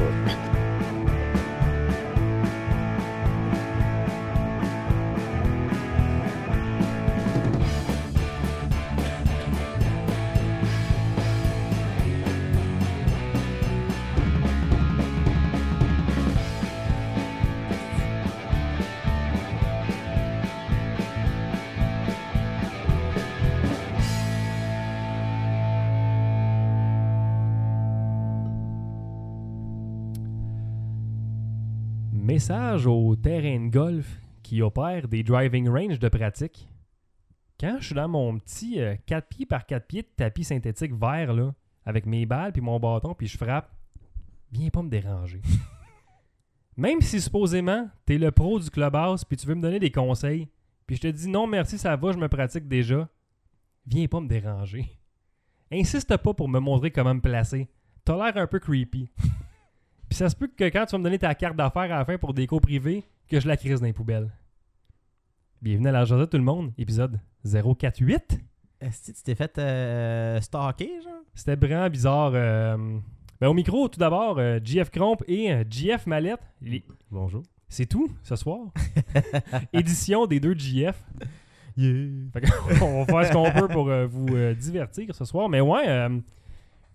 Europe. Message aux terrains de golf qui opèrent des driving ranges de pratique. Quand je suis dans mon petit euh, 4 pieds par 4 pieds de tapis synthétique vert, là, avec mes balles, puis mon bâton, puis je frappe, viens pas me déranger. Même si supposément, t'es le pro du clubhouse, puis tu veux me donner des conseils, puis je te dis non merci, ça va, je me pratique déjà, viens pas me déranger. Insiste pas pour me montrer comment me placer. T'as l'air un peu creepy. Puis ça se peut que quand tu vas me donner ta carte d'affaires à la fin pour des cours privés, que je la crise dans les poubelles. Bienvenue à la Josette tout le monde, épisode 048. Est-ce que tu t'es fait euh, stalker, genre? C'était vraiment bizarre. euh, ben, au micro, tout d'abord, euh, JF Cromp et euh, JF Mallette. Les- Bonjour. C'est tout ce soir. Édition des deux JF. Fait que on va faire ce qu'on peut pour euh, vous euh, divertir ce soir. Mais ouais, euh,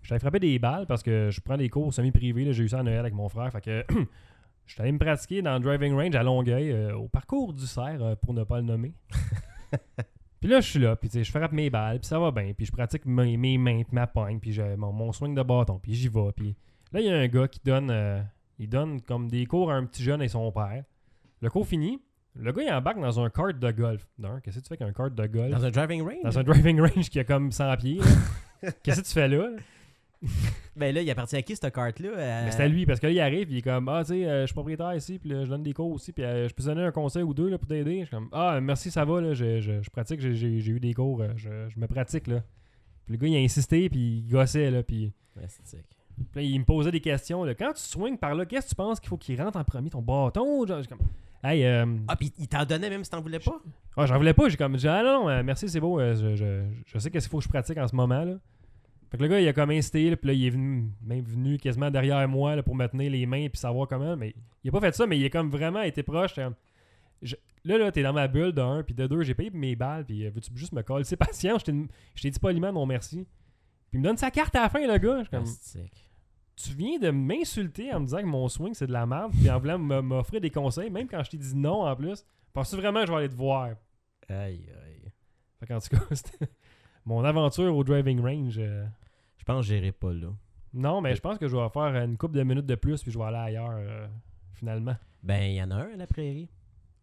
je t'avais frappé des balles parce que je prends des cours semi-privés. là. J'ai eu ça à Noël avec mon frère. Fait que je suis allé me pratiquer dans le driving range à Longueuil, euh, au parcours du cerf, euh, pour ne pas le nommer. puis là, je suis là, puis tu sais, je frappe mes balles, puis ça va bien. Puis je pratique mes, mes mains, puis ma pogne, puis j'ai mon, mon swing de bâton, puis j'y vais. Puis là, il y a un gars qui donne, euh, il donne comme des cours à un petit jeune et son père. Le cours fini, le gars, il embarque dans un kart de golf. Non, qu'est-ce que tu fais qu'un kart de golf? Dans un driving range? Dans un driving range qui a comme 100 pieds. là. Qu'est-ce que tu fais là? Ben là, il appartient à qui, cette carte-là? Euh, Mais c'est à lui, parce que là, il arrive, il est comme Ah, tu sais, euh, je suis propriétaire ici, puis là, je donne des cours aussi, puis euh, je peux te donner un conseil ou deux là, pour t'aider. Je suis comme Ah, merci, ça va, là, je, je- je pratique, j'ai- j'ai j'ai eu des cours, euh, je, je me pratique. là. Puis le gars, il a insisté, puis il gossait, là, puis, ouais, c'est sick. puis là, il me posait des questions. là. Quand tu swings par là, qu'est-ce que tu penses qu'il faut qu'il rentre en premier ton bâton? Genre, je suis comme Hey, euh, Ah, pis il t'en donnait même si t'en voulais pas? Ah, j'en voulais pas. J'ai comme dit, ah non, non, euh, merci, c'est beau. euh, je, je- je sais qu'est-ce qu'il faut que je pratique en ce moment. Là. Fait que le gars, il a comme incité, là, puis là, il est venu, même venu quasiment derrière moi là, pour me tenir les mains puis savoir comment. Mais il a pas fait ça, mais il a comme vraiment été proche. J'étais comme, je- là, là, t'es dans ma bulle de un, puis de deux, j'ai payé mes balles, puis euh, veux-tu juste me coller? C'est patient, je t'ai- je t'ai dit poliment non merci. Puis il me donne sa carte à la fin, le gars. Je suis Ah, comme, c'est sick. tu viens de m'insulter en me disant que mon swing c'est de la merde, puis en voulant me- m'offrir des conseils, même quand je t'ai dit non en plus. Penses-tu vraiment que je vais aller te voir? Aïe, aïe. Fait qu'en tout cas, c'était mon aventure au driving range. euh. Je pense que j'irai pas là. Non, mais je pense que je vais faire une couple de minutes de plus puis je vais aller ailleurs, euh, finalement. Ben, il y en a un à la prairie.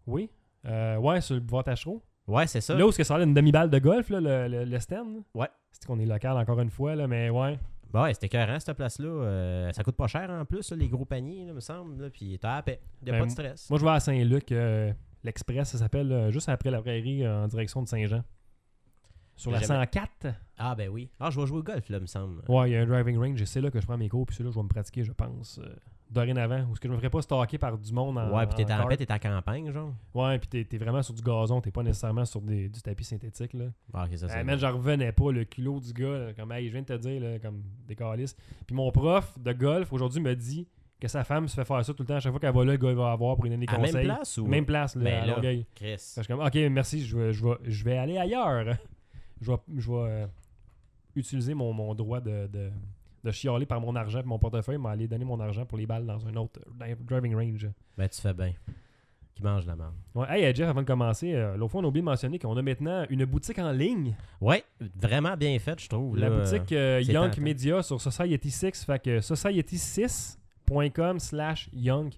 Oui. Euh, ouais, sur le boulevard Tachereau. Ouais, c'est ça. Là où est-ce que ça a une demi-balle de golf, là, le, le, le stand. là? Ouais. C'est qu'on est local encore une fois, là, mais ouais. Ben ouais, c'était écœurant, cette place-là. Euh, ça coûte pas cher en plus, là, les gros paniers, là, me semble. Là, puis t'as la paix. Y a Ben, pas de stress. Moi, je vais à Saint-Luc. euh, L'Express, ça s'appelle euh, juste après la prairie euh, en direction de Saint-Jean. Sur la Jamais- 104. Ah, ben oui. Ah, je vais jouer au golf, là, me semble. Ouais, il y a un driving range et c'est là que je prends mes cours. Puis c'est là que je vais me pratiquer, je pense, euh, dorénavant. Ou ce que je me ferais pas stalker par du monde en. Ouais, puis t'es en en, kart. paix, t'es en campagne, genre. Ouais, puis t'es- t'es vraiment sur du gazon, t'es pas nécessairement sur des- du tapis synthétique. Là. Ah, ok, ça, c'est. Hey, man, j'en revenais pas, le culot du gars, là, comme hey, je viens de te dire, là, comme des calices. Puis mon prof de golf aujourd'hui me dit que sa femme se fait faire ça tout le temps. À chaque fois qu'elle va là, le gars il va avoir pour lui donner des à conseils. même place ou. Même place, là, Ben à là. Longueuil. Chris. Je suis comme, ok, merci, je vais, je vais, je vais aller ailleurs. Je vais, je vais euh, utiliser mon, mon droit de, de, de chialer par mon argent, puis mon portefeuille, mais aller donner mon argent pour les balles dans un autre euh, driving range. Ben, tu fais bien. Qui mange la merde. Ouais, hey, euh, Jeff, avant de commencer, euh, l'autre fois, on a oublié de mentionner qu'on a maintenant une boutique en ligne. Ouais, vraiment bien faite, je trouve. La là. boutique euh, c'est Young tentant. Media sur Society6, fait que society6.com slash Young.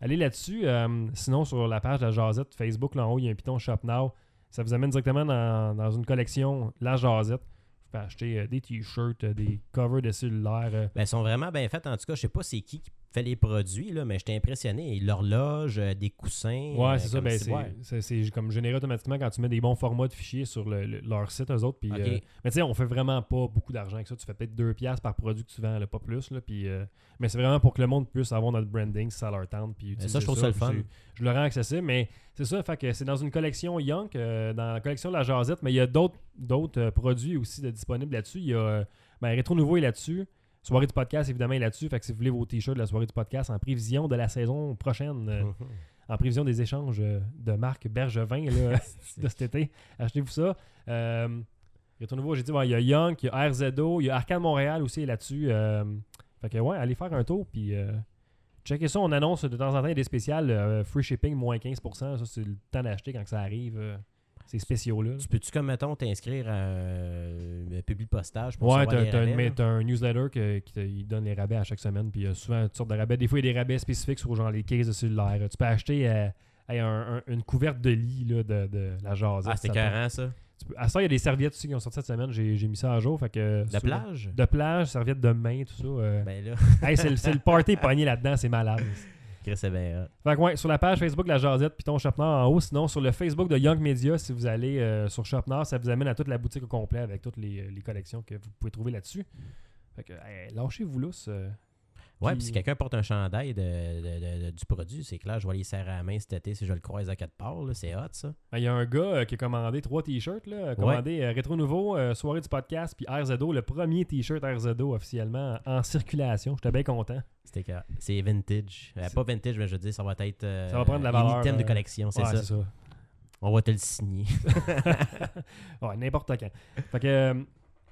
Allez là-dessus. euh, sinon, sur la page de la Jazette Facebook, là en haut, il y a un piton Shop Now. Ça vous amène directement dans, dans une collection La Jazette. Vous pouvez acheter euh, des t-shirts, euh, des covers de cellulaires. euh. Ben, elles sont vraiment bien faites. En tout cas, je sais pas c'est qui qui fait les produits, là, mais j'étais impressionné. Et L'horloge, euh, des coussins. Ouais, euh, c'est ça. comme ben, si- c'est- ouais. c'est c'est comme généré automatiquement quand tu mets des bons formats de fichiers sur le- le- leur site, eux autres. Puis, Ok. euh, mais tu sais, on fait vraiment pas beaucoup d'argent avec ça. Tu fais peut-être 2$ piastres par produit que tu vends, là, pas plus. Là, puis, euh, mais c'est vraiment pour que le monde puisse avoir notre branding si ça leur tente. Puis Ben, utiliser ça, je trouve ça le puis fun. c'est- Je le rends accessible, mais c'est ça. Fait que c'est dans une collection Young, euh, dans la collection de la Jazette, mais il y a d'autres d'autres, euh, produits aussi de disponibles là-dessus. Il y a euh, ben, Rétro Nouveau est là-dessus. Soirée du podcast, évidemment, est là-dessus. Fait que si vous voulez vos t-shirts de la soirée du podcast en prévision de la saison prochaine, euh, Mhm. en prévision des échanges euh, de marque Bergevin là, de cet été, achetez-vous ça. Euh, il y a tout nouveau, j'ai dit, bon, il y a Young, il y a RZO, il y a Arcade Montréal aussi là-dessus. Euh, fait que ouais, allez faire un tour, puis euh, checkez ça. On annonce de temps en temps il y a des spéciales, euh, free shipping, moins 15%. Ça, c'est le temps d'acheter quand que ça arrive, euh, ces spéciaux-là. Tu peux-tu, comme mettons, t'inscrire à euh, un public postage pour Ouais, recevoir t'as, les t'as- rabais, mais là? t'as un newsletter que- qui te- il donne les rabais à chaque semaine. Puis il y a souvent toutes sortes de rabais. Des fois, il y a des rabais spécifiques sur genre les cases de cellulaire. Tu peux acheter euh, hey, un- un- une couverte de lit là, de, de la jasette. Ah, c'est Ça carré ça. te- tu peux- À ça, il y a des serviettes aussi qui ont sorti cette semaine. J'ai, j'ai mis ça à jour. Fait que, De sur- plage? De plage, serviettes de main, tout ça. euh. Ben là, Hey, c'est, le- c'est le party pogné là-dedans. C'est malade. Chris, c'est bien hot. Fait que ouais, sur la page Facebook de la Jazette, puis ton Shopner en haut. Sinon, sur le Facebook de Young Media, si vous allez euh, sur Shopner, ça vous amène à toute la boutique au complet avec toutes les, euh, les collections que vous pouvez trouver là-dessus. Fait que, hey, lâchez-vous euh. là. Ouais, Puis- puis si quelqu'un porte un chandail de, de- de- de- du produit, c'est clair, je vais aller serrer à la main cet été si je le croise à quatre parts. là, C'est hot, ça. Il y a un gars euh, qui a commandé trois t-shirts. là. Il a commandé euh, Rétro Nouveau, euh, Soirée du podcast, puis RZO, le premier t-shirt RZO officiellement en circulation. J'étais bien content. C'était carré. C'est vintage. Euh, C'est- pas vintage, mais je veux dire, ça va être euh, Ça va prendre de la valeur, un item de euh, collection, c'est Ouais, ça. On va te le signer. ouais, n'importe quand. Fait que, euh,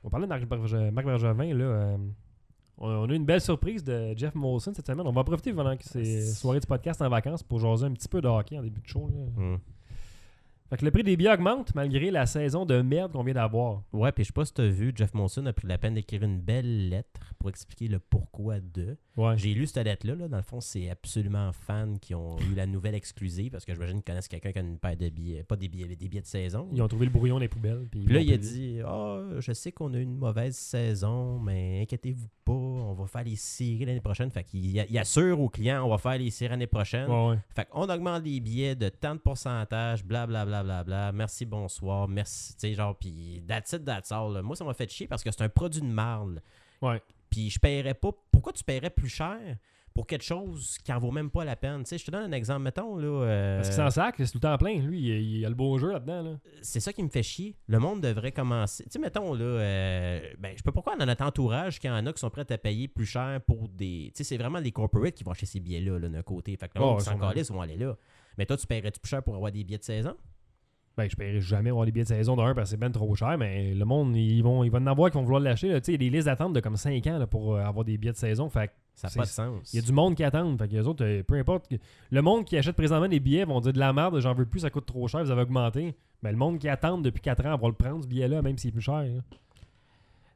on parlait de Marc, Berge- Marc Bergevin, là. euh, on, on a eu une belle surprise de Jeff Molson cette semaine. On va en profiter pendant que Ah, c'est soirée du podcast en vacances pour jaser un petit peu de hockey en début de show. là. Hmm. Fait que le prix des billets augmente malgré la saison de merde qu'on vient d'avoir. Ouais, puis je sais pas si t'as vu, Jeff Monson a pris la peine d'écrire une belle lettre pour expliquer le pourquoi de. Ouais. J'ai lu cette lettre-là, là. dans le fond, c'est absolument fans qui ont eu la nouvelle exclusive, parce que j'imagine qu'ils connaissent quelqu'un qui a une paire de billets, pas des billets, mais des billets de saison. Ils ont trouvé le brouillon des poubelles. Puis Puis là, ils il a l'ont publié. dit Ah, je sais qu'on a eu une mauvaise saison, mais inquiétez-vous pas, on va faire les séries l'année prochaine. Fait qu'il il assure aux clients On va faire les séries l'année prochaine. Ouais, ouais. Fait qu'on augmente les billets de tant de pourcentage, blablabla, bla, bla, bla. merci, bonsoir, merci, tu sais, genre, puis that's it, that's all. là. Moi, ça m'a fait chier parce que c'est un produit de marle. Ouais. Puis je paierais pas. Pourquoi tu paierais plus cher pour quelque chose qui en vaut même pas la peine? Tu sais, je te donne un exemple, mettons, là. euh, Parce qu'il s'en sac, c'est tout le temps plein. Lui, il, il a le beau jeu là-dedans. là. c'est ça qui me fait chier. Le monde devrait commencer. Tu sais, mettons, là, euh, ben, je peux pas croire dans notre entourage qu'il y en a qui sont prêts à payer plus cher pour des. Tu sais, c'est vraiment les corporates qui vont acheter ces billets-là, là, d'un côté. Fait que le Oh, monde ouais, qui s'en sûrement. calisse vont aller là. Mais toi, tu paierais-tu plus cher pour avoir des billets de saison? Ben, je paierai jamais avoir les billets de saison d'un parce que c'est ben trop cher, mais le monde, ils vont, ils vont en avoir qui vont vouloir l'acheter. là. Tu sais, Il y a des listes d'attente de comme 5 ans là, pour euh, avoir des billets de saison. Fait que Ça n'a C'est- pas de sens. Il y a du monde qui attend. Fait que les autres, euh, peu importe. Le monde qui achète présentement des billets vont dire de la merde, j'en veux plus, ça coûte trop cher, vous avez augmenté. Mais le monde qui attend depuis 4 ans va le prendre, ce billet-là, même s'il est plus cher. là.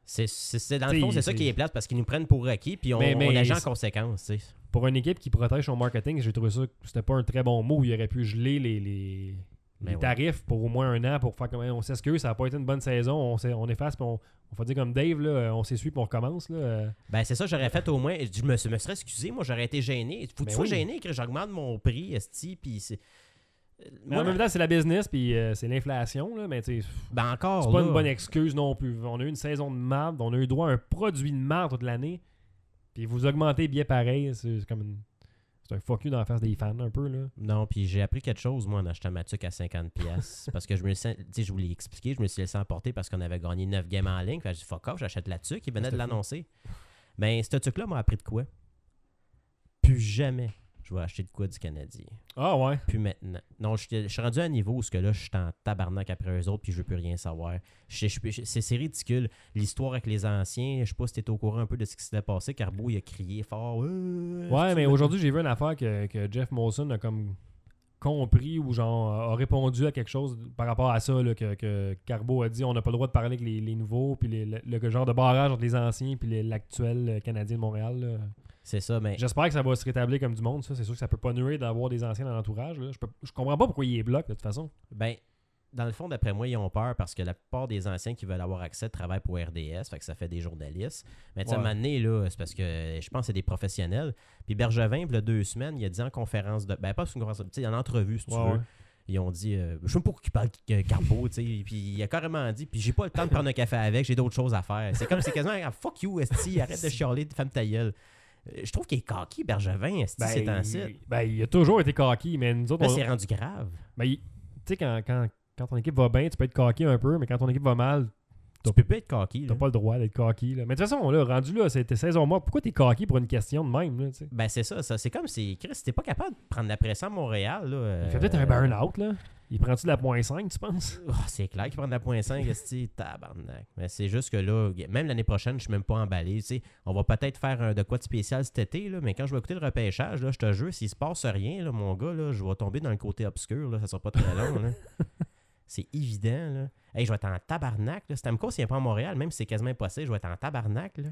C'est- c'est- c'est- dans le T'sais, fond, c'est ça c'est- qui est plate parce qu'ils nous prennent pour acquis puis on, Mais- mais on agit en c'est- conséquence. tu sais. Pour une équipe qui protège son marketing, j'ai trouvé ça que c'était pas un très bon mot. Il aurait pu geler les, les, Ben les ouais. tarifs pour au moins un an pour faire comme hey, on s'excuse, ça n'a pas été une bonne saison, on, s'est- on efface, puis on, on fait dire comme Dave, là, on s'essuie, puis on recommence. Là. Euh, Ben, c'est ça, j'aurais fait au moins. Je me, me serais excusé, moi, j'aurais été gêné. Faut que Ben tu sois oui. gêné, que j'augmente mon prix, esti, puis c'est. Euh, Mais moi, en même temps, c'est la business, puis euh, c'est l'inflation, là, mais tu sais, ben encore. C'est pas là. une bonne excuse non plus. On a eu une saison de marde, on a eu droit à un produit de marde toute l'année. Puis vous augmentez bien pareil, c'est c'est comme une- C'est un fuck you dans la face des fans un peu là. Non, puis j'ai appris quelque chose, moi, en achetant ma tuque à 50$. piastres. parce que je me suis, tu sais, je vous l'ai expliqué, je me suis laissé emporter parce qu'on avait gagné 9 games en ligne. Fait que j'ai dit, fuck off, j'achète la tuque. Il venait de C'était fou. l'annoncer. Mais cette tuque-là m'a appris de quoi? Plus jamais je vais acheter de quoi du Canadien. Ah ouais. Plus maintenant. Non, je, suis- je suis rendu à un niveau où ce que là, je suis en tabarnak après eux autres, puis je veux plus rien savoir. Je- je- je- C'est c'est ridicule. L'histoire avec les anciens, je sais pas si t'es au courant un peu de ce qui s'était passé. Carbo, il a crié fort. Euh, Ouais, est-ce mais que- aujourd'hui, j'ai vu une affaire que, que Jeff Molson a comme compris ou genre a répondu à quelque chose par rapport à ça là, que, que Carbo a dit on n'a pas le droit de parler avec les, les nouveaux puis les- le, le genre de barrage entre les anciens puis les- l'actuel euh, Canadien de Montréal. là. C'est ça, ben, mais. J'espère que ça va se rétablir comme du monde ça, c'est sûr que ça peut pas nuire d'avoir des anciens dans l'entourage là. Je, peux- je comprends pas pourquoi il est bloqué de toute façon. Ben, dans le fond, d'après moi, ils ont peur parce que la plupart des anciens qui veulent avoir accès travaillent pour RDS, fait que ça fait des journalistes. Mais tu sais, à un Ouais. moment donné, là, c'est parce que euh, je pense que c'est des professionnels. Puis Bergevin, il y a deux semaines, il a dit en conférence de. Ben, pas sur une conférence de. Tu sais, en entrevue, si tu Ouais, veux. ouais. Ils ont dit, euh, je sais même pas pourquoi il parle de Carbo, tu sais. Puis il a carrément dit, puis j'ai pas le temps de prendre un café avec, j'ai d'autres choses à faire. C'est comme, c'est quasiment, ah, fuck you, Esti, arrête de chialer, femme ta gueule. Euh, Je trouve qu'il est coquille, Bergevin, Esti, Ben, c'est un site. il, ben, il a toujours été cocky, mais nous autres, Là, on- c'est rendu grave. ben, il- tu sais, quand, quand, quand ton équipe va bien, tu peux être cocky un peu, mais quand ton équipe va mal, Tu peux pas être cocky. T'as là. pas le droit d'être cocky. Là. Mais de toute façon, là, rendu là, c'était saison mort. Pourquoi t'es cocky pour une question de même? Là, tu sais? Ben, c'est ça, ça. C'est comme si, Chris, t'es pas capable de prendre la pression à Montréal. Là, euh, Il fait peut-être un burn-out. là. Il prend-tu de la point 5, tu penses? Oh, c'est clair qu'il prend de la point 5, esti, tabarnak. Mais c'est juste que là, même l'année prochaine, je suis même pas emballé. tu sais. on va peut-être faire un de quoi de spécial cet été, là, mais quand je vais écouter le repêchage, là, je te jure, s'il se passe rien, là, mon gars, là, je vais tomber dans le côté obscur, là, ça sera pas très long. là. c'est évident. Là. Hey, je vais être en tabarnak. Là. Stamkos, il n'est pas à Montréal, même si c'est quasiment impossible, je vais être en tabarnak. Là.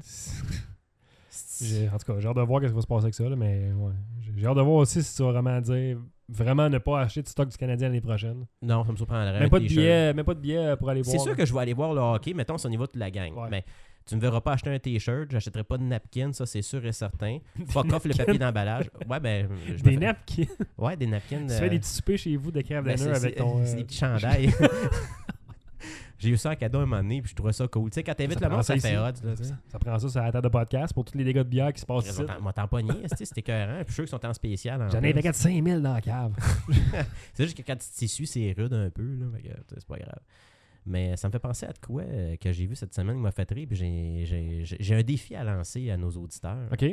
J'ai- en tout cas, j'ai hâte de voir qu'est-ce qui va se passer avec ça. là, mais ouais. J'ai- J'ai hâte de voir aussi si tu vas vraiment dire vraiment ne pas acheter de stock du Canadien l'année prochaine. Non, ça me surprendrait. un Même pas, de t-shirt. billets, même pas de billets euh, pour aller voir. C'est sûr là. que je vais aller voir le hockey, mettons, c'est au niveau de la gang. Ouais. Mais tu ne me verras pas acheter un t-shirt, j'achèterai pas de napkin, ça c'est sûr et certain. Fuck off le papier d'emballage. Ouais, ben. je me Des fais- napkins. tu Ouais, des napkins. euh, fais des petits soupers chez vous de crève ben, d'honneur c'est- avec c'est- ton. c'est euh, des petits chandails. J'ai eu ça en cadeau un moment donné, puis je trouvais ça cool. Tu sais, quand t'invites Ça le prend monde, ça ça fait ici. hot. Là, tu sais. Ça prend ça sur la table de podcast pour tous les dégâts de bière qui se passent ici. Mon tamponnier, c'était écœurant. Puis je suis sûr qu'ils sont en spécial. en J'en plus. ai 4-5 000 dans la cave. C'est juste que quand tu tissues, c'est rude un peu, là. fait que, tu sais, c'est pas grave. Mais ça me fait penser à de quoi euh, que j'ai vu cette semaine qui m'a fait rire. puis j'ai- j'ai- J'ai j'ai un défi à lancer à nos auditeurs. OK?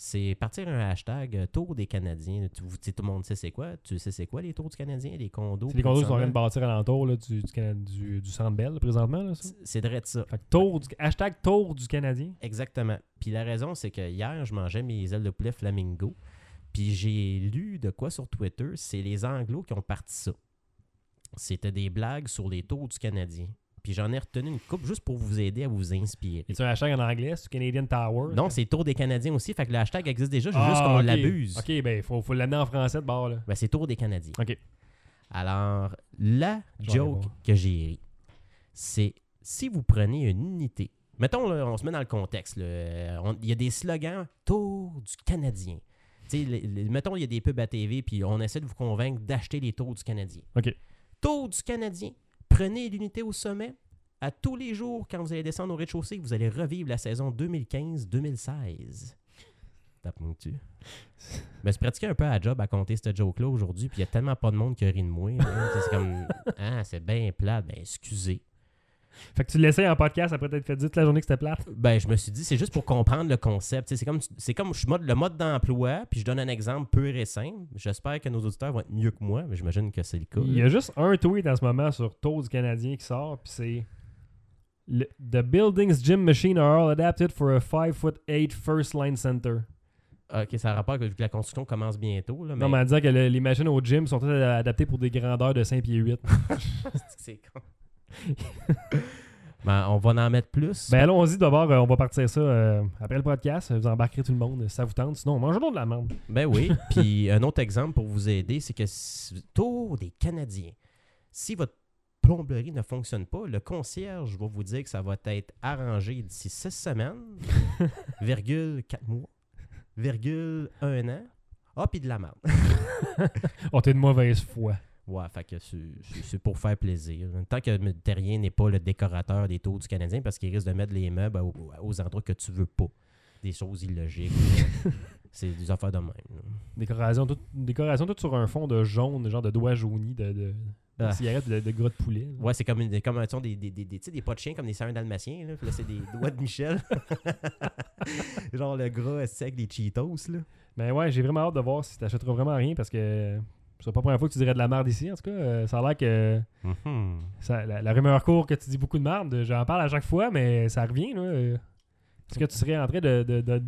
C'est partir un hashtag euh, Tour des Canadiens. Tu, vous- tu sais, tout le monde sait c'est quoi. Tu sais c'est quoi les Tours du Canadien, les condos. C'est les condos qui sont en train de présentement? bâtir alentour là, du, du, Cana- du, du Centre Bell, là, présentement. Là, ça. C'est- C'est vrai de ça. Fait que tour du- hashtag Tour du Canadien. Exactement. Puis la raison, c'est que hier, je mangeais mes ailes de poulet flamingo. Puis j'ai lu de quoi sur Twitter, c'est les Anglos qui ont parti ça. C'était des blagues sur les tours du Canadien. Puis j'en ai retenu une coupe juste pour vous aider à vous inspirer. Y a un hashtag en anglais? C'est Canadian Tower? Non, c'est Tour des Canadiens aussi, fait que le hashtag existe déjà, c'est Ah, juste qu'on ok. l'abuse. OK, ben, faut, faut l'amener en français de bord, là. Ben, c'est Tour des Canadiens. OK. Alors, la Je vais aller joke voir. que j'ai ri, c'est si vous prenez une unité, mettons, là, on se met dans le contexte, là, euh, on- il y a des slogans Tour du Canadien. Tu sais, les- les- mettons, il y a des pubs à TV, puis on essaie de vous convaincre d'acheter les Tours du Canadien. OK. Tour du Canadien, prenez l'unité au sommet. À tous les jours, quand vous allez descendre au rez-de-chaussée, vous allez revivre la saison 2015-2016. Tape-nous-tu? Mais se pratiquer un peu à la job à compter cette joke-là aujourd'hui, puis il y a tellement pas de monde qui rit de moi. là. c'est comme, ah, c'est bien plate, ben excusez. Fait que tu l'essayes en podcast après t'être fait dire toute la journée que c'était plate. Ben, je me suis dit, c'est juste pour comprendre le concept. Tu sais, C'est comme, c'est comme je mode, le mode d'emploi, puis je donne un exemple pur et simple. J'espère que nos auditeurs vont être mieux que moi, mais j'imagine que c'est le cas. Il y a juste un tweet en ce moment sur Tour du Canadien qui sort, puis c'est le- The building's gym machine are all adapted for a 5'8 first line center. Ok, ça a rapport avec que la construction commence bientôt. Là, mais Non, mais à dire que le- les machines au gym sont toutes adaptées pour des grandeurs de 5 pieds 8. c'est con. Ben, on va en mettre plus. Ben allons-y d'abord, euh, on va partir ça euh, après le podcast. Vous embarquerez tout le monde, si ça vous tente. Sinon, mangeons de la merde. Ben oui. Puis un autre exemple pour vous aider, c'est que si- tour des Canadiens. Si votre plomberie ne fonctionne pas, le concierge va vous dire que ça va être arrangé d'ici six semaines, virgule quatre mois, virgule un an. Ah, puis de la merde. Oh, t'es de mauvaise foi. Ouais, fait que c'est- c'est c'est pour faire plaisir. Tant que le Terrien n'est pas le décorateur des tours du Canadien parce qu'il risque de mettre les meubles aux, aux endroits que tu veux pas. Des choses illogiques. c'est des affaires de même. là. Décoration toute décoration toute sur un fond de jaune, genre de doigts jaunis, de, de, de Ah. cigarettes, de, de gras de poulet. là. Ouais, c'est comme, une, comme un- tu sais, des, des, des, des, tu sais, des pas de chien, comme des serins dalmatiens. Là. Puis là, c'est des doigts de Michel. Genre le gras sec des Cheetos. Là. Mais ouais, j'ai vraiment hâte de voir si t'achèteras vraiment rien parce que euh, c'est pas la première fois que tu dirais de la merde ici. En tout cas, euh, ça a l'air que ça- la, la rumeur court que tu dis beaucoup de merde. J'en parle à chaque fois, mais ça revient. là. Euh, Est-ce que tu serais en train de, de- de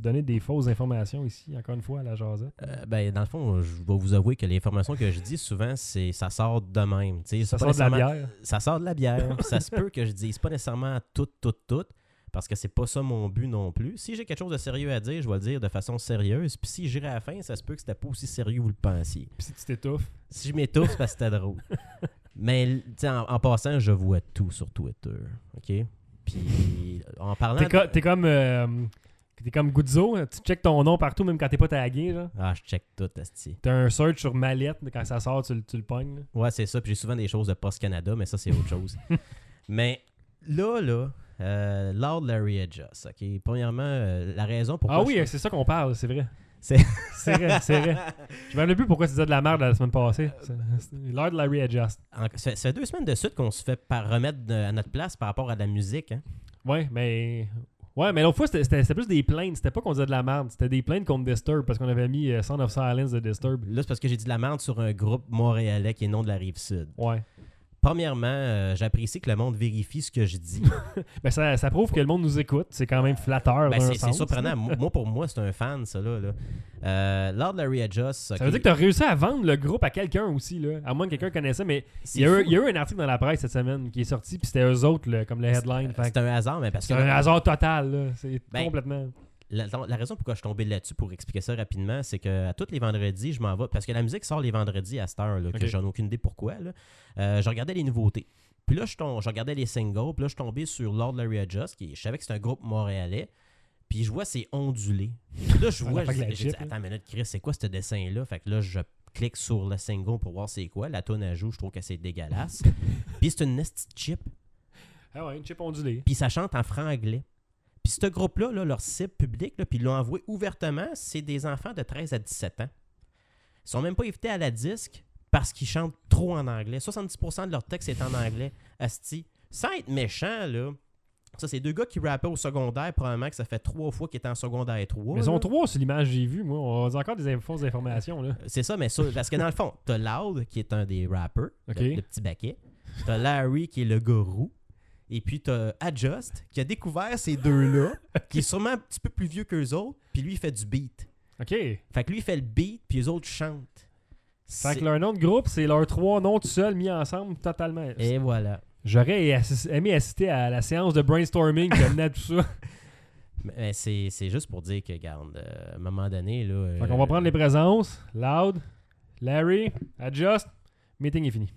donner des fausses informations ici, encore une fois, à la jasette? Euh, ben, dans le fond, je vais vous avouer que l'information que je dis souvent, c'est ça sort de même. tu sais, Ça c'est pas sort de la nécessairement- bière. ça sort de la bière. Puis ça se peut que je dise pas nécessairement tout, tout, tout, parce que c'est pas ça mon but non plus. Si j'ai quelque chose de sérieux à dire, je vais le dire de façon sérieuse. Puis si j'irai à la fin, ça se peut que c'était pas aussi sérieux que vous le pensiez. Puis si tu t'étouffes, Si je m'étouffe, c'est parce que c'était drôle. Mais tu sais, en, en passant, je vois tout sur Twitter. OK? Puis en parlant. t'es, de- co- t'es comme. euh, t'es comme Guzzo, tu checkes ton nom partout, même quand t'es pas tagué. Genre. Ah, je check tout, Asti. T'as un search sur mallette, mais quand ça sort, tu, le- tu le pognes. là. Ouais, c'est ça. Puis j'ai souvent des choses de Post Canada, mais ça, c'est autre chose. mais là, là, euh, Lord Larry Adjust. OK? Premièrement, euh, la raison pourquoi. Ah je oui, c'est ça qu'on parle, c'est vrai. C'est vrai, c'est vrai. Je me rappelle plus pourquoi tu disais de la merde la semaine passée. C'est- Euh, c'est L'heure de la readjust. En- Ça ça fait deux semaines de suite qu'on se fait par remettre de- à notre place par rapport à de la musique. hein. Ouais, mais. Ouais, mais l'autre fois, c'était- c'était c'était plus des plaintes. C'était pas qu'on disait de la merde. C'était des plaintes contre Disturb parce qu'on avait mis euh, Sound of Silence de Disturb. Là, c'est parce que j'ai dit de la merde sur un groupe montréalais qui est non de la rive sud. Ouais. Premièrement, euh, j'apprécie que le monde vérifie ce que je dis. Ben, ça, ça prouve que le monde nous écoute. C'est quand même flatteur. Ben, d'un c'est c'est sens. surprenant. Moi, moi, pour moi, c'est un fan, ça. Là, là. Euh, lors de la readjust, Ça veut dire que t'as réussi à vendre le groupe à quelqu'un aussi, là. À moins que quelqu'un connaisse ça, mais il y, a eu, il y a eu un article dans la presse cette semaine qui est sorti, puis c'était eux autres, là, comme le headline. Fait que Euh, C'est un hasard, mais parce que C'est un hasard total, là. C'est Ben, complètement. la, la raison pourquoi je suis tombé là-dessus pour expliquer ça rapidement, c'est que à tous les vendredis, je m'en vais. Parce que la musique sort les vendredis à cette heure, là, Ok. que j'en ai aucune idée pourquoi. là. Euh, je regardais les nouveautés. Puis là, je, tom- je regardais les singles. Puis là, je suis tombé sur Lord Larry Adjust, qui je savais que c'est un groupe montréalais. Puis je vois, c'est ondulé. Puis là, je Ah, vois, la je, fac de la dis- j'ai dit, chip, là. attends une minute, Chris, c'est quoi ce dessin-là? Fait que là, je clique sur le single pour voir c'est quoi. La tonne à joue, je trouve que c'est dégueulasse. Puis c'est une nasty chip Ah ouais, une chip ondulée. puis ça chante en franc-anglais. Puis ce groupe-là, là, leur cible publique, là, puis ils l'ont envoyé ouvertement, c'est des enfants de 13 à 17 ans. Ils sont même pas invités à la disque parce qu'ils chantent trop en anglais. 70% de leur texte est en anglais. Asti, sans être méchant, là, ça, c'est deux gars qui rappaient au secondaire, probablement que ça fait trois fois qu'ils étaient en secondaire 3. Mais ils sont trois sur l'image que j'ai vue, moi. On a encore des inf- fausses informations, là. Euh, C'est ça, mais ça, parce que dans le fond, t'as Loud, qui est un des rappers, Ok. le, le petit baquet. T'as Larry, qui est le gourou. Et puis t'as Adjust, qui a découvert ces deux-là, qui est sûrement un petit peu plus vieux qu'eux autres, puis lui, il fait du beat. OK. Fait Fait que lui, il fait le beat, puis eux autres chantent. C'est- que leur nom de groupe, c'est leurs trois noms tout seuls mis ensemble totalement. Et voilà. J'aurais assis- aimé assister à la séance de brainstorming qui amenait à tout ça. Mais- Mais c'est c'est juste pour dire que, regarde, euh, à un moment donné, là... euh, Fait qu'on va prendre les présences. Loud, Larry, Adjust. Meeting est fini.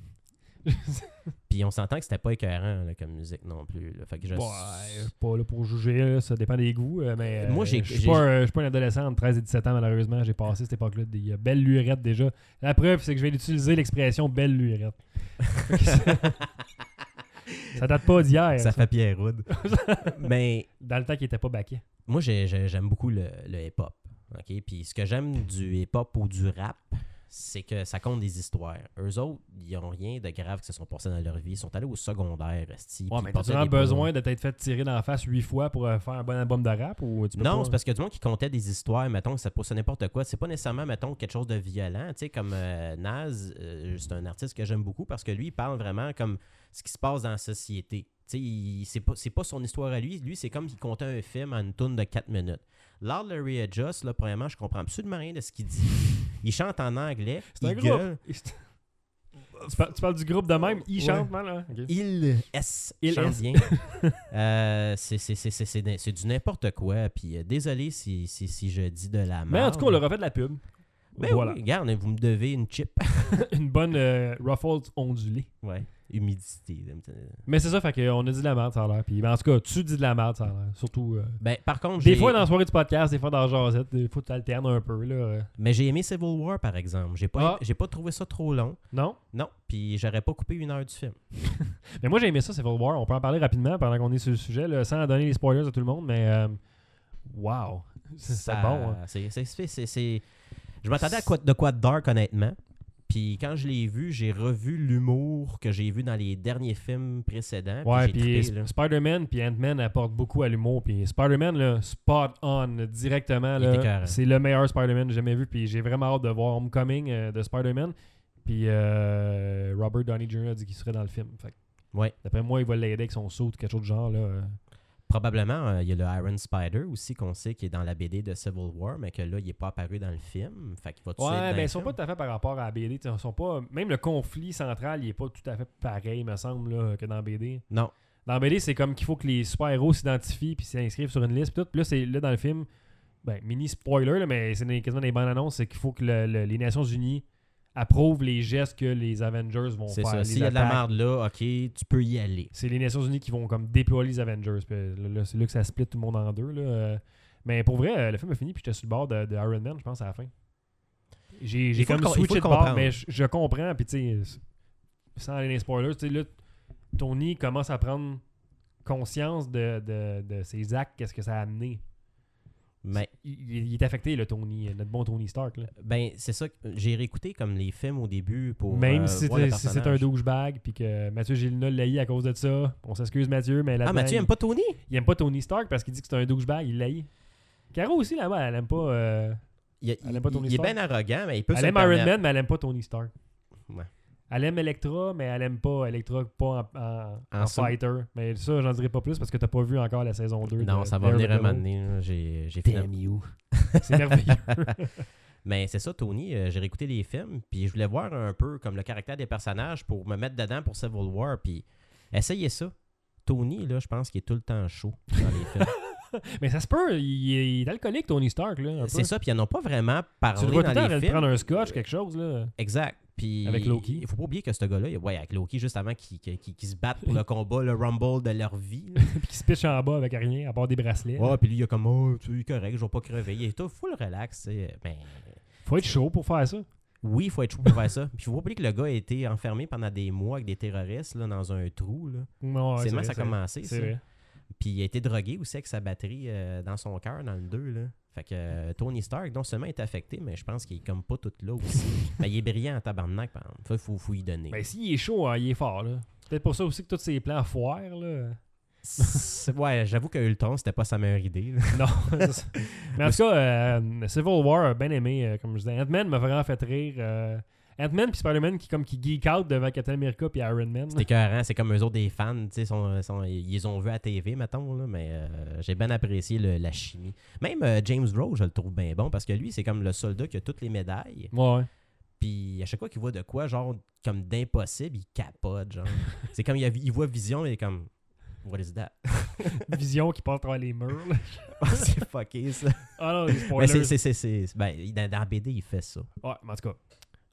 Puis on s'entend que c'était pas écœurant là, comme musique non plus. là. Fait que je... Ouais, je suis Bah, euh, pas là pour juger, là, ça dépend des goûts. euh, mais Moi, euh, je j'ai- j'ai- suis pas, un- je suis pas un adolescent de 13 et 17 ans, malheureusement. J'ai passé cette époque-là des euh, belles lurettes déjà. La preuve, c'est que je vais utiliser l'expression belle lurette. Fait que ça- ça date pas d'hier, Ça ça. fait Pierre Rude. Mais dans le temps qu'il était pas baqué. moi, j'ai- j'ai- j'aime beaucoup le, le hip-hop. OK? Puis ce que j'aime du hip-hop ou du rap, c'est que ça compte des histoires. Eux autres, ils n'ont rien de grave qui se sont passés dans leur vie. Ils sont allés au secondaire, esti, puis Ouais, ils mais portaient t'as-tu vraiment des bons- besoin de t'être fait tirer dans la face huit fois pour euh, faire un bon album de rap ou tu peux Non, pas- c'est parce que du monde qui comptait des histoires, mettons, que ça poussait n'importe quoi. C'est pas nécessairement, mettons, quelque chose de violent. Tu sais, comme euh, Naz, euh, c'est un artiste que j'aime beaucoup parce que lui, il parle vraiment comme ce qui se passe dans la société. Tu sais, il- c'est pas, c'est pas son histoire à lui. Lui, c'est comme qu'il comptait un film en une tourne de 4 minutes. Lord le Readjust, là, premièrement, je comprends absolument rien de ce qu'il dit. Il chante en anglais. C'est un il groupe. gueule. tu, par- tu parles du groupe de même, ils Ouais. chantent mal, hein? Ok. Il S. Il chante S. bien. Euh, c'est- c'est- c'est- c'est- c'est c'est du n'importe quoi. Puis euh, désolé si, si, si je dis de la merde. Mais en tout cas, on leur a fait de la pub. Ben voilà. oui, regarde, vous me devez une chip. Une bonne euh, ruffles ondulée. Ouais. Humidité. Mais c'est ça, fait qu'on a dit de la merde, ça a l'air. Puis, ben, en tout cas, tu dis de la merde, ça a l'air. Surtout. euh, Ben, par contre, des j'ai- fois dans la soirée du podcast, des fois dans Jazette, des fois tu alternes un peu. Là. euh. mais j'ai aimé Civil War, par exemple. J'ai pas, Ah. j'ai pas trouvé ça trop long. Non? Non, puis j'aurais pas coupé une heure du film. Mais moi, j'ai aimé ça, Civil War. On peut en parler rapidement pendant qu'on est sur le sujet, là, sans donner les spoilers à tout le monde, mais. euh, wow! C'est c'est Ça- bon. hein. c'est- c'est- c'est- c'est- c'est- Je m'attendais à quoi, de quoi de dark, honnêtement. Puis quand je l'ai vu, j'ai revu l'humour que j'ai vu dans les derniers films précédents. Ouais, hein, puis j'ai puis trippé, là. Sp- Spider-Man puis Ant-Man apportent beaucoup à l'humour. Puis Spider-man, là, spot on, là, directement. Il là. était carré. C'est le meilleur Spider-Man que j'ai jamais vu. Puis j'ai vraiment hâte de voir Homecoming euh, de Spider-Man. Puis euh, Robert Downey Jr. a dit qu'il serait dans le film. Fait que Ouais. D'après moi, il va l'aider avec son saut ou quelque chose de genre. Là. euh. Probablement, euh, il y a le Iron Spider aussi qu'on sait qui est dans la BD de Civil War, mais que là, il n'est pas apparu dans le film. Fait qu'il va tout de suite Ouais, dans ben le ils sont pas film. tout à fait par rapport à la BD. t'sais, Ils sont pas, même le conflit central, il est pas tout à fait pareil, me semble, là, que dans la BD. Non. Dans la BD, c'est comme qu'il faut que les super-héros s'identifient puis s'inscrivent sur une liste. Puis tout. Puis là, c'est, là, dans le film, ben, mini spoiler, là, mais c'est des- quasiment des bonnes annonces, c'est qu'il faut que le- le- les Nations Unies approuvent les gestes que les Avengers vont C'est faire. ça. les S'il y a de la attaques. merde là, ok, tu peux y aller. C'est les Nations Unies qui vont comme déployer les Avengers. Puis là, là, c'est là que ça split tout le monde en deux. là. Euh, Mais pour vrai, euh, le film a fini puis j'étais sur le bord de, de Iron Man, je pense, à la fin. J'ai j'ai faut comme le com- il faut switché le de bord, comprendre. mais je, je comprends. Puis tu sais, sans aller dans les spoilers, tu sais, là, Tony commence à prendre conscience de, de- de ses actes, qu'est-ce que ça a amené. Mais Il, il est affecté, le Tony, euh, notre bon Tony Stark. là. ben, c'est ça que j'ai réécouté comme les films au début pour. Même euh, si voir le c'était- si c'est un personnage. douchebag, puis que Mathieu Gélina l'a haï à cause de ça, on s'excuse Mathieu, mais là Ah, Mathieu aime pas Tony il aime pas Tony Stark parce qu'il dit que c'est un douchebag, il l'haït. Caro aussi, là-bas, elle aime pas. euh, Il, Elle aime pas il- Tony il est Stark. bien arrogant, mais il peut elle se aime le Iron permettre. Man, mais elle aime pas Tony Stark. Ouais. Elle aime Electra, mais elle aime pas Electra, pas en, en- En en somme. fighter. Mais ça, j'en dirai pas plus parce que t'as pas vu encore la saison 2. Non, de ça va venir un Daredevil. moment donné. là. J'ai j'ai finalement- you. C'est merveilleux. Mais c'est ça, Tony. euh, j'ai réécouté les films, puis je voulais voir un peu comme le caractère des personnages pour me mettre dedans pour Civil War, puis essayez ça. Tony, là, je pense qu'il est tout le temps chaud dans les films. mais ça se peut, il est, il est alcoolique, Tony Stark. Là, un peu. c'est ça, puis ils n'en ont pas vraiment Tu le parlé vois tout le temps dans les elle films. prendre un scotch, quelque chose. là. Exact. Puis, Avec Loki. Il faut pas oublier que ce gars-là, il- ouais, avec Loki, juste avant qu'ils qu'ils- qu'ils- qu'ils se battent pour le combat, le Rumble de leur vie. là. Puis qui se pitche en bas avec rien, à part des bracelets. Ouais, puis lui, il est comme, oh, tu es correct, je vais pas crever. Il est tout full relax. tu sais. Mais Faut être chaud pour faire ça. Ben, oui, il faut être chaud pour faire ça. Puis, il faut pas oublier que le gars a été enfermé pendant des mois avec des terroristes là, dans un trou. là. Non, ouais, c'est vrai, moi, ça a vrai. commencé. C'est ça. vrai. Puis il a été drogué aussi avec sa batterie euh, dans son cœur dans le 2. Là. Fait que euh, Tony Stark, non seulement est affecté, mais je pense qu'il est comme pas tout là aussi. mais il est brillant en tabarnak, par exemple. Faut, faut, faut y donner. Mais s'il est chaud, hein, il est fort. là. C'est Peut-être pour ça aussi que tous ses plans foirent. Là. C'est- ouais, j'avoue que Ultron, c'était pas sa meilleure idée. là. Non, c'est ça. Mais en tout cas, euh, Civil War a bien aimé, euh, comme je disais. Ant-Man m'a vraiment fait rire. euh, Ant-Man puis Spider-Man qui, comme, qui geek out devant Captain America puis Iron Man. C'est écœurant, c'est comme eux autres des fans, tu sais, sont- sont- ils les ont vus à TV, mettons, là, mais euh, j'ai bien apprécié le- la chimie. Même euh, James Rose, je le trouve bien bon, parce que lui, c'est comme le soldat qui a toutes les médailles, Ouais, ouais. puis à chaque fois qu'il voit de quoi, genre, comme d'impossible, il capote, genre. c'est comme, il, a- il voit Vision, il est comme, what is that? Vision qui passe à travers les murs. là. c'est fucké, ça. Ah non, les Mais spoilers. Ben, c'est, c'est, c'est, c'est- ben, dans, dans BD, il fait ça. Ouais, mais en tout cas.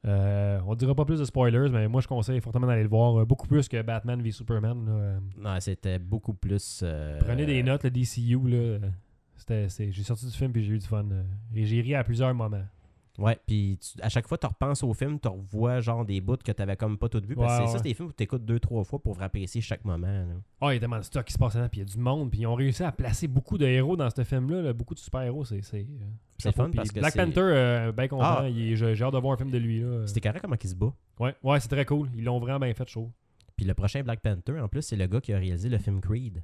euh, on dira pas plus de spoilers, mais moi je conseille fortement d'aller le voir. euh, beaucoup plus que Batman v Superman. là, euh. Non, c'était beaucoup plus... euh, Prenez des notes, le DCU. Là, euh, c'était- c'est- j'ai sorti du film puis j'ai eu du fun. euh, et j'ai ri à plusieurs moments. Ouais, puis tu- à chaque fois, tu repenses au film, tu revois genre des bouts que t'avais comme pas tout vu. Parce que Ouais, c'est ça, ouais. c'est des films où t'écoutes deux, trois fois pour apprécier chaque moment. là. Ah, il y a tellement de stock qui se passe là, puis il y a du monde, puis ils ont réussi à placer beaucoup de héros dans ce film-là, là, beaucoup de super-héros, c'est... c'est, euh, C'est le chapeau. fun Puis parce que Black c'est- Panther, euh, ben content, Ah. il est- j'ai j'ai hâte de voir un film de lui. Là. C'était carré comment il se bat. Ouais, ouais c'est très cool, ils l'ont vraiment bien fait, chaud. Puis le prochain Black Panther, en plus, c'est le gars qui a réalisé le film Creed.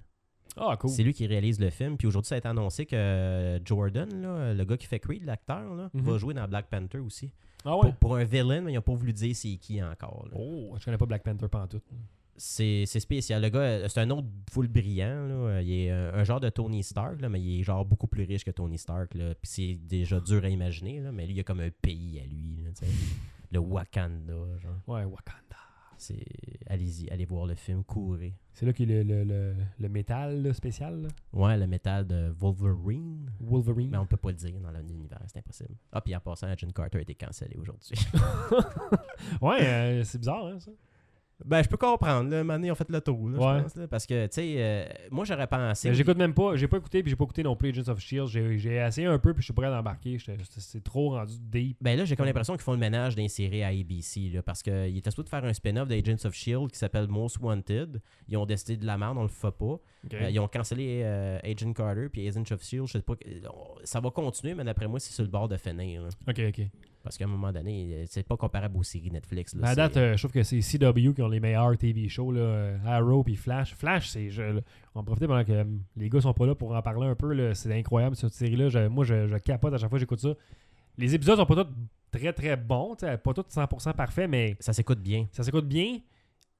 Ah, cool. C'est lui qui réalise le film. Puis aujourd'hui, ça a été annoncé que euh, Jordan, là, le gars qui fait Creed, l'acteur, là, Mhm. va jouer dans Black Panther aussi. Ah ouais? Pour, pour un villain, mais ils n'ont pas voulu dire c'est qui encore. là. Oh, je connais pas Black Panther pantoute. C'est c'est spécial. Le gars, euh, c'est un autre full brillant. là. Il est euh, un genre de Tony Stark, là, mais il est genre beaucoup plus riche que Tony Stark. là. Puis c'est déjà dur à imaginer, là, mais lui, il a comme un pays à lui. là, tu sais. le Wakanda. genre. Ouais, Wakanda. C'est... Allez-y, allez voir le film, courez. C'est là qu'il y a le, le, le, le métal là, spécial, là. Ouais, le métal de Wolverine. Mais Wolverine. on peut pas le dire dans l'univers, c'est impossible. Ah, puis en passant, Agent Carter a été cancellé aujourd'hui. Ouais, euh, c'est bizarre, hein, ça. ben, je peux comprendre. Là, Mané, on fait le tour. là, Ouais. je pense, là, parce que, tu sais, euh, moi, j'aurais pensé. Mais Ben, J'écoute même pas, j'ai pas écouté, puis j'ai pas écouté non plus Agents of S.H.I.E.L.D. E J'ai- J'ai essayé un peu, puis je suis prêt à embarquer. J'étais- C'est c'est trop rendu deep. Ben là, j'ai comme l'impression qu'ils font le ménage d'insérer à ABC, là, parce qu'il était supposé de faire un spin-off d'Agents of S.H.I.E.L.D. E qui s'appelle Most Wanted. Ils ont décidé de la merde, on le fait pas. Euh, ils ont cancellé euh, Agent Carter puis Agents of S.H.I.E.L.D. E Je sais pas, que- euh, on- ça va continuer, mais d'après moi, c'est sur le bord de finir. là. OK, OK. Parce qu'à un moment donné, euh, c'est pas comparable aux séries Netflix. Mais Là, à c'est- date, euh, je trouve que c'est CW qui ont les meilleurs TV shows, là, euh, Arrow puis Flash. Flash, c'est. je- là, on va en profiter pendant que euh, les gars sont pas là pour en parler un peu. là. C'est incroyable cette série-là. Je- moi, je, je capote à chaque fois que j'écoute ça. Les épisodes sont pas tous très très bons, t'sais, pas tous 100% parfaits, mais Ça s'écoute bien. ça s'écoute bien.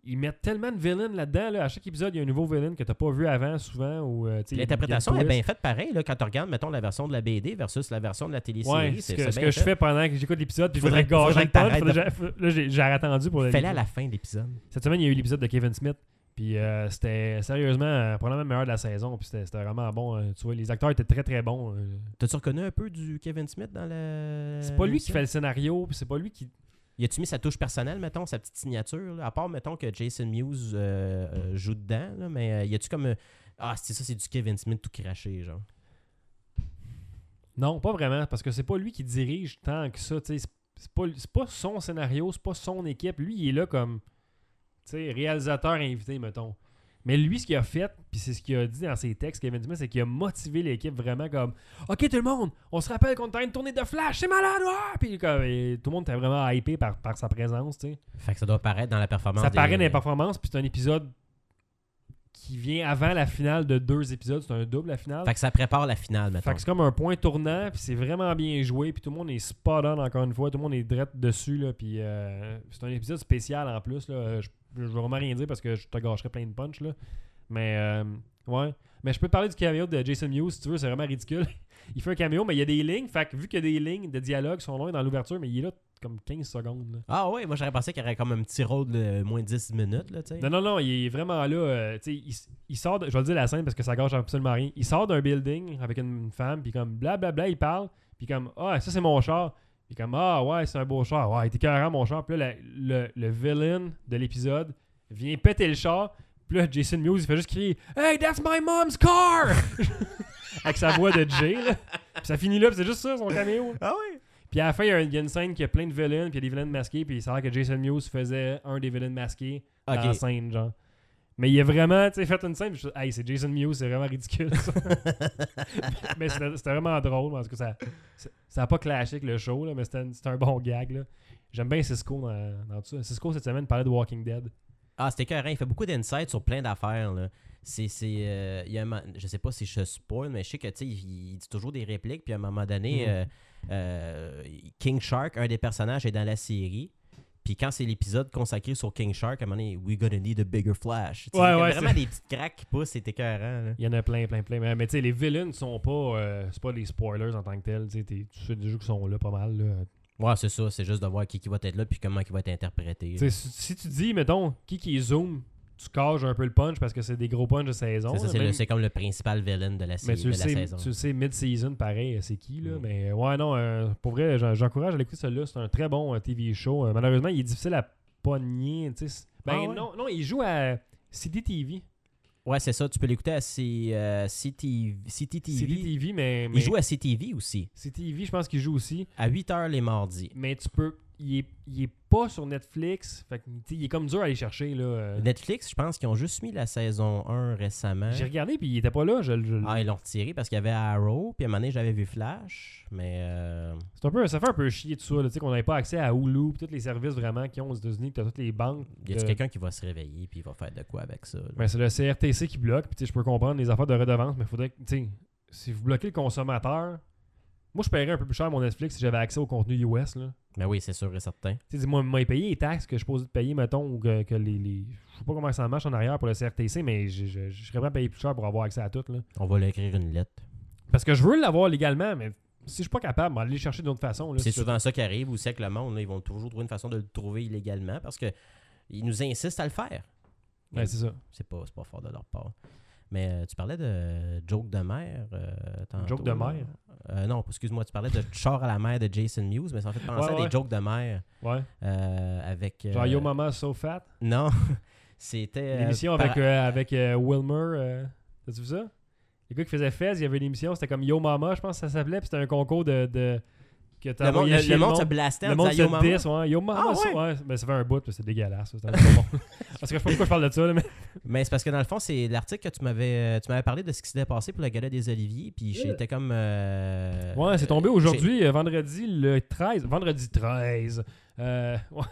Ils mettent tellement de villains là-dedans. là. À chaque épisode, il y a un nouveau villain que t'as pas vu avant souvent. ou, euh, t'sais, il y a- il y a des L'interprétation est twists. bien faite pareil. Là, quand tu regardes, mettons, la version de la BD versus la version de la télésérie. Ouais, ce c'est que, c'est ce bien que je fait. fais pendant que j'écoute l'épisode, puis je voudrais Faudrait- gager faudrait le que punch, t'arrêtes faudrait que j'a- Là, j'ai j'ai attendu pour le- Fais-la à la fin de l'épisode. Cette semaine, il y a eu l'épisode de Kevin Smith. Puis euh, c'était sérieusement euh, probablement le meilleur de la saison. Puis c'était c'était vraiment bon. euh, tu vois, les acteurs étaient très très bons. euh. T'as-tu reconnu un peu du Kevin Smith dans le. C'est pas lui qui l'émission? fait le scénario, puis c'est pas lui qui. Y a-tu mis sa touche personnelle, mettons, sa petite signature? là? À part, mettons, que Jason Mewes euh, euh, joue dedans, là, mais euh, y a-tu comme. euh, ah, c'est ça, c'est du Kevin Smith tout craché, genre. Non, pas vraiment, parce que c'est pas lui qui dirige tant que ça. tu sais, C'est c'est pas, c'est pas son scénario, c'est pas son équipe. Lui, il est là comme tu sais, réalisateur invité, mettons. Mais lui, ce qu'il a fait, puis c'est ce qu'il a dit dans ses textes, Kevin Dumas, c'est qu'il a motivé l'équipe vraiment comme Ok, tout le monde, on se rappelle qu'on était une tournée de Flash, c'est malade, ouais! Puis comme, et tout le monde était vraiment hypé par, par sa présence, tu sais. Fait que ça doit paraître dans la performance. Ça des- paraît dans les performances, puis c'est un épisode qui vient avant la finale de deux épisodes, c'est un double la finale. Fait que ça prépare la finale, Fait maintenant. que c'est comme un point tournant, puis c'est vraiment bien joué, puis tout le monde est spot on encore une fois, tout le monde est direct dessus, là, puis euh, c'est un épisode spécial en plus, là. Euh, Je, je vais vraiment rien dire parce que je te gâcherais plein de punch, là. Mais, euh, ouais. Mais je peux parler du cameo de Jason Mewes, si tu veux, c'est vraiment ridicule. il fait un cameo, mais il y a des lignes, fait que vu qu'il y a des lignes de dialogue qui sont loin dans l'ouverture, mais il est là comme 15 secondes, là. Ah ouais, moi j'aurais pensé qu'il y aurait comme un petit rôle de moins 10 minutes, là, tu sais. Non, non, non, il est vraiment là. euh, tu sais, il, s- il sort, de- je vais le dire la scène parce que ça gâche absolument rien. Il sort d'un building avec une femme, puis comme blablabla, il parle, puis comme Ah, ça c'est mon char. Puis comme Ah, ouais, c'est un beau char. Ouais, il était carrément mon char. Puis là, la- le, le villain de l'épisode vient péter le char. Puis là, Jason Mewes, il fait juste crier Hey, that's my mom's car! avec sa voix de Jay, là. Puis ça finit là, puis c'est juste ça, son caméo. Ah ouais? Puis à la fin, il y a une, il y a une scène qui a plein de villains, puis il y a des villains masqués, puis ça a l'air que Jason Mewes faisait un des villains masqués Ok. dans la scène, genre. Mais il a vraiment, tu sais, fait une scène, puis je suis- hey, c'est Jason Mew, c'est vraiment ridicule, ça. mais c'était c'était vraiment drôle, parce que ça ça n'a pas clashé avec le show, là, mais c'était un- c'était un bon gag, là. J'aime bien Cisco dans, dans tout ça. Cisco, cette semaine, parlait de Walking Dead. Ah, c'était écœurant. Il fait beaucoup d'insights sur plein d'affaires. là. C'est, c'est, euh, il y a un mo- je sais pas si je spoil, mais je sais que tu sais, il, il dit toujours des répliques. Puis à un moment donné, Mhm. euh, euh, King Shark, un des personnages, est dans la série. Puis quand c'est l'épisode consacré sur King Shark, à un moment donné, we gonna need a bigger flash. Tu sais, Ouais, il y a ouais, vraiment des petites craques qui poussent, c'est écœurant. là. Il y en a plein, plein, plein. Mais, mais tu sais, les villains sont pas, euh, c'est pas des spoilers en tant que tels. Tu sais, t'es- tu sais des jeux qui sont là pas mal, là. Ouais, c'est ça. C'est juste de voir qui, qui va être là, puis comment il va être interprété. Tu sais, si, si tu dis, mettons, qui qui zoom, tu cages un peu le punch parce que c'est des gros punchs de saison. C'est, ça, là, c'est, le- même- c'est comme le principal villain de la, Mais série, tu de le, la sais, saison. tu le sais, mid-season, pareil, euh, c'est qui, là. Mm. Mais ouais, non, euh, pour vrai, j'en- j'encourage à l'écouter celui-là. C'est un très bon euh, TV show. Euh, malheureusement, il est difficile à pogner, tu sais. C'est- Ben Ah ouais? non, non, il joue à CDTV. Ouais, c'est ça. Tu peux l'écouter à C, euh, CTV. CDTV, mais, mais Il joue à CTV aussi, CDTV, je pense qu'il joue aussi. à 8h les mardis. Mais tu peux... Il est, il est pas sur Netflix. Fait que, tu sais, il est comme dur à aller chercher, là. euh. Netflix, je pense qu'ils ont juste mis la saison 1 récemment. J'ai regardé, puis il était pas là. Je, le- je le- hein? Ah, ils l'ont retiré parce qu'il y avait Arrow, puis à un moment donné, j'avais vu Flash, mais... euh, C'est un peu, ça fait un peu chier tout ça, là, tu sais, qu'on n'avait pas accès à Hulu, puis tous les services vraiment qu'ils ont aux États-Unis, que t'as toutes les banques. Y a de- quelqu'un qui va se réveiller puis il va faire de quoi avec ça? là? Ben, c'est le CRTC qui bloque. Puis, tu sais, je peux comprendre les affaires de redevance, mais faudrait que, tu sais, si vous bloquez le consommateur, moi, je paierais un peu plus cher mon Netflix si j'avais accès au contenu US. Là. Ben oui, c'est sûr et certain. Tu sais, dis-moi, moi, payer les taxes que je pose de payer, mettons, ou que, que les, les- Je sais pas comment ça marche en arrière pour le CRTC, mais je- je je serais prêt à payer plus cher pour avoir accès à tout. Là. On va lui écrire une lettre. Parce que je veux l'avoir légalement, mais si je suis pas capable, m'en aller le chercher d'une autre façon. là. C'est Si- souvent ça qui arrive aussi avec le monde. là. Ils vont toujours trouver une façon de le trouver illégalement parce que ils nous insistent à le faire. Ouais, c'est ça. C'est pas, c'est pas fort de leur part. Mais euh, tu parlais de joke de mer. euh, tantôt, Joke de là. mer? Euh, non, excuse-moi, tu parlais de char à la mer de Jason Mewes, mais ça me fait penser Ouais, à ouais. des jokes de mer Ouais. euh, avec. euh, Genre, Yo Mama So Fat, Non, c'était. euh, l'émission par- avec, euh, avec euh, Wilmer. euh, T'as-tu vu ça? Le gars qui faisait Fez, il y avait une émission, c'était comme Yo Mama, je pense que ça s'appelait, puis c'était un concours de. de que Le monde, t'envoyais le- chez le monde se blastait Le en monde disant Yo se Mama. diss, ouais. Yo Mama, Ah, ça- ouais? ouais. Ben, ça fait un bout, puis c'est dégueulasse. ça, c'était pas bon. Parce que je sais pas pourquoi je parle de ça, là, mais. Mais c'est parce que dans le fond, c'est l'article que tu m'avais euh, tu m'avais parlé de ce qui s'était passé pour le gala des Oliviers, puis j'étais comme. euh, Ouais, c'est tombé euh, aujourd'hui, euh, vendredi le 13. Vendredi 13. euh, ouais.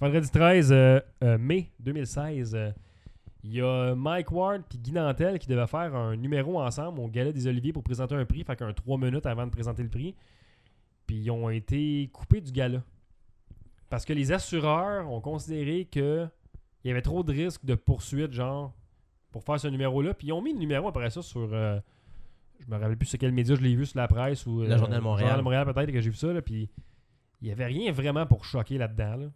Vendredi 13 euh, euh, mai 2016. euh, il y a Mike Ward puis Guy Nantel qui devaient faire un numéro ensemble au Gala des Oliviers pour présenter un prix, fait qu'un 3 minutes avant de présenter le prix. Puis ils ont été coupés du gala. Parce que les assureurs ont considéré que il y avait trop de risques de poursuites, genre, pour faire ce numéro-là. Puis ils ont mis le numéro après ça sur. euh, je me rappelle plus sur quel média je l'ai vu, sur la presse ou. euh, Le Journal de Montréal. Journal de Montréal, peut-être, que j'ai vu ça. Là, puis il y avait rien vraiment pour choquer là-dedans. là.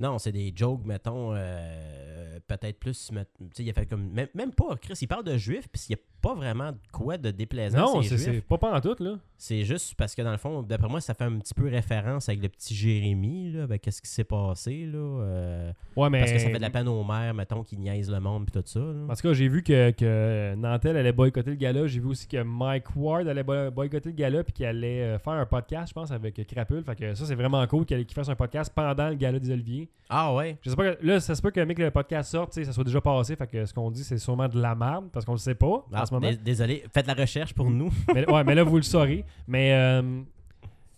Non, c'est des jokes, euh, mettons, euh, peut-être plus. met- Tu sais, il a fait comme. Même, même pas, Chris, il parle de juifs, puis il y a pas vraiment de quoi de déplaisant. Non, c'est c'est c'est juif. pas pantoute, là. C'est juste parce que dans le fond, d'après moi, ça fait un petit peu référence avec le petit Jérémy, là, avec ce qui s'est passé. Là, euh, Ouais, mais. Parce que ça fait de la Ben. peine aux mères, mettons, qui niaisent le monde puis tout ça. là. En tout cas, j'ai vu que, que Nantel allait boycotter le gala. J'ai vu aussi que Mike Ward allait boy- boycotter le gala puis qu'il allait euh, faire un podcast, je pense, avec Crapule. Fait que ça, c'est vraiment cool qu'il qu'il fasse un podcast pendant le gala des Oliviers. Ah ouais? Je sais pas que- là, ça se peut que mec le podcast sorte, tu sais, ça soit déjà passé. Fait que ce qu'on dit, c'est sûrement de la merde parce qu'on le sait pas Ah, en ce moment. dés- Désolé, faites la recherche pour nous. mais, ouais, mais là, vous le saurez. Mais euh,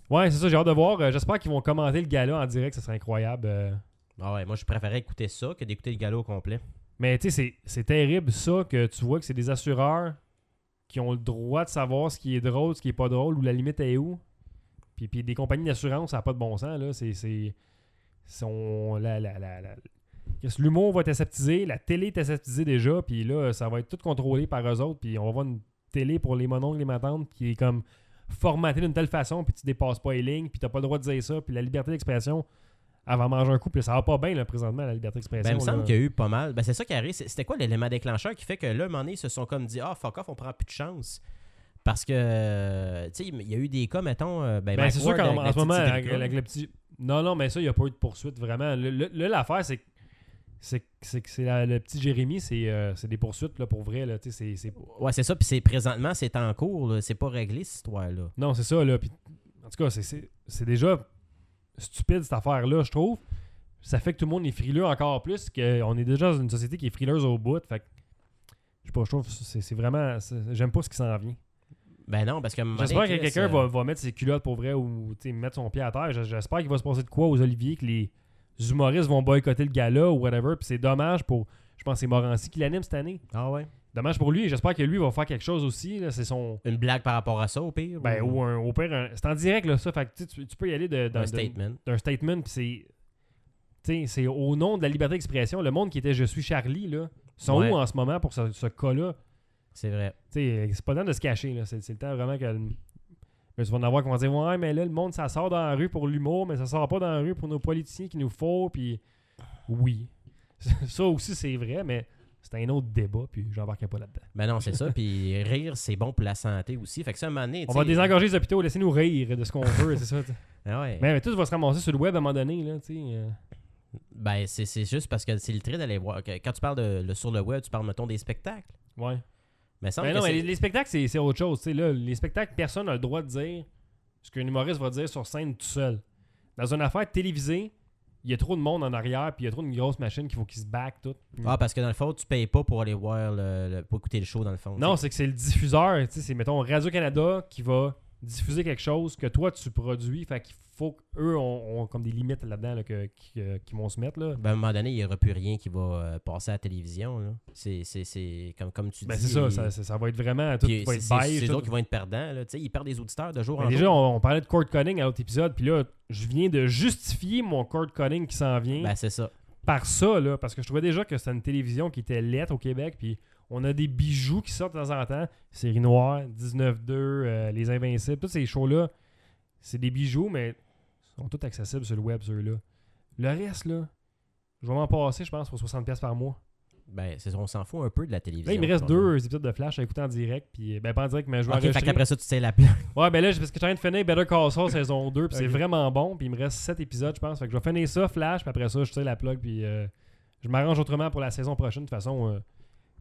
ouais, c'est ça, j'ai hâte de voir. Euh, J'espère qu'ils vont commenter le gala en direct, ça serait incroyable. euh. Ah ouais, moi je préférais écouter ça que d'écouter le galop complet. Mais tu sais, c'est- c'est terrible ça que tu vois que c'est des assureurs qui ont le droit de savoir ce qui est drôle, ce qui est pas drôle, où la limite est où. Puis, puis des compagnies d'assurance, ça n'a pas de bon sens. là. C'est- C'est. Son. La, la, la, la- Chris, L'humour va être aseptisé, la télé est aseptisée déjà, puis là, ça va être tout contrôlé par eux autres, puis on va avoir une télé pour les mononcles, les matantes, qui est comme formatée d'une telle façon, puis tu dépasses pas les lignes, puis t'as pas le droit de dire ça, puis la liberté d'expression, elle va manger un coup, puis ça va pas bien, là, présentement, la liberté Ben, d'expression. il me semble là. qu'il y a eu pas mal. Ben, c'est ça qui arrive. C'est- C'était quoi l'élément déclencheur qui fait que là, à un moment donné, ils se sont comme dit Ah, fuck off, on prend plus de chance. Parce que, euh, tu sais, il y a eu des cas, mettons. euh, Ben, Ben, Mike c'est sûr Ward qu'en avec la en ce moment, petite avec, Tigre. avec le petit. Non, non, mais ça, il n'y a pas eu de poursuite vraiment. Le- le- Là, l'affaire, c'est que. C'est que- c'est que c'est la- le petit Jérémy, c'est euh, c'est des poursuites là, pour vrai. Là, tu sais, c'est- c'est- Ouais, c'est ça. Puis c'est présentement, c'est en cours. là. C'est pas réglé, cette histoire-là. Non, c'est ça. Là, puis- en tout cas, c'est- c'est c'est déjà stupide cette affaire-là, je trouve. Ça fait que tout le monde est frileux encore plus. Que on est déjà dans une société qui est frileuse au bout. Fait que, je sais pas, je trouve que c'est c'est vraiment. c'est- J'aime pas ce qui s'en vient. Ben non, parce que. à un moment J'espère donné, que Chris, quelqu'un euh, va, va mettre ses culottes pour vrai ou tu sais, mettre son pied à terre. J- J'espère qu'il va se passer de quoi aux Olivier, que les humoristes vont boycotter le gala ou whatever. Puis c'est dommage pour. Je pense que c'est Morancy qui l'anime cette année. Ah ouais. Dommage pour lui. et J'espère que lui va faire quelque chose aussi. là. C'est son. Une blague par rapport à ça, au pire. Ben, ou un, au pire, un- c'est en direct, là, ça. Fait que tu, sais, tu- tu peux y aller de- Mm. un d'un de- statement. d'un statement. Puis c'est. Tu sais, c'est au nom de la liberté d'expression. Le monde qui était Je suis Charlie, là, sont Ouais. où en ce moment pour ce, ce cas-là? C'est vrai. Tu sais, euh, c'est pas le temps de se cacher. là. C'est c'est le temps vraiment que. le- Mais tu vas en avoir qui vont dire Ouais, mais là, le monde, ça sort dans la rue pour l'humour, mais ça sort pas dans la rue pour nos politiciens qui nous faut. Puis. Oui. Ça aussi, c'est vrai, mais c'est un autre débat, puis j'embarquerai pas là-dedans. Ben non, c'est ça. Puis rire, c'est bon pour la santé aussi. Fait que ça, à un moment donné. On tu va sais, euh, désengager les hôpitaux, laissez-nous rire de ce qu'on veut, c'est ça. tu sais. Ah ouais. Mais, mais tout va se ramasser sur le web à un moment donné, là, tu sais. euh. Ben, c'est c'est juste parce que c'est le trait d'aller voir. que- Quand tu parles de, le- sur le web, tu parles, mettons, des spectacles. Ouais. Mais ça Ben non, mais les, les spectacles, c'est c'est autre chose. tu sais, Là, les spectacles, personne n'a le droit de dire ce qu'un humoriste va dire sur scène tout seul. Dans une affaire télévisée, il y a trop de monde en arrière, puis il y a trop d'une grosse machine qu'il faut qu'il se back tout. Ah, parce que dans le fond, tu payes pas pour aller voir, le, le- pour écouter le show, dans le fond. non, tu sais. c'est que c'est le diffuseur. tu sais, C'est, mettons, Radio-Canada qui va diffuser quelque chose que toi, tu produis. Fait qu'il faut qu'eux ont, ont comme des limites là-dedans là, que, qui, euh, qui vont se mettre. Là. Ben, à un moment donné, il n'y aura plus rien qui va euh, passer à la télévision. là. C'est- C'est c'est comme, comme tu Ben, dis. c'est ça, et- ça, ça- ça va être vraiment... Tout puis va C'est être c'est- beige. c'est eux tout- autres qui vont être perdants. Là. Tu sais, Ils perdent des auditeurs de jour Ben, en déjà, jour. on, on parlait de cord cutting à l'autre épisode, puis là, je viens de justifier mon cord cutting qui s'en vient. Ben, c'est ça. par ça, là, parce que je trouvais déjà que c'était une télévision qui était laite au Québec, puis on a des bijoux qui sortent de temps en temps. Série Noire, 19-2, euh, Les Invincibles, tous ces shows-là, c'est des bijoux, mais ils sont tous accessibles sur le web, ceux-là. Le reste, là, je vais m'en passer, je pense, pour 60$ par mois. Ben, c'est- on s'en fout un peu de la télévision. Là, il me reste dans le fond. deux épisodes de Flash à écouter en direct, puis ben pas en direct, mais je vais Ok, fait enregistrer. qu'après ça, tu sais la plaque. Ouais, ben là, parce que je suis en train de finir Better Call Saul saison 2, puis c'est Ok. vraiment bon, puis il me reste 7 épisodes, je pense. Fait que je vais finir ça, Flash, puis après ça, je tire la plug, puis euh, je m'arrange autrement pour la saison prochaine. De toute façon, euh,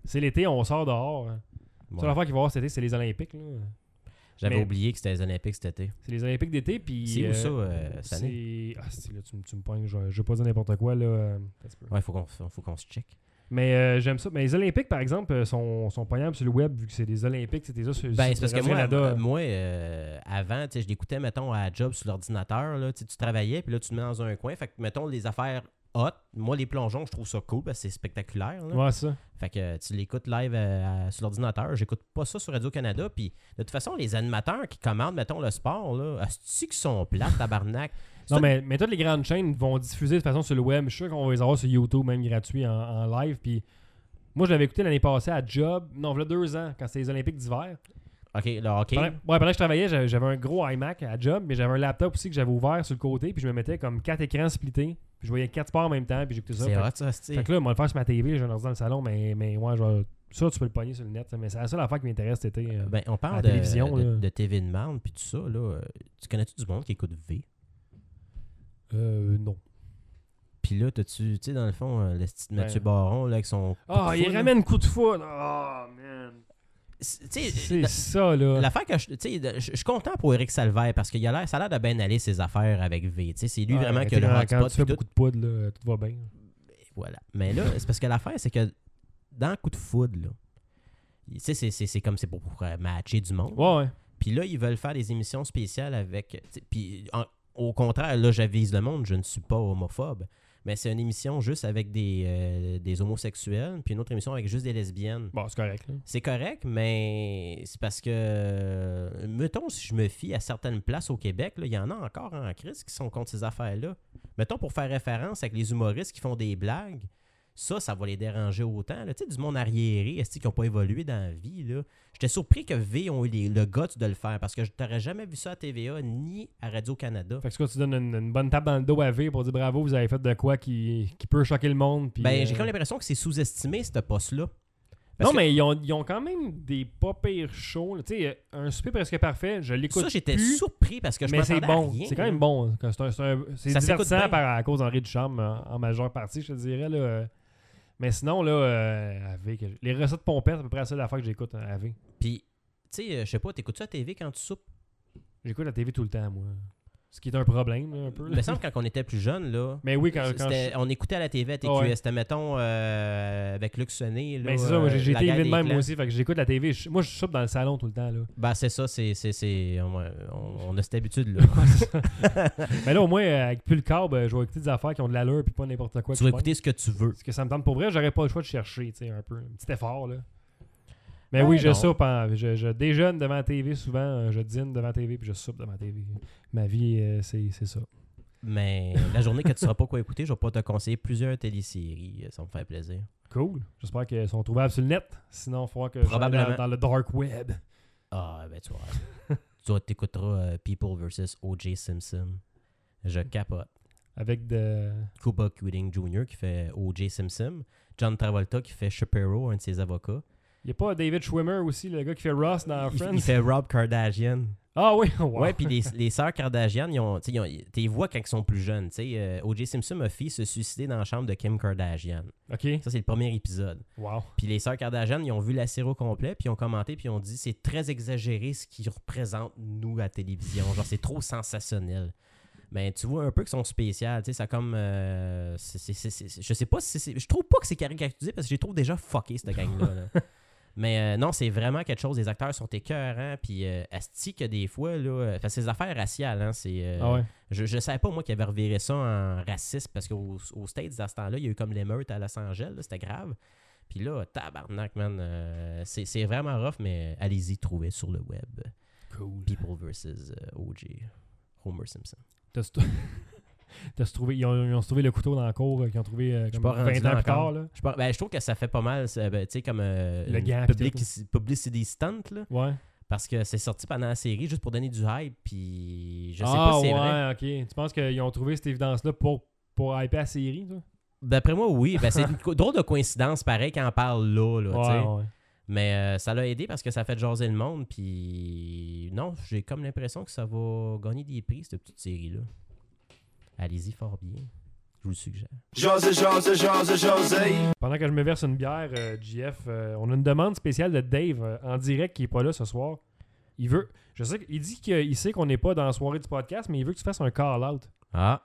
c'est l'été, on sort dehors. hein. La seule affaire qu'il va y avoir cet été, c'est les Olympiques. là. J'avais mais- oublié que c'était les Olympiques cet été. C'est les Olympiques d'été, puis. C'est où euh, ça, euh, cette année? c'est... Ah, c'est- là, tu, me- tu me pognes, je, je vais pas dire n'importe quoi, là. euh, ça se peut. Ouais, faut qu'on faut qu'on se check. Mais euh, j'aime ça. Mais les Olympiques, par exemple, euh, sont, sont pognables sur le web, vu que c'est des Olympiques, c'était ça sur, Ben, sur c'est parce que moi, Radio-Canada. euh, moi euh, avant, tu sais, je l'écoutais, mettons, à la job sur l'ordinateur. là, Tu sais, tu travaillais, puis là, tu te mets dans un coin. Fait que, mettons, les affaires hot. Moi, les plongeons, je trouve ça cool parce que c'est spectaculaire. là. Ouais, c'est ça. Fait que euh, tu l'écoutes live euh, à- sur l'ordinateur. J'écoute pas ça sur Radio-Canada. Puis, de toute façon, les animateurs qui commandent, mettons, le sport, là, asti qu'ils sont plates, tabarnak. Non, Ça- mais, mais toutes les grandes chaînes vont diffuser de façon sur le web. Je suis sûr qu'on va les avoir sur YouTube, même gratuit, en, en live. Puis moi, je l'avais écouté l'année passée à Job, non, il y a deux ans, quand c'était les Olympiques d'hiver. OK, le hockey. Pendant, ouais, pendant que je travaillais, j'avais j'avais un gros iMac à Job, mais j'avais un laptop aussi que j'avais ouvert sur le côté, puis je me mettais comme quatre écrans splittés. Puis je voyais quatre sports en même temps, puis j'écoutais ça. C'est Fait, hot, ça, asti. fait que là, on va le faire sur ma TV, j'ai un ordi dans le salon, mais, mais ouais, je vais Ça, tu peux le pogner sur le net, mais c'est la seule affaire qui m'intéresse c'était euh, Ben, on à parle la de, télévision, de, là. de TV de marde puis tout ça. Là, euh, tu connais-tu du monde qui écoute V? euh, non. Puis là, t'as-tu, tu sais, dans le fond, euh, le petit Ben. Mathieu Baron, là, avec son. coup Ah, de il foudre, là. ramène coup de foudre. Ah, man. C'est- Tu sais, C'est ça, là. L'affaire que je, tu sais, de- je, je suis content pour Eric Salvaire parce qu'il a l'air, ça a l'air de bien aller ses affaires avec V. Tu sais, c'est lui Ouais, vraiment qui t'sais, a le quand, quand hotspot tu fais puis tout. beaucoup de poudre, là, tout va bien. Voilà. Mais là, c'est parce que l'affaire, c'est que dans coup de foudre, là, tu sais, c'est- c'est c'est comme c'est pour euh, matcher du monde. Ouais, ouais. Puis là, ils veulent faire des émissions spéciales avec. tu sais, Puis en- au contraire, là, j'avise le monde, je ne suis pas homophobe. Mais c'est une émission juste avec des, euh, des homosexuels, puis une autre émission avec juste des lesbiennes. Bon, c'est correct. là. C'est correct, mais c'est parce que, euh, mettons, si je me fie à certaines places au Québec, là, il y en a encore en crise qui sont contre ces affaires-là. Mettons, pour faire référence avec les humoristes qui font des blagues, ça, ça va les déranger autant. là. Tu sais, du monde arriéré, est-ce qui n'ont pas évolué dans la vie, là. J'étais surpris que V ont eu les- le goût de le faire parce que je t'aurais jamais vu ça à TVA ni à Radio-Canada. Fait que c'est quoi, tu donnes une, une bonne tape dans le dos à V pour dire bravo, vous avez fait de quoi qui, qui peut choquer le monde. puis, Ben, euh, j'ai comme l'impression que c'est sous-estimé, ce poste-là. Parce Non, que- mais ils ont, ils ont quand même des pas pires shows. là. Tu sais, euh, un souper presque parfait, je l'écoute. Ça, j'étais plus, surpris parce que je mais c'est m'attendais à bon. rien, C'est quand là. même bon. Quand C'est un- c'est un- c'est Ça s'écoute divertissant bien. par, à cause d'Henri Ducharme en, en majeure partie, je te dirais. Là. euh. Mais sinon, là, euh, avec, les recettes pompettes, c'est à peu près la seule affaire que j'écoute hein, à V. Puis, tu sais, euh, je sais pas, t'écoutes ça à TV quand tu soupes? J'écoute la TV tout le temps, moi. Ce qui est un problème, là, un peu. Il là. me semble quand on était plus jeune, là. Mais oui, quand, quand c'était- je- On écoutait à la TV à TQS, Ouais. c'était mettons euh, avec Luc Sonné. là, Mais c'est ça, moi, euh, j'ai j'ai La été guerre élevé de des même, clans. moi aussi. Fait que j'écoute la TV. Je- moi, je soupe dans le salon tout le temps, là. Ben c'est ça, c'est, c'est, c'est- on, on- on a cette habitude là. Mais là, au moins, euh, avec plus le câble, euh, je vais écouter des affaires qui ont de l'allure puis pas n'importe quoi. tu qui vas pogne. écouter ce que tu veux. Parce que ça me tente pour vrai, j'aurais pas le choix de chercher, tu sais, un peu. Un petit effort, là. Mais Ouais, oui, je Ben non. soupe. en- je, je déjeune devant la TV souvent, euh, je dîne devant la TV puis je soupe devant la TV. Ma vie, euh, c'est c'est ça. Mais la journée que tu sauras pas quoi écouter, je vais pas te conseiller plusieurs téléséries, euh, ça me fait plaisir. Cool. J'espère qu'elles sont trouvables sur le net. Sinon, il faudra que je Probablement. sois dans, dans le dark web. Ah ben tu vois, tu vas- t'écouteras euh, People vs O.J. Simpson. Je capote. Avec de. Cuba Gooding Jr. qui fait O.J. Simpson, John Travolta qui fait Shapiro, un de ses avocats. Il a pas David Schwimmer aussi, le gars qui fait Ross dans Il, Friends. il fait Rob Kardashian. Ah oui, wow. Ouais, puis les, les sœurs Kardashian, ils ont, tu sais, ils ont- t'y vois quand ils sont plus jeunes. tu sais, euh, O.J. Simpson a fait se suicider dans la chambre de Kim Kardashian. OK. Ça, c'est le premier épisode. Wow. Puis les sœurs Kardashian, ils ont vu la série au complet, puis ils ont commenté, puis ils ont dit c'est très exagéré ce qu'ils représentent nous à la télévision. Genre, c'est trop sensationnel. Mais tu vois un peu qu'ils sont spéciales, tu sais, ça comme... euh, c'est- c'est- c'est- c'est- je sais pas si c'est... Je trouve pas que c'est caricaturisé parce que j'ai trop déjà fucké cette gang-là. là. Mais euh, non, c'est vraiment quelque chose, les acteurs sont écœurants, puis euh, asti que des fois, là... euh, parce que ces affaires raciales, hein, c'est... euh, Ah ouais. je, je savais pas, moi, qu'il avait reviré ça en raciste, parce qu'aux aux States, à ce temps-là, il y a eu comme l'émeute à Los Angeles, là, c'était grave. Puis là, tabarnak, man, euh, c'est c'est vraiment rough, mais allez-y, trouvez sur le web. Cool. People vs. euh, O.J. Homer Simpson. T'as-tu trou- T'as-tu trouvé, ils ont, ils ont trouvé le couteau dans la cour, euh, qu'ils ont trouvé euh, comme pas rendu 20 là ans plus tard. encore. Là. Je, pense- ben, je trouve que ça fait pas mal, ça, ben, tu sais, comme euh, Le une gap, public- tout publicity stunt, là, Ouais. parce que c'est sorti pendant la série juste pour donner du hype, puis je sais ah, pas si c'est vrai. ouais, ok. Tu penses qu'ils ont trouvé cette évidence-là pour, pour hyper la série, toi? D'après moi, oui. Ben, c'est une co- drôle de coïncidence, pareil, quand on parle là, là, tu sais. ouais, ouais. Mais euh, ça l'a aidé parce que ça fait jaser le monde. Puis non, j'ai comme l'impression que ça va gagner des prix, cette petite série-là. Allez-y fort bien. Je vous le suggère. José, José, José, José. Pendant que je me verse une bière, euh, GF, euh, on a une demande spéciale de Dave euh, en direct qui est pas là ce soir. Il veut. Je sais qu'il dit qu'il sait qu'on n'est pas dans la soirée du podcast, mais il veut que tu fasses un call-out. Ah,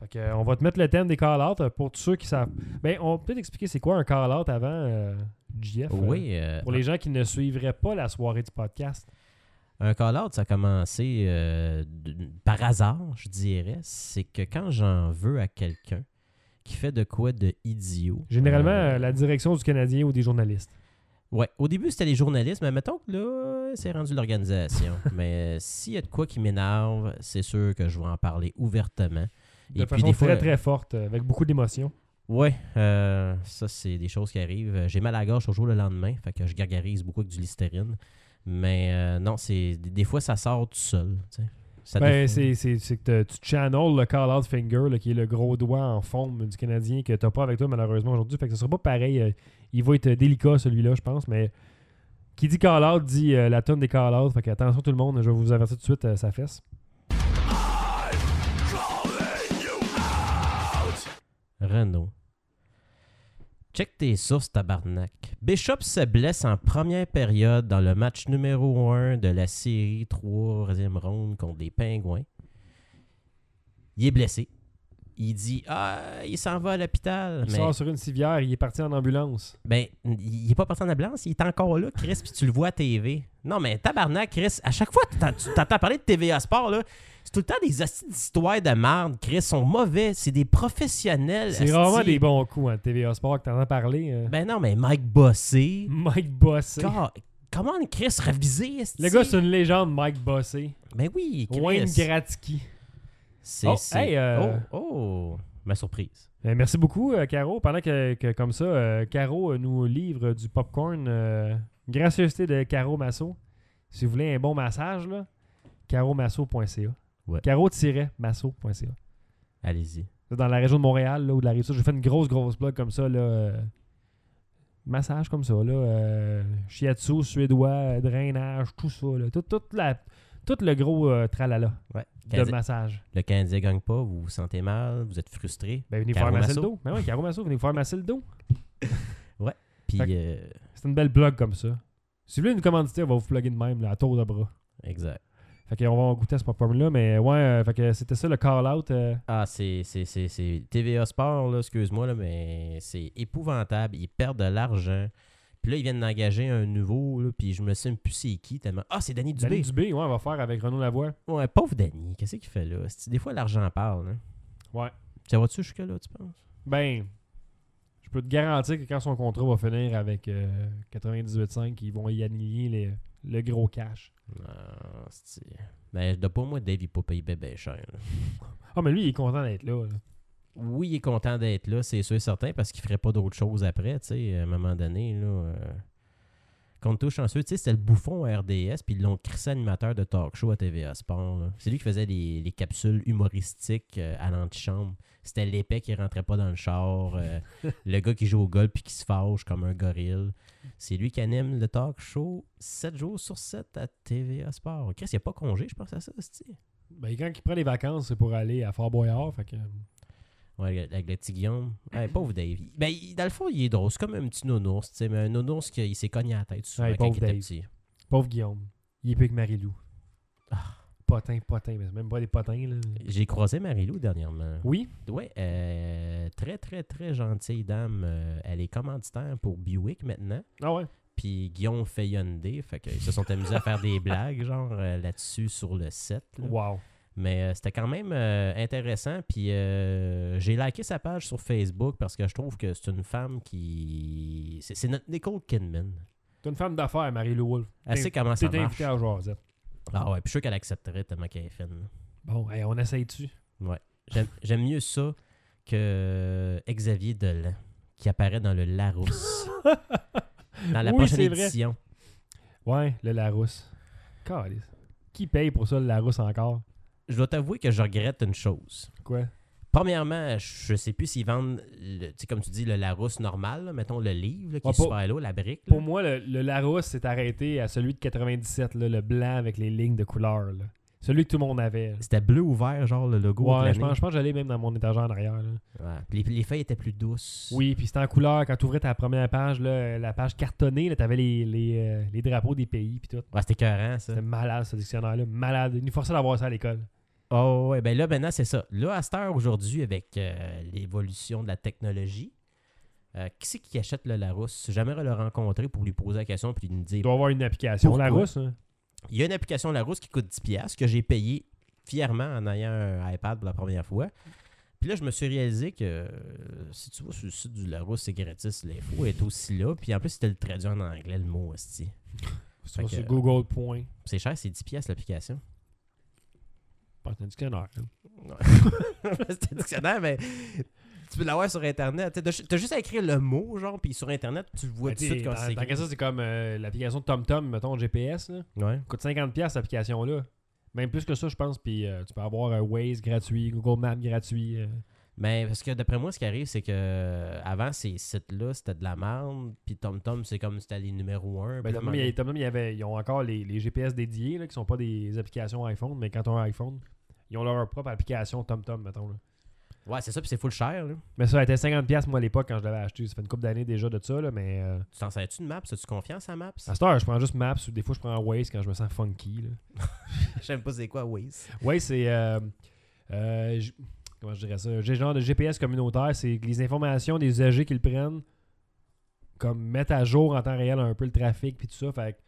Fait que, euh, on va te mettre le thème des call-outs euh, pour tous ceux qui savent. Ben, on peut t'expliquer c'est quoi un call-out avant, euh, GF. euh, oui. euh, pour les gens qui ne suivraient pas la soirée du podcast. Un call-out, ça a commencé euh, d- par hasard, je dirais. C'est que quand j'en veux à quelqu'un qui fait de quoi de idiot. Généralement, euh, euh, la direction du Canadien ou des journalistes. Ouais, au début, c'était les journalistes, mais mettons que là, c'est rendu l'organisation. mais euh, s'il y a de quoi qui m'énerve, c'est sûr que je vais en parler ouvertement. De Et puis, façon des fois, très, très forte, euh, avec beaucoup d'émotion. Ouais, euh, ça, c'est des choses qui arrivent. Euh, J'ai mal à la gorge toujours le lendemain, fait que je gargarise beaucoup avec du listerine. Mais euh, non, c'est des, des fois, ça sort tout seul. tu sais. Ça Ben, définit- c'est c'est- c'est que t'as- tu channels le call-out finger, là, qui est le gros doigt en forme du Canadien que t'as pas avec toi malheureusement aujourd'hui. Fait que ce sera pas pareil. euh, il va être délicat celui-là, je pense, mais qui dit call-out dit euh, la tonne des call-outs. Fait que attention tout le monde, je vais vous avertir tout de suite, euh, ça fesse. Renault. Check tes sources, tabarnak. Bishop se blesse en première période dans le match numéro 1 de la série 3e ronde contre les Pingouins. Il est blessé. Il dit Ah, il s'en va à l'hôpital. Il Mais sort sur une civière, il est parti en ambulance. ben, il n'est pas parti en ambulance, il est encore là, Chris, puis tu le vois à TV. Non, mais tabarnak, Chris, à chaque fois que t'en- tu t'entends parler de TVA Sport, là, c'est tout le temps des hosties d'histoires de merde, Chris, ils sont mauvais, c'est des professionnels. C'est rarement hostie. des bons coups, hein, TVA Sport, que t'entends parler. euh, Ben non, mais Mike Bossé. Mike Bossé. Car- Comment Chris révisé? Le gars, c'est une légende, Mike Bossé. Ben oui, Chris. Wayne Gretzky. C'est- Oh, c'est- hey, euh, oh, oh, ma surprise. Euh, merci beaucoup, euh, Caro. Pendant que, que comme ça, euh, Caro euh, nous livre du popcorn. euh, gracieuseté de Caro Masso. Si vous voulez un bon massage, là, caromasso.ca. Ouais. Caro-masso.ca. Allez-y. C'est Dans la région de Montréal, là, ou de la rive sud, j'ai fait une grosse, grosse blog comme ça. Là, euh, massage comme ça. Là, euh, shiatsu, suédois, euh, drainage, tout ça. là. tout, toute la, tout le gros euh, tralala Ouais. de Canadi- massage. Le Canadien gagne pas, vous vous sentez mal, vous êtes frustré. Ben, venez vous Caro faire masser le Masso. dos. Ben oui, Caro Masso, venez vous faire masser le dos. Puis, Fait que- euh, C'est une belle blog comme ça. Si vous voulez une commandité, on va vous plugger de même, là, à tour de bras. exact. Fait qu'on va en goûter à ce popcorn-là, mais ouais, euh, fait que c'était ça le call-out. euh. Ah, c'est c'est- c'est- c'est- TVA Sport, là, excuse-moi, là, mais c'est épouvantable. Ils perdent de l'argent. Puis là, ils viennent d'engager un nouveau, là, puis je me souviens plus c'est qui tellement. Ah, c'est Danny Dubé. Danny Dubé, ouais, on va faire avec Renaud Lavoie. Ouais, pauvre Danny, qu'est-ce qu'il fait là? C'est- Des fois, l'argent parle. Hein? Ouais. Ça va-tu jusque-là, tu penses? Ben, je peux te garantir que quand son contrat va finir avec euh, 98.5, ils vont y annuler les- le gros cash. Non, c'est. Ben, de pas moi, Dave, il pas payé bébé cher. là. Ah, mais lui, il est content d'être là. là. Oui, il est content d'être là, c'est sûr et certain, parce qu'il ferait pas d'autre chose après, tu sais, à un moment donné, là. euh, Compte tout chanceux, tu sais, c'était le bouffon à RDS, puis ils l'ont crissé animateur de talk show à TVA Sport. là. C'est lui qui faisait les, les capsules humoristiques euh, à l'antichambre. C'était l'épée qui rentrait pas dans le char, euh, le gars qui joue au golf puis qui se fâche comme un gorille. C'est lui qui anime le talk show 7 jours sur 7 à TVA Sport. Chris, il n'y a pas congé, je pense à ça, cest Ben, quand il prend les vacances, c'est pour aller à Fort Boyard. Fait que, Ouais, avec- avec le petit Guillaume. Ouais, pauvre Dave. Il- Ben, il- dans le fond, il est drôle. C'est comme un petit nounours, tu sais, mais un nounours qui il s'est cogné à la tête souvent Ouais, quand il pauvre était Dave. petit. pauvre Guillaume, il est plus que Marie-Lou. Ah. Potin, potin, mais c'est même pas des potins. Là. J'ai croisé Marie-Lou dernièrement. Oui, Ouais, euh, très, très, très gentille dame. Euh, elle est commanditaire pour Buick maintenant. ah ouais. Puis Guillaume fait Hyundai. Fait qu'ils se sont amusés à faire des blagues, genre, euh, là-dessus sur le set. là. Wow. Mais euh, c'était quand même euh, intéressant. Puis euh, j'ai liké sa page sur Facebook parce que je trouve que c'est une femme qui. C'est c'est notre Nicole Kidman. T'es une femme d'affaires, Marie-Lou Wolfe. Elle T'es- sait comment T'es ça marche. invité à Josette. Ah ouais, puis je suis sûr qu'elle accepterait tellement qu'elle est fine. Bon, hey, on essaye-tu? J'aime- J'aime mieux ça que euh, Xavier Dolan, qui apparaît dans le Larousse. dans la Oui, prochaine c'est vrai. édition. Ouais, le Larousse. Calice. Qui paye pour ça, le Larousse, encore? Je dois t'avouer que je regrette une chose. Quoi? Premièrement, je sais plus s'ils vendent, le- tu sais, comme tu dis, le Larousse normal, là, mettons le livre là, qui Ouais, est Ah, pour- super lourd, la brique. là. Pour moi, le, le Larousse s'est arrêté à celui de 97, là, le blanc avec les lignes de couleur. là. Celui que tout le monde avait. là. C'était bleu ou vert, genre le logo. de Ouais, je l'année. pense, je pense que j'allais même dans mon étagère en arrière. là. Ouais. Puis Les, les feuilles étaient plus douces. Oui, puis c'était en couleur. Quand tu ouvrais ta première page, là, euh, la page cartonnée, là, t'avais les, les, euh, les drapeaux des pays puis tout. Ouais, c'était écœurant, ça. C'était malade, ce dictionnaire-là. Malade. Il nous forçait d'avoir ça à l'école. Oh, ouais, ben là, maintenant, c'est ça. Là, à cette heure, aujourd'hui, avec euh, l'évolution de la technologie, euh, qui c'est qui achète le Larousse? Si jamais on le rencontrer pour lui poser la question puis lui Il dire doit avoir une application. Pourquoi? Larousse, hein? Il y a une application Larousse qui coûte 10$ que j'ai payé fièrement en ayant un iPad pour la première fois. Puis là, je me suis réalisé que euh, si tu vas sur le site du Larousse, c'est gratis. L'info est aussi là. Puis en plus, c'était le traduit en anglais, le mot aussi. Sur, que- sur Google Point. C'est cher, c'est 10$ l'application. Ah, C'est un dictionnaire. hein. c'est un dictionnaire, mais tu peux l'avoir sur Internet. T'as t'as juste à écrire le mot, genre, puis sur Internet, tu le vois Ben, tout de t'sais, suite quand dans- c'est dans écrit. ça, c'est comme euh, l'application de TomTom, mettons, GPS. Là. Ouais. coûte 50$ cette application-là. Même plus que ça, je pense. Puis euh, tu peux avoir un Waze gratuit, Google Maps gratuit. euh. Mais Ben, parce que d'après moi, ce qui arrive, c'est que euh, avant ces sites-là, c'était de la merde, puis TomTom, c'est comme c'était les numéro 1. Ben, Tom Tom, il y a- Tom Tom, il y avait, ils ont encore les, les GPS dédiés là, qui sont pas des applications iPhone, mais quand tu as un iPhone, ils ont leur propre application TomTom, mettons. là. Ouais, c'est ça, puis c'est full cher. Là. Mais ça a été 50$ moi à l'époque quand je l'avais acheté. Ça fait une couple d'années déjà de ça, là, mais euh, Tu t'en sers-tu de Maps? As-tu confiance à Maps? à cette heure, je prends juste Maps ou des fois je prends Waze quand je me sens funky. là. J'aime pas c'est quoi Waze. Waze, c'est. euh, euh, j- comment je dirais ça J'ai genre de GPS communautaire, c'est que les informations des usagers qu'ils prennent, comme mettent à jour en temps réel un peu le trafic puis tout ça. Fait que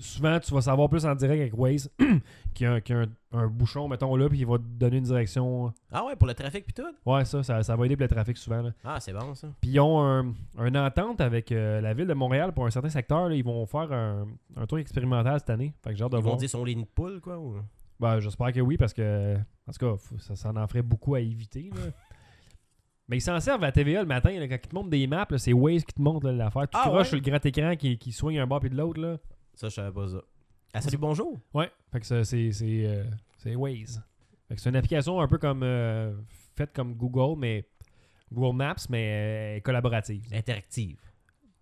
souvent, tu vas savoir plus en direct avec Waze qu'il y a, un, qu'il y a un- un bouchon, mettons là, puis il va te donner une direction. Ah ouais, pour le trafic puis tout? Ouais, ça, ça, ça va aider pour le trafic souvent. là. Ah, c'est bon ça. Puis ils ont un, une entente avec euh, la ville de Montréal pour un certain secteur. là. Ils vont faire un, un truc expérimental cette année. Fait que j'ai hâte de Ils vont voir. dire son ligne de poule, quoi. Ou... Ben, j'espère que oui, parce que, en tout cas, faut- ça, ça en ferait beaucoup à éviter. là. Mais ils s'en servent à TVA le matin, là, quand ils te montrent des maps, là, c'est Waze qui te montre là, l'affaire. Tu Ah, croches ouais? sur le grand écran qui, qui soigne un bord puis de l'autre. là. Ça, je savais pas ça. Ah, salut, bonjour. Ouais, fait que ça, c'est, c'est, euh, c'est Waze. Fait que c'est une application un peu comme euh, faite comme Google, mais Google Maps, mais euh, collaborative. Interactive.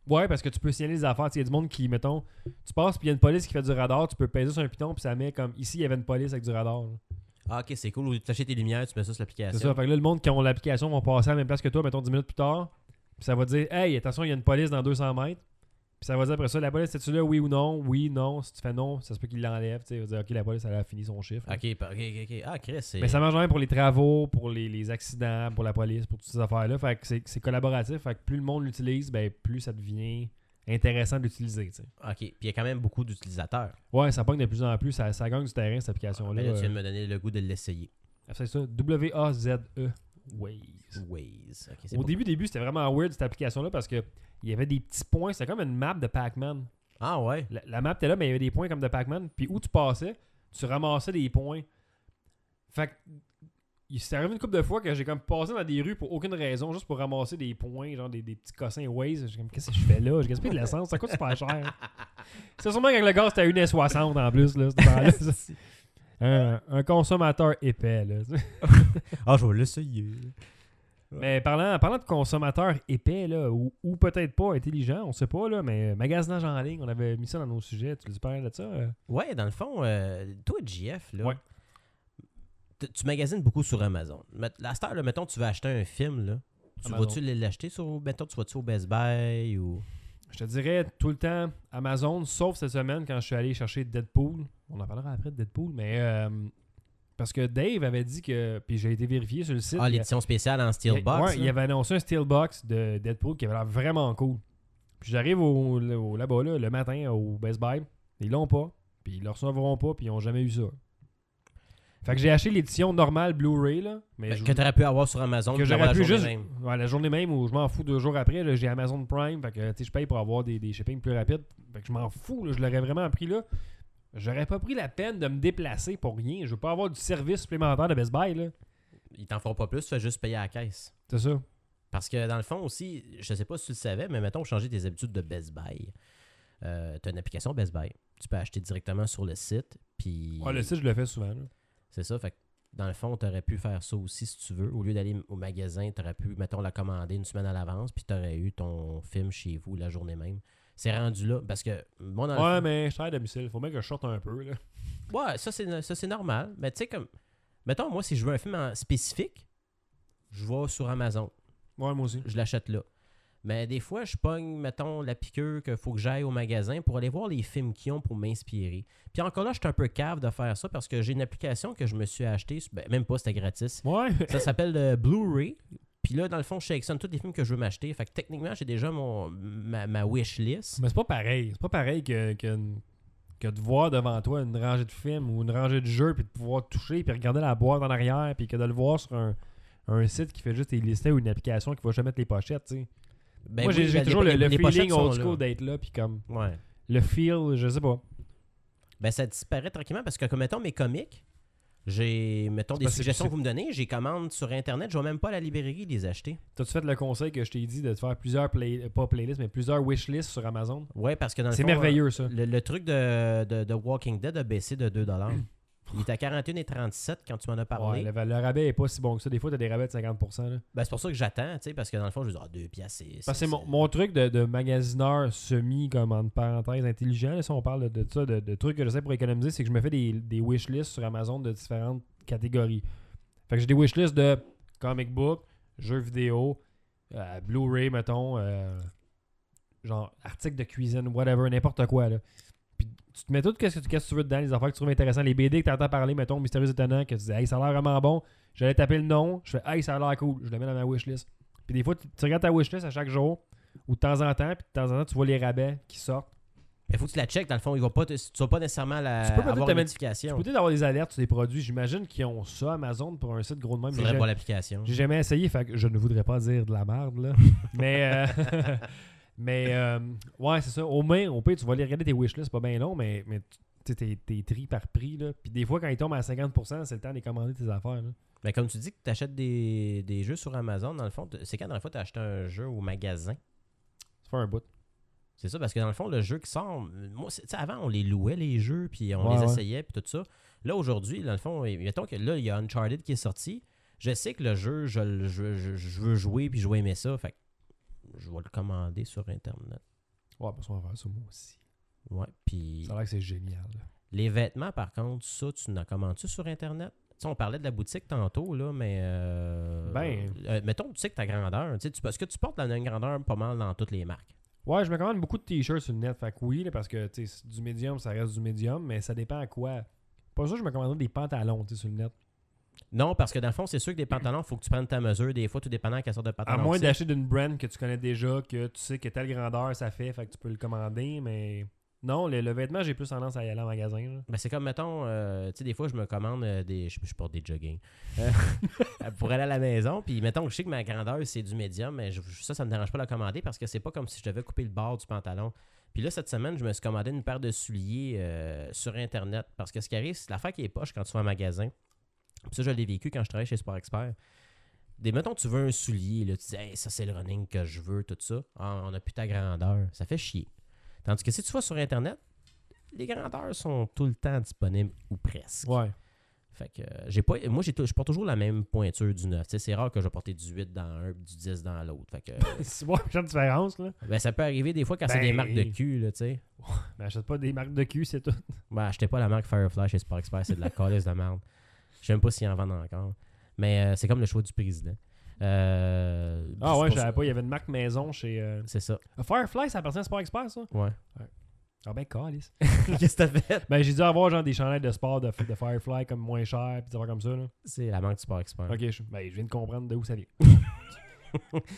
Ouais, parce que tu peux signaler des affaires. Tu sais, Il y a du monde qui, mettons, tu passes puis il y a une police qui fait du radar, tu peux peser sur un piton puis ça met comme ici, il y avait une police avec du radar. là. Ah, ok, c'est cool. Ou tu achètes tes lumières, tu mets ça sur C'est ça. l'application. Fait que là, le monde qui ont l'application vont passer à la même place que toi, mettons 10 minutes plus tard. Puis ça va dire, hey, attention, il y a une police dans 200 mètres. Puis ça va dire après ça, la police, c'est-tu là, oui ou non? Oui, non. Si tu fais non, ça se peut qu'il l'enlève. Tu sais, il va dire, ok, la police, elle a fini son chiffre. Ok, pa- ok, ok, ok. Ah, Chris, c'est. Mais ça marche bien pour les travaux, pour les, les accidents, pour la police, pour toutes ces affaires-là. Fait que c'est c'est collaboratif. Fait que plus le monde l'utilise, ben, plus ça devient intéressant de l'utiliser. tu sais. Ok, puis il y a quand même beaucoup d'utilisateurs. Ouais, ça pogne de plus en plus. Ça, ça gagne du terrain, cette Ah, application-là. ben là, tu viens Euh, de me donner le goût de l'essayer. C'est ça, W-A-Z-E. E. Waze. Waze. Ok, c'est Au pas- début, début, c'était vraiment weird cette application-là parce que il y avait des petits points. C'était comme une map de Pac-Man. Ah ouais. La, la map était là, mais il y avait des points comme de Pac-Man. Puis où tu passais, tu ramassais des points. Fait que il s'est arrivé une couple de fois que j'ai comme passé dans des rues pour aucune raison, juste pour ramasser des points, genre des, des petits cossins Waze. J'ai comme, qu'est-ce que je fais là? J'ai gaspillé de l'essence, ça coûte super cher. C'est sûrement quand le gars c'était à 1,60 en plus, là, ce temps-là, ça. un, un consommateur épais, là. Ah, je vais l'essayer. Mais parlant, parlant de consommateurs épais, là, ou, ou peut-être pas intelligents, on sait pas, là, mais euh, magasinage en ligne, on avait mis ça dans nos sujets. Tu veux parler de ça? euh? Ouais, dans le fond, euh, toi, JF, là, Ouais. t- tu magasines beaucoup sur Amazon. Met- La star, là, mettons, tu veux acheter un film, là. Tu Amazon. vas-tu l'acheter sur. Mettons, tu vas-tu au Best Buy ou. Je te dirais tout le temps Amazon, sauf cette semaine quand je suis allé chercher Deadpool. On en parlera après de Deadpool, mais euh, parce que Dave avait dit que. Puis j'ai été vérifié sur le site. Ah, il y a- l'édition spéciale il en y a- Steelbox. ouais, il avait annoncé un Steelbox de Deadpool qui avait l'air vraiment cool. Puis j'arrive au, au- là-bas là, le matin au Best Buy. Ils l'ont pas. Puis ils le recevront pas. Puis ils ont jamais eu ça. Fait que j'ai acheté l'édition normale Blu-ray. Là, mais je- ben, Que t'aurais pu avoir sur Amazon. que puis j'aurais l'avoir la pu journée juste même. ouais, la journée même ou je m'en fous deux jours après là, j'ai Amazon Prime fait que tu sais, je paye pour avoir des, des shippings plus rapides fait que je m'en fous là, je l'aurais vraiment pris là j'aurais pas pris la peine de me déplacer pour rien je veux pas avoir du service supplémentaire de Best Buy là Ils t'en feront pas plus, tu fais juste payer à la caisse. c'est ça Parce que dans le fond aussi, je sais pas si tu le savais, mais mettons, changer tes habitudes de Best Buy. Euh, T'as une application Best Buy. Tu peux acheter directement sur le site. Puis. Ah, le site je le fais souvent là. C'est ça. Fait que dans le fond, tu aurais pu faire ça aussi si tu veux. Au lieu d'aller m- au magasin, tu aurais pu, mettons, la commander une semaine à l'avance, puis tu aurais eu ton film chez vous la journée même. C'est rendu là. Parce que, moi, dans le ouais fond- mais je suis à domicile faut bien que je sorte un peu là Ouais, ça, c'est, no- ça, c'est normal. Mais tu sais, comme, mettons, moi, si je veux un film en spécifique, je vais sur Amazon. ouais moi aussi Je l'achète là. Mais des fois, je pogne, mettons, la piqûre qu'il faut que j'aille au magasin pour aller voir les films qu'ils ont pour m'inspirer. Puis encore là, je suis un peu cave de faire ça parce que j'ai une application que je me suis achetée. ben, même pas, c'était gratis. ouais Ça s'appelle euh, Blu-ray. Puis là, dans le fond, je sélectionne tous les films que je veux m'acheter. Fait que techniquement, j'ai déjà mon, ma, ma wish list. mais c'est pas pareil c'est pas pareil que, que que de voir devant toi une rangée de films ou une rangée de jeux puis de pouvoir toucher puis regarder la boîte en arrière puis que de le voir sur un, un site qui fait juste des listets ou une application qui va jamais mettre les pochettes tu sais Ben Moi, j'ai oui, j'ai ben, toujours les- le, le les pochettes feeling sont old là. school d'être là, puis comme Ouais. le feel, je sais pas. Ben, ça disparaît tranquillement parce que, comme mettons, mes comics, j'ai, mettons, C'est des parce que suggestions c'est- que vous me donnez, j'ai commande sur Internet, je vais même pas à la librairie les acheter. T'as-tu fait le conseil que je t'ai dit de te faire plusieurs, play, pas playlists, mais plusieurs wishlists sur Amazon? Ouais, parce que dans le C'est fond, merveilleux, euh, ça. Le, le truc de, de, de Walking Dead a baissé de 2$. Il est à 41 et 37 quand tu m'en as Ouais, parlé. le, le rabais est pas si bon que ça. Des fois, t'as des rabais de 50%. Là. Ben, c'est pour ça que j'attends, tu sais, parce que dans le fond, je veux dire, ah, deux piastres, c'est. Parce que c'est mon, mon truc de, de magasineur semi, comme entre parenthèses, intelligent, là, si on parle de, de ça, de, de trucs que je sais pour économiser, c'est que je me fais des, des wishlists sur Amazon de différentes catégories. Fait que j'ai des wishlists de comic book, jeux vidéo, euh, Blu-ray, mettons, euh, genre articles de cuisine, whatever, n'importe quoi. Là. Puis tu te mets tout ce que, tu- qu'est-ce que tu veux dedans, les affaires que tu trouves intéressantes, les BD que tu entends parler, mettons, Mystérieux Étonnant, que tu dis, hey, ça a l'air vraiment bon. J'allais taper le nom, je fais, hey, ça a l'air cool, je le mets dans ma wishlist. Puis des fois, tu, tu regardes ta wishlist à chaque jour, ou de temps en temps, puis de temps en temps, tu vois les rabais qui sortent. Il faut que tu la checkes, dans le fond. Il va pas te- Tu vas pas nécessairement la... Tu peux peut-être avoir te une mettre- Tu notification. peux peut-être avoir des alertes sur des produits. J'imagine qu'ils ont ça, Amazon, pour un site gros de même. J'ai Faudrait jamais- voir l'application. J'ai jamais essayé, fait que je ne voudrais pas dire de la merde, là. mais, euh, mais euh, ouais, c'est ça. Au moins, au pire, tu vas aller regarder tes wishlists, c'est pas bien long, mais, mais tu- tu sais, t'es t'es tri par prix, là. Puis des fois, quand ils tombent à 50%, c'est le temps de les commander tes affaires, là. Mais comme tu dis que tu achètes des... des jeux sur Amazon, dans le fond, t- c'est quand dans le fond tu as acheté un jeu au magasin. Ça fait un bout. C'est ça, parce que dans le fond, le jeu qui sort, euh, moi, c'est- tu sais, avant, on les louait, les jeux, puis on Ouais, les ouais. essayait, puis tout ça. Là, aujourd'hui, dans le fond, et- mettons que là, il y a Uncharted qui est sorti. Je sais que le jeu, je, le- je- je- je veux jouer, puis je veux aimer ça. Fait que je vais le commander sur Internet. Ouais, parce qu'on va faire ça, moi aussi. Ouais, puis Ça a l'air que c'est génial, là. les vêtements, par contre, ça, tu n'as commandes-tu sur Internet? Tu sais, on parlait de la boutique tantôt, là, mais. euh, Ben. euh, mettons, tu sais que ta grandeur, tu sais, tu- parce que tu portes la même grandeur pas mal dans toutes les marques. Ouais, je me commande beaucoup de t-shirts sur le net. Fait que oui, là, parce que tu sais, c'est du médium, ça reste du médium, mais ça dépend à quoi. Pas sûr que je me commanderais des pantalons tu sais, sur le net. Non, parce que dans le fond, c'est sûr que des pantalons, il faut que tu prennes ta mesure. Des fois, tout dépendant à quelle sorte de À pantalon. moins c'est. d'acheter d'une brand que tu connais déjà, que tu sais que telle grandeur ça fait, fait que tu peux le commander, mais non, le, le vêtement, j'ai plus tendance à y aller en magasin. là. Ben, c'est comme, mettons, euh, tu sais, des fois, je me commande euh, des. Je, je porte des jogging. Euh, pour aller à la maison. Puis, mettons, que je sais que ma grandeur, c'est du médium, mais je- ça, ça me dérange pas de la commander parce que c'est pas comme si je devais couper le bord du pantalon. Puis là, cette semaine, je me suis commandé une paire de souliers euh, sur Internet. Parce que ce qui arrive, c'est l'affaire qui est poche quand tu vas en magasin. Puis ça, je l'ai vécu quand je travaillais chez Sport Expert. Des, mettons, tu veux un soulier, là, tu dis, Hey, ça, c'est le running que je veux, tout ça. Ah, on n'a plus ta grandeur. Ça fait chier. Tandis que si tu vas sur Internet, les grandeurs sont tout le temps disponibles ou presque. Ouais. Fait que euh, j'ai pas moi j'ai tou- je porte toujours la même pointure du 9. Tu sais, c'est rare que je vais porter du 8 dans un puis du 10 dans l'autre. Fait que euh, c'est bon, une différence, là. ben, ça peut arriver des fois quand c'est Ben. des marques de cul là, tu sais. Mais achète pas des marques de cul, c'est tout. Ben, achetez pas la marque Firefly chez Sport Expert, c'est de la calisse de merde. Je même pas s'ils en vendent encore. Mais euh, c'est comme le choix du président. Euh, Ah c'est ouais, je pour ça- savais pas, il y avait une marque maison chez. euh, C'est ça. Firefly, ça appartient à Sport Expert, ça. Ouais. Ah ben, calice. Qu'est-ce que t'as fait? ben, j'ai dû avoir genre des chandelles de sport de, de Firefly comme moins cher, puis des affaires comme ça, là. C'est la marque du Sport Expert. Ok, je, ben, je viens de comprendre de où ça vient.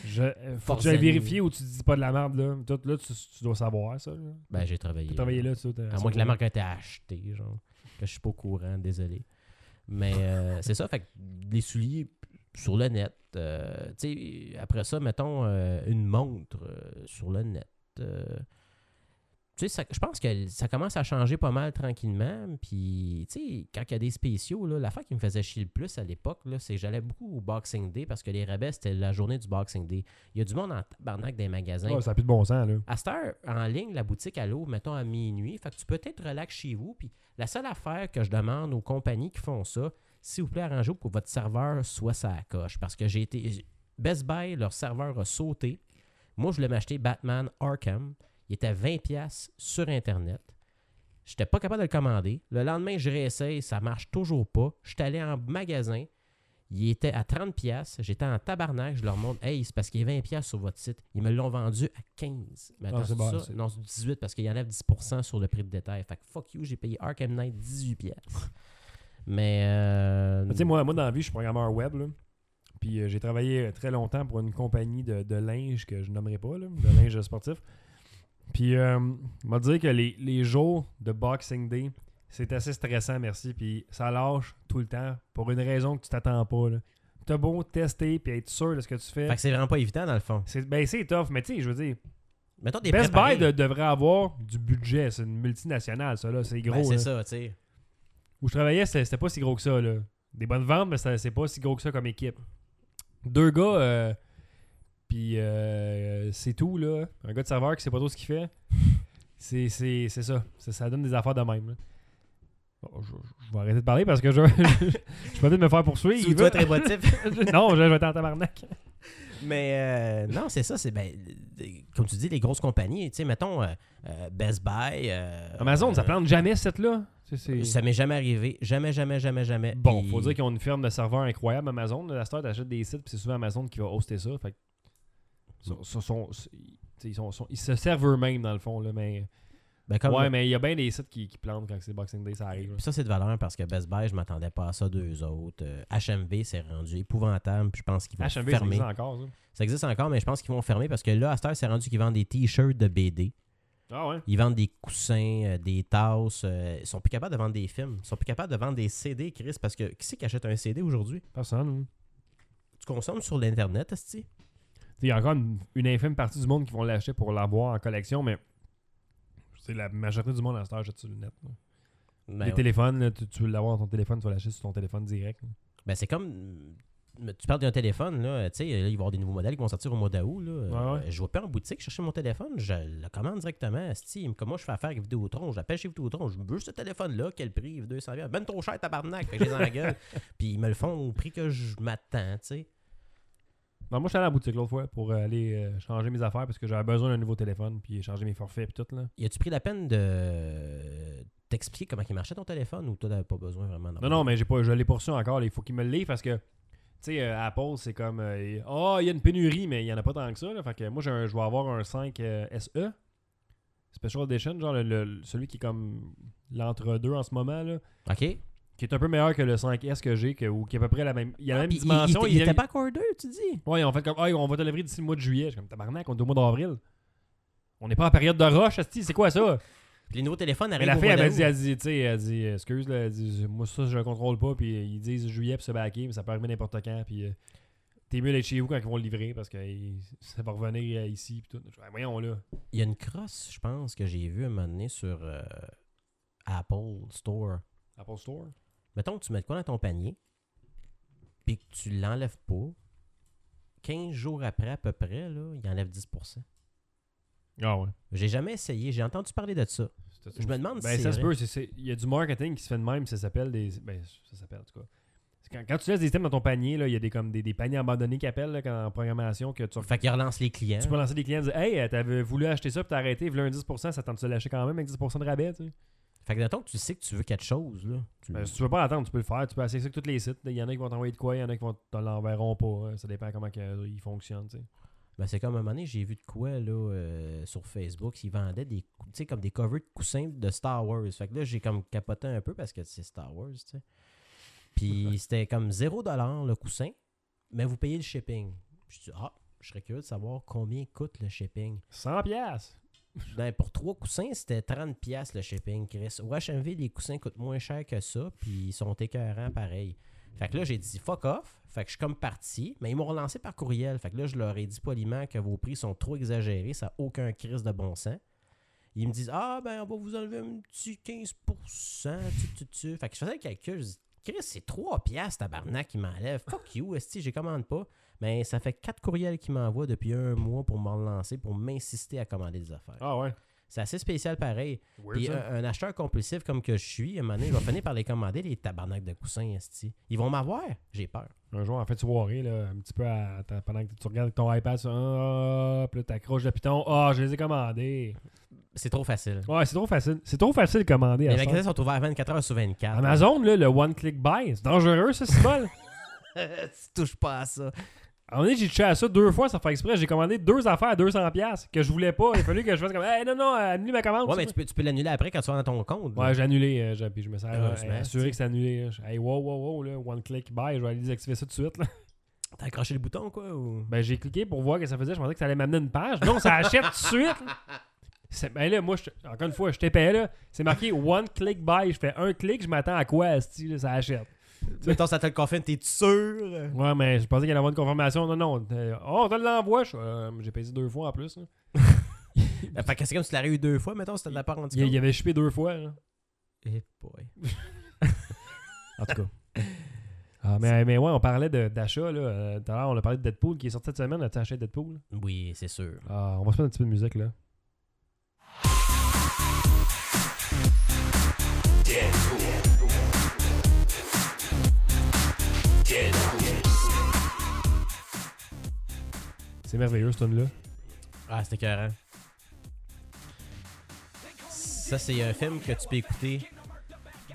je, euh, faut que Force j'aille animée. vérifier où tu dis pas de la merde. Là, Toi, là tu, tu dois savoir ça. Là. Ben j'ai travaillé. T'as travaillé là, tu sais, t'as- À moins que la marque a été achetée, genre. Que je suis pas au courant, désolé. Mais euh, c'est ça, fait que les souliers sur le net. euh, tu sais, après ça, mettons euh, une montre euh, sur le net. euh, tu sais, ça- je pense que ça commence à changer pas mal tranquillement. Puis, tu sais, quand il y a des spéciaux, là, l'affaire qui me faisait chier le plus à l'époque, là, c'est que j'allais beaucoup au Boxing Day parce que les rabais, c'était la journée du Boxing Day. Il y a du monde en tabarnak des magasins. Ouais, Ah, ça n'a plus de bon sens. Là. À cette heure, en ligne, la boutique à l'eau, mettons à minuit, fait que tu peux être relax chez vous. Puis la seule affaire que je demande aux compagnies qui font ça, s'il vous plaît, arrangez-vous pour que votre serveur soit sa coche. Parce que j'ai été. Best Buy, leur serveur a sauté. Moi, je voulais m'acheter Batman Arkham. Il était à 20$ sur Internet. J'étais pas capable de le commander. Le lendemain, je réessaye, ça marche toujours pas. J'étais allé en magasin. Il était à 30$. J'étais en tabarnak. Je leur montre Hey, c'est parce qu'il est 20$ sur votre site. Ils me l'ont vendu à 15$. Ah, Mais attends, c'est c'est bon, ça? c'est- Non, c'est 18$ parce qu'il enlève 10% sur le prix de détail. Fait que fuck you, j'ai payé Arkham Knight 18$. Mais. euh, Tu sais, moi, moi, dans la vie, je suis programmeur web. là. Puis euh, j'ai travaillé euh, très longtemps pour une compagnie de, de linge que je nommerai pas, là, de linge sportif. Puis, euh, on va dire que les, les jours de Boxing Day, c'est assez stressant, merci. Puis ça lâche tout le temps pour une raison que tu t'attends pas. là. T'as beau tester puis être sûr de ce que tu fais. Fait que c'est vraiment pas évident dans le fond. C'est ben, c'est tough, mais tu sais, je veux dire, Mettons des Best Buy de- devrait avoir du budget. C'est une multinationale, ça, là. C'est gros. Ben, c'est là. ça, tu sais. Où je travaillais, c'était c'était pas si gros que ça, là. Des bonnes ventes, mais ça- c'est pas si gros que ça comme équipe. Deux gars, euh, puis euh, c'est tout, là. Un gars de serveur qui sait pas trop ce qu'il fait. C'est- C'est c'est ça. ça. ça donne des affaires de même. là. Oh, je, je- je vais arrêter de parler parce que je, je, vais peut-être me faire poursuivre. Tu dois être émotif. non, je, je vais être en tabarnak. Mais euh, non, c'est ça. C'est ben, les- comme tu dis, les grosses compagnies. Tu sais, mettons euh, euh, Best Buy. euh, Amazon, ça euh, plante jamais cette là. C'est- c'est- Ça m'est jamais arrivé. Jamais, jamais, jamais, jamais. Bon, Puis- faut dire qu'ils ont une firme de serveurs incroyable, Amazon. La star, t'achètes des sites, puis c'est souvent Amazon qui va hoster ça. Fait que Mm. so- so- so- so- ils- t'sais, ils, sont- sont- ils se servent eux-mêmes, dans le fond. Là, mais... ben, comme- ouais, mais il y a bien des sites qui, qui plantent quand c'est Boxing Day, ça arrive. là. Puis ça, c'est de valeur parce que Best Buy, je m'attendais pas à ça d'eux autres. Euh, HMV, c'est rendu épouvantable. Puis je pense qu'ils vont HMV, ça fermer. existe Ça existe. encore, ça. encore, mais je pense qu'ils vont fermer parce que là, à cette heure, c'est rendu qu'ils vendent des t-shirts de BD. Ah ouais? Ils vendent des coussins, euh, des tasses. euh, ils sont plus capables de vendre des films. Ils sont plus capables de vendre des CD, Chris, parce que qui c'est qui achète un CD aujourd'hui? hein. Personne. Tu consommes sur l'Internet, Asti? T'sais, Il y a encore une, une infime partie du monde qui vont l'acheter pour l'avoir en collection, mais c'est la majorité du monde à cette heure, jette sur le net. là. Ben, les ouais. téléphones, là, tu, tu veux l'avoir dans ton téléphone, tu vas l'acheter sur ton téléphone direct. là. Ben, c'est comme. mais Tu parles d'un téléphone, là, tu sais, là, il va y avoir des nouveaux modèles qui vont sortir au mois d'août. Là. Ouais, ouais. Euh, Je ne vais pas en boutique chercher mon téléphone, je le commande directement. Asti, comment je fais affaire avec Vidéotron? J'appelle chez Vidéotron, je veux ce téléphone-là, quel prix? 200 bien. Ben trop cher, tabarnak! Fait que je les engueule. Puis ils me le font au prix que je m'attends, tu sais. Non, moi, je suis allé à la boutique l'autre fois pour euh, aller euh, changer mes affaires parce que j'avais besoin d'un nouveau téléphone puis changer mes forfaits et tout. Là. Y a-tu pris la peine de t'expliquer comment il marchait ton téléphone ou toi, t'avais pas besoin vraiment d'en Non, non, mais j'ai pas, je l'ai poursuivi encore. là. Il faut qu'il me le livre parce que, tu sais, euh, Apple, c'est comme, ah, il y a une pénurie, mais il y en a pas tant que ça. là. Fait que moi, j'ai un- je vais avoir un 5 euh, SE, Special Edition, genre le- le- celui qui est comme l'entre-deux en ce moment, là, OK. qui est un peu meilleur que le 5S que j'ai, que- ou qui est à peu près la même. Il y a la même Ah, Puis il- dimension. il, il, il a- était pas encore deux, tu dis? Ouais, on fait comme, ah, on va te livrer d'ici le mois de juillet. Je suis comme, tabarnak, on est au mois d'avril. On n'est pas en période de rush, asti, c'est quoi ça? Puis les nouveaux téléphones Mais arrivent la au fille, mois elle m'a d'août. dit, elle dit, tu sais, elle dit, euh, excuse, là, elle dit, moi, ça, je le contrôle pas, puis euh, ils disent juillet, puis se baquer, mais ça peut arriver n'importe quand, puis euh, t'es mieux d'être chez vous quand ils vont le livrer, parce que euh, ça va revenir euh, ici, puis tout. Je fais, voyons, là. Il y a une crosse, je pense, que j'ai vue un moment donné sur euh, Apple Store. Apple Store. Mettons que tu mets de quoi dans ton panier, puis que tu l'enlèves pas. 15 jours après, à peu près, là, il enlève 10 Ah ouais. J'ai jamais essayé, j'ai entendu parler de ça. Je me demande Ben, si ça c'est se vrai. peut, c'est- c'est- il y a du marketing qui se fait de même, ça s'appelle des. Ben, ça s'appelle, en tout cas. C'est Quand, quand tu laisses des items dans ton panier, là, il y a des, comme des, des paniers abandonnés qui appellent là, quand- en programmation que tu Fait qu'il relance les clients. Tu peux lancer des clients et dire Hey, euh, t'avais voulu acheter ça puis t'as arrêté, voulu un 10%, ça tente de se lâcher quand même avec 10% de rabais. Tu sais. Fait que mettons que tu sais que tu veux quelque chose, là. Tu- Ben, si tu veux pas attendre, tu peux le faire. Tu peux essayer ça avec tous les sites. Il y en a qui vont t'envoyer de quoi, il y en a qui vont te l'enverront pas. hein. Ça dépend comment que, euh, ils fonctionnent. tu sais. Ben, c'est comme un moment donné, j'ai vu de quoi là, euh, sur Facebook. Ils vendaient des, cou- tu sais, comme des covers de coussins de Star Wars. Fait que là, j'ai comme capoté un peu parce que c'est Star Wars. tu sais. Puis c'était comme 0$ le coussin, mais vous payez le shipping. Je dis, ah, je serais curieux de savoir combien coûte le shipping. 100$! piastres. Ben, pour trois coussins, c'était 30$ piastres le shipping, Chris. Au HMV, les coussins coûtent moins cher que ça, puis ils sont écœurants pareil. Fait que là, j'ai dit fuck off. Fait que je suis comme parti, mais ils m'ont relancé par courriel. Fait que là, je leur ai dit poliment que vos prix sont trop exagérés, ça n'a aucun crise de bon sens. Ils me disent Ah, ben, on va vous enlever un petit 15%, tu, tu, tu. Fait que je faisais le calcul, je dis Chris, c'est 3 piastres, tabarnak, qui m'enlève. Fuck you, esti, je commande pas. Mais ça fait quatre courriels qu'ils m'envoient depuis un mois pour me relancer, pour m'insister à commander des affaires. Ah ouais. C'est assez spécial pareil. Weird, Puis ça. un, un acheteur compulsif comme que je suis, à un moment donné, je vais finir par les commander, les tabarnak de coussins, esti. Ils vont m'avoir. J'ai peur. Un jour, en fait, soirée, là, un petit peu à- t'as- pendant que tu regardes ton iPad, ça, ah, puis là, t'accroches le piton. Ah, je les ai commandés. C'est trop facile. Ouais, c'est trop facile. C'est trop facile de commander. Les à ça. magasins sont ouverts 24 heures sur 24. Amazon, là, le one-click buy, c'est dangereux, ça, c'est mal. tu touches pas à ça. À un moment donné, j'ai touché à ça deux fois, ça fait exprès. J'ai commandé deux affaires à 200$ que je voulais pas. Il a fallu que je fasse comme, hey, non, non, annule ma commande. Ouais, mais tu tu peux, tu peux l'annuler après quand tu vas dans ton compte. sais. Ouais, j'ai annulé. euh, j'ai- puis je me suis Heureusement, euh, assuré que c'est annulé. là. J'ai- Hey, wow, wow, wow, là, one click, bye, je vais aller désactiver ça tout de suite. là. T'as accroché le bouton, quoi. Ou... Ben, j'ai cliqué pour voir ce que ça faisait. Je pensais que ça allait m'amener une page. Non, ça achète tout de suite. là. C'est- Ben là, moi, je- encore une fois, je t'épais là. C'est marqué one click, buy. Je fais un clic, je m'attends à quoi, asti, là, ça achète. Mettons, ça te le confirme, t'es sûr? Ouais, mais je pensais qu'il allait avoir une confirmation. Non, non. euh, oh, on te l'envoie. Je- euh, J'ai payé deux fois en plus. là. Fait que c'est comme si tu l'avais eu deux fois, mettons, si t'as de la part rendu Il, il compte. avait chipé deux fois. là. Eh boy. en tout cas. Ah, mais, mais ouais, on parlait de- d'achat. là. Euh, Tout à l'heure, on a parlé de Deadpool qui est sorti cette semaine. As-tu acheté Deadpool? Oui, c'est sûr. Ah, on va se mettre un petit peu de musique là. Deadpool. C'est merveilleux, ce tune-là. Ah, c'était écœurant. Ça, c'est un film que tu peux écouter.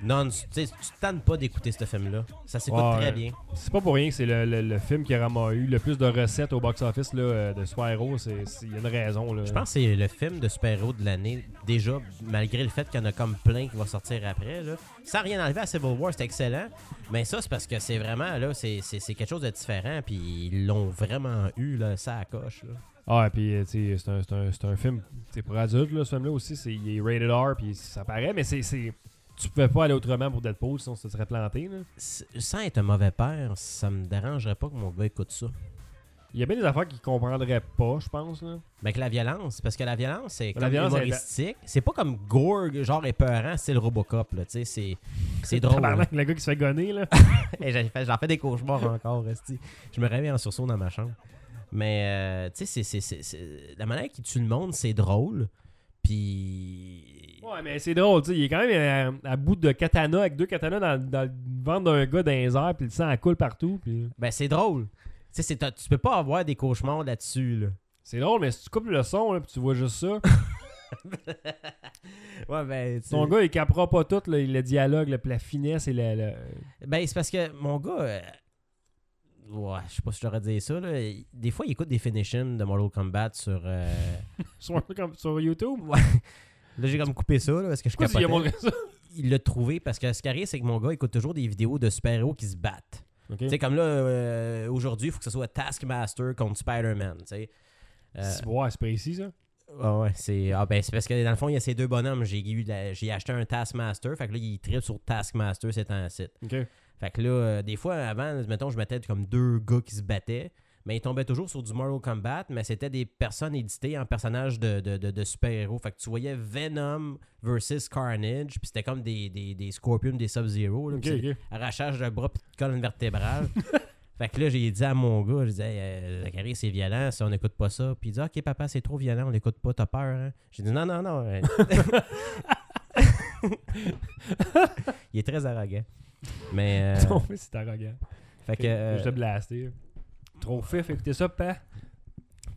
Non, tu tu sais, tu te tannes pas d'écouter ce film-là. Ça s'écoute Ouais. très bien. C'est pas pour rien que c'est le, le- le film qui a rama- eu le plus de recettes au box-office là, euh, de super-héros. C'est- c'est- Il y a une raison. Là. Je pense que c'est le film de super-héros de l'année. Déjà, malgré le fait qu'il y en a comme plein qui va sortir après. Là. Sans rien enlever à Civil War, c'est excellent. Mais ça, c'est parce que c'est vraiment, là, c'est c'est- c'est quelque chose de différent. Puis ils l'ont vraiment eu, là, ça à coche. là. Ah, et puis euh, tu sais, c'est un, c'est un- c'est un film c'est pour adultes, là, ce film-là aussi. c'est- il est rated R, puis ça paraît, mais c'est, c'est- tu pouvais pas aller autrement pour Deadpool, sinon ça serait planté. là. S- Sans être un mauvais père, ça me dérangerait pas que mon gars écoute ça. Il y a bien des affaires qu'il comprendrait pas, je pense. Là. Mais Ben, que la violence, parce que la violence, c'est La comme violence, elle est- humoristique. C'est pas comme gore, genre épeurant, c'est le Robocop, là, tu sais, c'est- c'est drôle. hein. là. Tabarnak, le gars qui se fait gonner, là. Et j'en fais, j'en fais des cauchemars encore, esti. Je me réveille en sursaut dans ma chambre. Mais, euh, tu sais, c'est- c'est- c'est- c'est- la manière qu'il tue le monde, c'est drôle. Puis. Ouais, mais c'est drôle, tu sais. Il est quand même euh, à, à bout de katana, avec deux katanas dans, dans le ventre d'un gars dans les airs, puis le sang elle coule partout. Puis... Ben, c'est drôle. Tu sais, c'est- t'as- tu peux pas avoir des cauchemars là-dessus, là. C'est drôle, mais si tu coupes le son, là, puis tu vois juste ça, Ouais, ben. tu- ton gars, il capera pas tout, là, le dialogue, là, puis la finesse et la. la- Ben, c'est parce que mon gars. euh, Ouais, je sais pas si j'aurais dit ça, là. Il- Des fois, il écoute des finishims de Mortal Kombat sur. euh, sur, un truc comme- sur YouTube. Là, j'ai comme coupé ça, là, parce que je Pourquoi tu lui as capotais. montré ça? Il l'a trouvé parce que ce qui arrive, c'est que mon gars écoute toujours des vidéos de super-héros qui se battent. Ok. Tu sais, comme là, euh, aujourd'hui, il faut que ce soit Taskmaster contre Spider-Man, tu sais. Euh, C'est- Ouais, c'est précis, ça. ah ouais, c'est ah ben, c'est parce que dans le fond, il y a ces deux bonhommes. J'ai eu la- j'ai acheté un Taskmaster, fait que là, il tripe sur Taskmaster, c'est un site. Ok. Fait que là, euh, des fois, avant, mettons, je mettais comme deux gars qui se battaient, mais ils tombaient toujours sur du Mortal Kombat, mais c'était des personnes éditées en personnages de, de- de- de super-héros. Fait que tu voyais Venom versus Carnage, puis c'était comme des, des, des Scorpions, des Sub-Zero. là, Ok, puis c'est ok. arrachage de bras puis de colonne vertébrale. fait que là, j'ai dit à mon gars, je disais, euh, Zachary, c'est violent, ça, on n'écoute pas ça. Puis il dit, OK, papa, c'est trop violent, on n'écoute pas, t'as peur. hein? J'ai dit, non, non, non. euh. il est très arrogant. Mais. euh, Ton fils, c'est arrogant. fait que. Je te euh, blasté. Trop fif, écoutez ça, pas.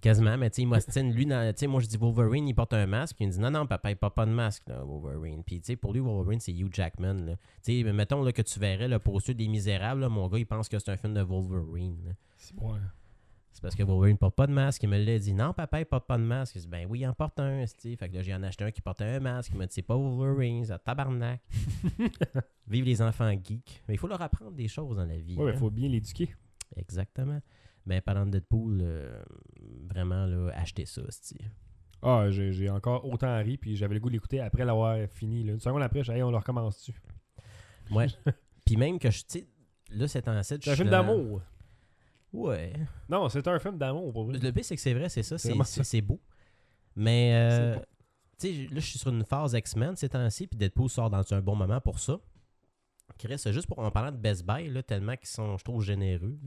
quasiment, mais tu sais, il m'ostine. Lui, dans- tu sais, moi, je dis Wolverine, il porte un masque. Il me dit, non, non, papa, il porte pas de masque, là, Wolverine. Puis, tu sais, pour lui, Wolverine, c'est Hugh Jackman. là. Tu sais, mettons là, que tu verrais le poster des Misérables, là, mon gars, il pense que c'est un film de Wolverine. là. C'est bon. C'est parce que Wolverine ne porte pas de masque. Il me l'a dit. Non, papa, il porte pas de masque. Il dit, ben oui, il en porte un. esti. Fait que là, j'ai en acheté un qui portait un masque. Il m'a dit, c'est pas Wolverine, c'est un tabarnak. Vive les enfants geeks. Mais il faut leur apprendre des choses dans la vie. Ouais, mais hein. faut bien l'éduquer. Exactement. Mais parlant de Deadpool, euh, vraiment, là, achetez ça, esti. Ah, j'ai j'ai encore autant ri, puis j'avais le goût de l'écouter après l'avoir fini. là. Une seconde après, je suis, Hey, on le recommence dessus. Ouais. Puis même que je, tu sais, là, c'est un site. C'est un film d'amour. Ouais. Non, c'est un film d'amour, pour vrai. Le pire, c'est que c'est vrai, c'est ça. C'est C'est vraiment c'est- c'est beau. Mais, euh, C'est beau. tu sais, là, je suis sur une phase X-Men ces temps-ci, puis Deadpool sort dans un bon moment pour ça. Chris, juste pour en parlant de Best Buy, là, tellement qu'ils sont, je trouve, généreux.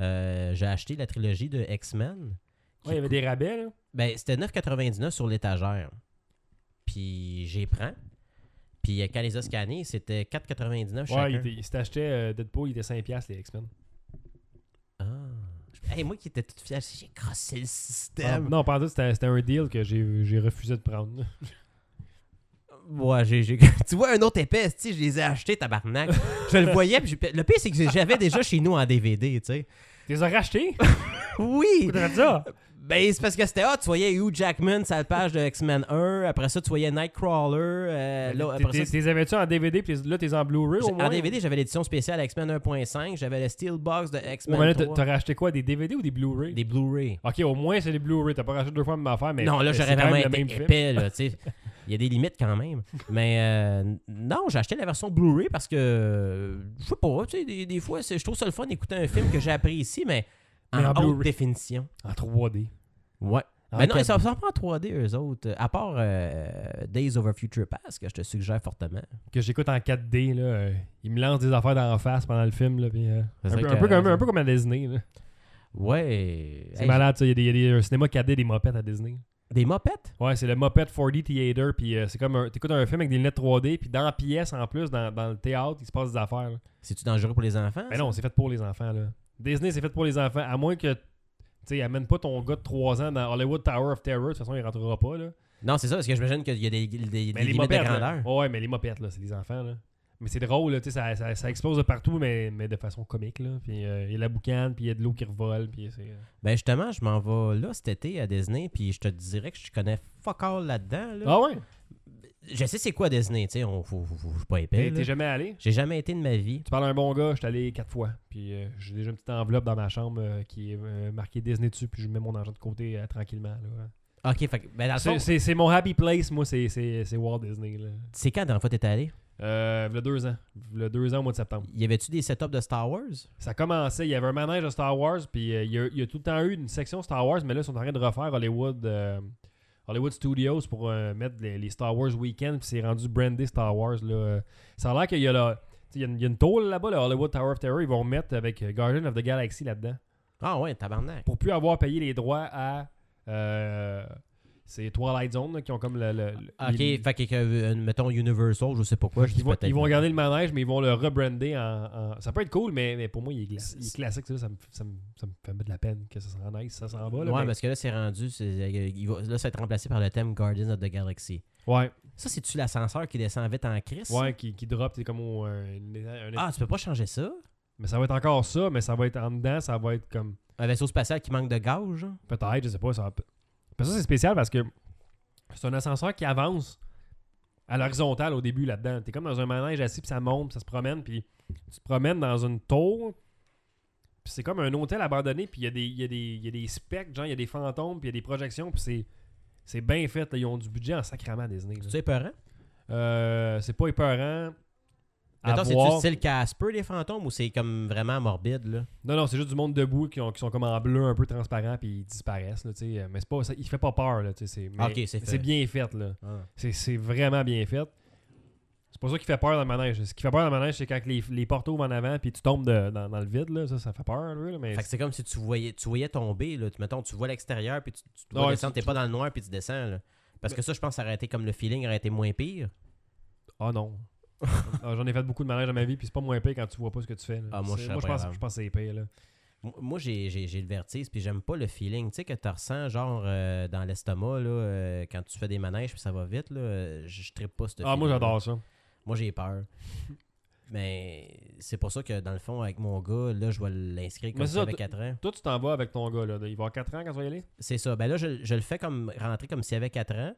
euh, J'ai acheté la trilogie de X-Men. Ouais, il y avait des rabais, là. Ben, c'était 9,99 sur l'étagère. Puis j'ai prends. Puis euh, quand les a scannés, c'était 4,99 chacun. Ouais, il, était- il s'achetait euh, Deadpool, il était 5$, les X-Men. Ah. Hey, moi qui étais toute fière, j'ai crossé le Ah, système. non, pas en tout, c'était c'était un deal que j'ai j'ai refusé de prendre. là. Ouais, j'ai, j'ai- tu vois, un autre épais, tu sais, je les ai achetés, tabarnak. je le voyais, puis j'ai- le pire, c'est que j'avais déjà chez nous en DVD, tu sais. Tu les as rachetés? Oui! Faudrait ça? Ben, c'est parce que c'était, ah, tu voyais Hugh Jackman, sa page de X-Men 1, après ça, tu voyais Nightcrawler, euh, là, T'es- après t'es- ça, t'es les avais-tu en DVD, puis là, t'es en Blu-ray au moins? en DVD, j'avais l'édition spéciale X-Men 1.5, j'avais le Steelbox de Ouais, X-Men mais là, t'as 3, t'as racheté quoi? Des DVD ou des Blu-ray? des Blu-ray. Ok, au moins, c'est des Blu-ray. T'as pas racheté deux fois la même affaire, mais non, là, c'est j'aurais quand vraiment même le été même film. épais, là, tu sais. Il y a des limites quand même. Mais euh, non, j'ai acheté la version Blu-ray parce que, euh, je sais pas, tu sais, des, des fois, c'est- je trouve ça le fun d'écouter un film que j'ai apprécié, mais en, Mais en haute Blu-ray. définition. En 3D. Ouais. En mais non, ils 4D. sont sont pas en 3D, eux autres. À part euh, Days Over Future Past, que je te suggère fortement. que j'écoute en 4D, là, euh, il me lance des affaires dans la face pendant le film. Là, puis, euh, C'est un, vrai peu, que- un peu comme, un peu comme à Disney. là. Ouais. C'est Hey, malade, ça. Il y a, des, il y a des- un cinéma 4D des mopettes à Disney. Des mopettes? Ouais, c'est le Moped 4D Theater. Puis euh, c'est comme un- t'écoutes un film avec des lunettes 3D. Puis dans la pièce, en plus, dans, dans le théâtre, il se passe des affaires. là. Ben C'est-tu dangereux pour les enfants? Mais non, c'est fait pour les enfants. là. Disney, c'est fait pour les enfants. À moins que Tu sais, amène pas ton gars de 3 ans dans Hollywood Tower of Terror. De toute façon, il rentrera pas, là. Non, c'est ça, parce que j'imagine qu'il y a des, des- des Mais Ben, les limites de mopettes. grandeur. là. Ouais, mais les mopettes, là, c'est des enfants, là. Mais c'est drôle, là, tu sais, ça, ça, ça explose de partout, mais, mais de façon comique, là. Puis euh, il y a la boucane, puis il y a de l'eau qui revole, puis c'est... euh, Ben justement, je m'en vais là cet été à Disney, puis je te dirais que je connais fuck all là-dedans. là. Ah ouais? Je sais c'est quoi Disney, tu sais, on- faut- faut- faut- je suis pas épais. T'es- là. T'es jamais allé? J'ai jamais été de ma vie. Tu parles à un bon gars, je suis allé quatre fois. Puis euh, j'ai déjà une petite enveloppe dans ma chambre euh, qui est euh, marquée Disney dessus, puis je mets mon argent de côté euh, tranquillement. là. Ok, fait que- ben dans le C'est- fond, C'est c'est mon happy place, moi, c'est- c'est c'est Walt Disney. Là. c'est quand la dernière fois t'étais allé? Euh, il y a deux ans. Il y a deux ans au mois de septembre. Y avait-tu des setups de Star Wars? Ça commençait, il y avait un manège de Star Wars, puis euh, il, y a, il y a tout le temps eu une section Star Wars, mais là, ils sont en train de refaire Hollywood, euh, Hollywood Studios pour euh, mettre les, les Star Wars Weekend, puis c'est rendu brandé Star Wars. Là. Euh, Ça a l'air qu'il y a la- tu sais, Il y, a une- il y a une tôle là-bas, le Hollywood Tower of Terror, ils vont mettre avec euh, Guardian of the Galaxy là-dedans. Ah ouais, tabarnak. Pour plus avoir payé les droits à. euh, c'est Twilight Zone là, qui ont comme le. le- le- Ah, Ok, les- fait que, euh, mettons Universal, je sais pas quoi, je dis ils vont, peut-être. ils vont garder le manège, mais ils vont le rebrander en, en- Ça peut être cool, mais, mais pour moi, il est, gla- C'est- il est classique. Ça, ça, me, ça, me, ça me fait un peu de la peine que ça s'en aille, ça s'en va. Là, ben. ouais, mais- parce que là, c'est rendu. c'est- euh, il va- là, ça va être remplacé par le thème Guardians of the Galaxy. ouais, Ça, c'est-tu l'ascenseur qui descend vite en crise? ouais, qui, qui drop, c'est comme au- un- un- Ah, tu peux pas changer ça? Mais ça va être encore ça, mais ça va être en dedans, ça va être comme. Un vaisseau spatial qui manque de gage? genre? Peut-être, je sais pas. Ça va peut- Parce que ça, c'est spécial parce que c'est un ascenseur qui avance à l'horizontale au début là-dedans. T'es comme dans un manège assis, puis ça monte, puis ça se promène, puis tu te promènes dans une tour. Puis c'est comme un hôtel abandonné, puis il y, a des- il y, a des- il y a des spectres, genre, il y a des fantômes, puis il y a des projections, puis c'est. C'est bien fait, là. ils ont du budget en sacrament Disney. là. C'est-tu épeurant? Euh, c'est pas épeurant. à Attends, c'est-tu Ah, voir. style Casper, les fantômes, ou c'est comme vraiment morbide, là? Non, non, c'est juste du monde debout qui, ont- qui sont comme en bleu, un peu transparent, puis ils disparaissent. Là, tu sais. mais c'est pas, ça, il fait pas peur. Là, tu sais, c'est, mais Ah, Ok, c'est fait. Ah. c'est bien fait. là. C'est, c'est vraiment bien fait. C'est pas ça qui fait peur dans le manège. Ce qui fait peur dans le manège, c'est quand les, les portes ouvrent en avant puis tu tombes de- dans, dans le vide. Là, ça, ça fait peur. là, mais Fait que c'est comme si tu voyais, tu voyais tomber, là. Tu- Mettons, tu vois l'extérieur, puis tu, tu dois Ouais, descendre, tu- t'es pas dans le noir, puis tu descends, là. Parce que ça, je pense que ça aurait été comme le feeling aurait été moins pire. Ah non. Ah, j'en ai fait beaucoup de manège dans ma vie, puis c'est pas moins pire quand tu vois pas ce que tu fais. là. Ah, moi, C'est- je serais pas pense, capable. je pense que c'est pire. Là. Ah, M- Moi, j'ai j'ai- j'ai le vertige, puis j'aime pas le feeling. Tu sais, que tu ressens, genre, euh, dans l'estomac, là, euh, quand tu fais des manèges, puis ça va vite, là, euh, je je trippe pas ce Ah, moi, feeling-là. j'adore ça. Moi, j'ai peur. Mais c'est pour ça que, dans le fond, avec mon gars, là, je vais l'inscrire Mais comme c'est ça ça, avec t- 4 ans. Toi, tu t'en vas avec ton gars. Là. Il va avoir 4 ans quand tu vas y aller. C'est ça. Ben là, je, je le fais comme rentrer comme s'il avait 4 ans.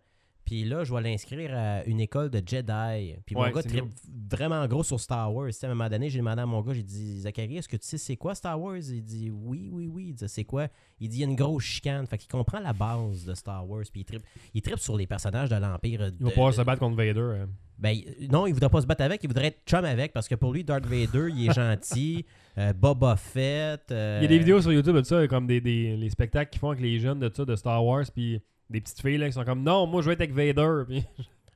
Puis là, je vais l'inscrire à une école de Jedi. Puis Ouais, mon gars c'est trippe mieux. vraiment gros sur Star Wars. Tu sais, à un moment donné, j'ai demandé à mon gars, j'ai dit, Zachary, est-ce que tu sais c'est quoi Star Wars? Il dit, oui, oui, oui. Il dit, c'est quoi? Il dit, il y a une grosse chicane. Fait qu'il comprend la base de Star Wars. Puis il trippe, il trippe sur les personnages de l'Empire. Il va de- pouvoir de- se battre contre Vader. hein. ben, il- non, il voudrait pas se battre avec, il voudrait être chum avec parce que pour lui, Darth Vader, il est gentil. euh, Boba Fett. euh, Il y a des vidéos sur YouTube de ça, comme des, des- les spectacles qu'ils font avec les jeunes de ça, de Star Wars, puis des petites filles là, qui sont comme non, moi je veux être avec Vader. Puis,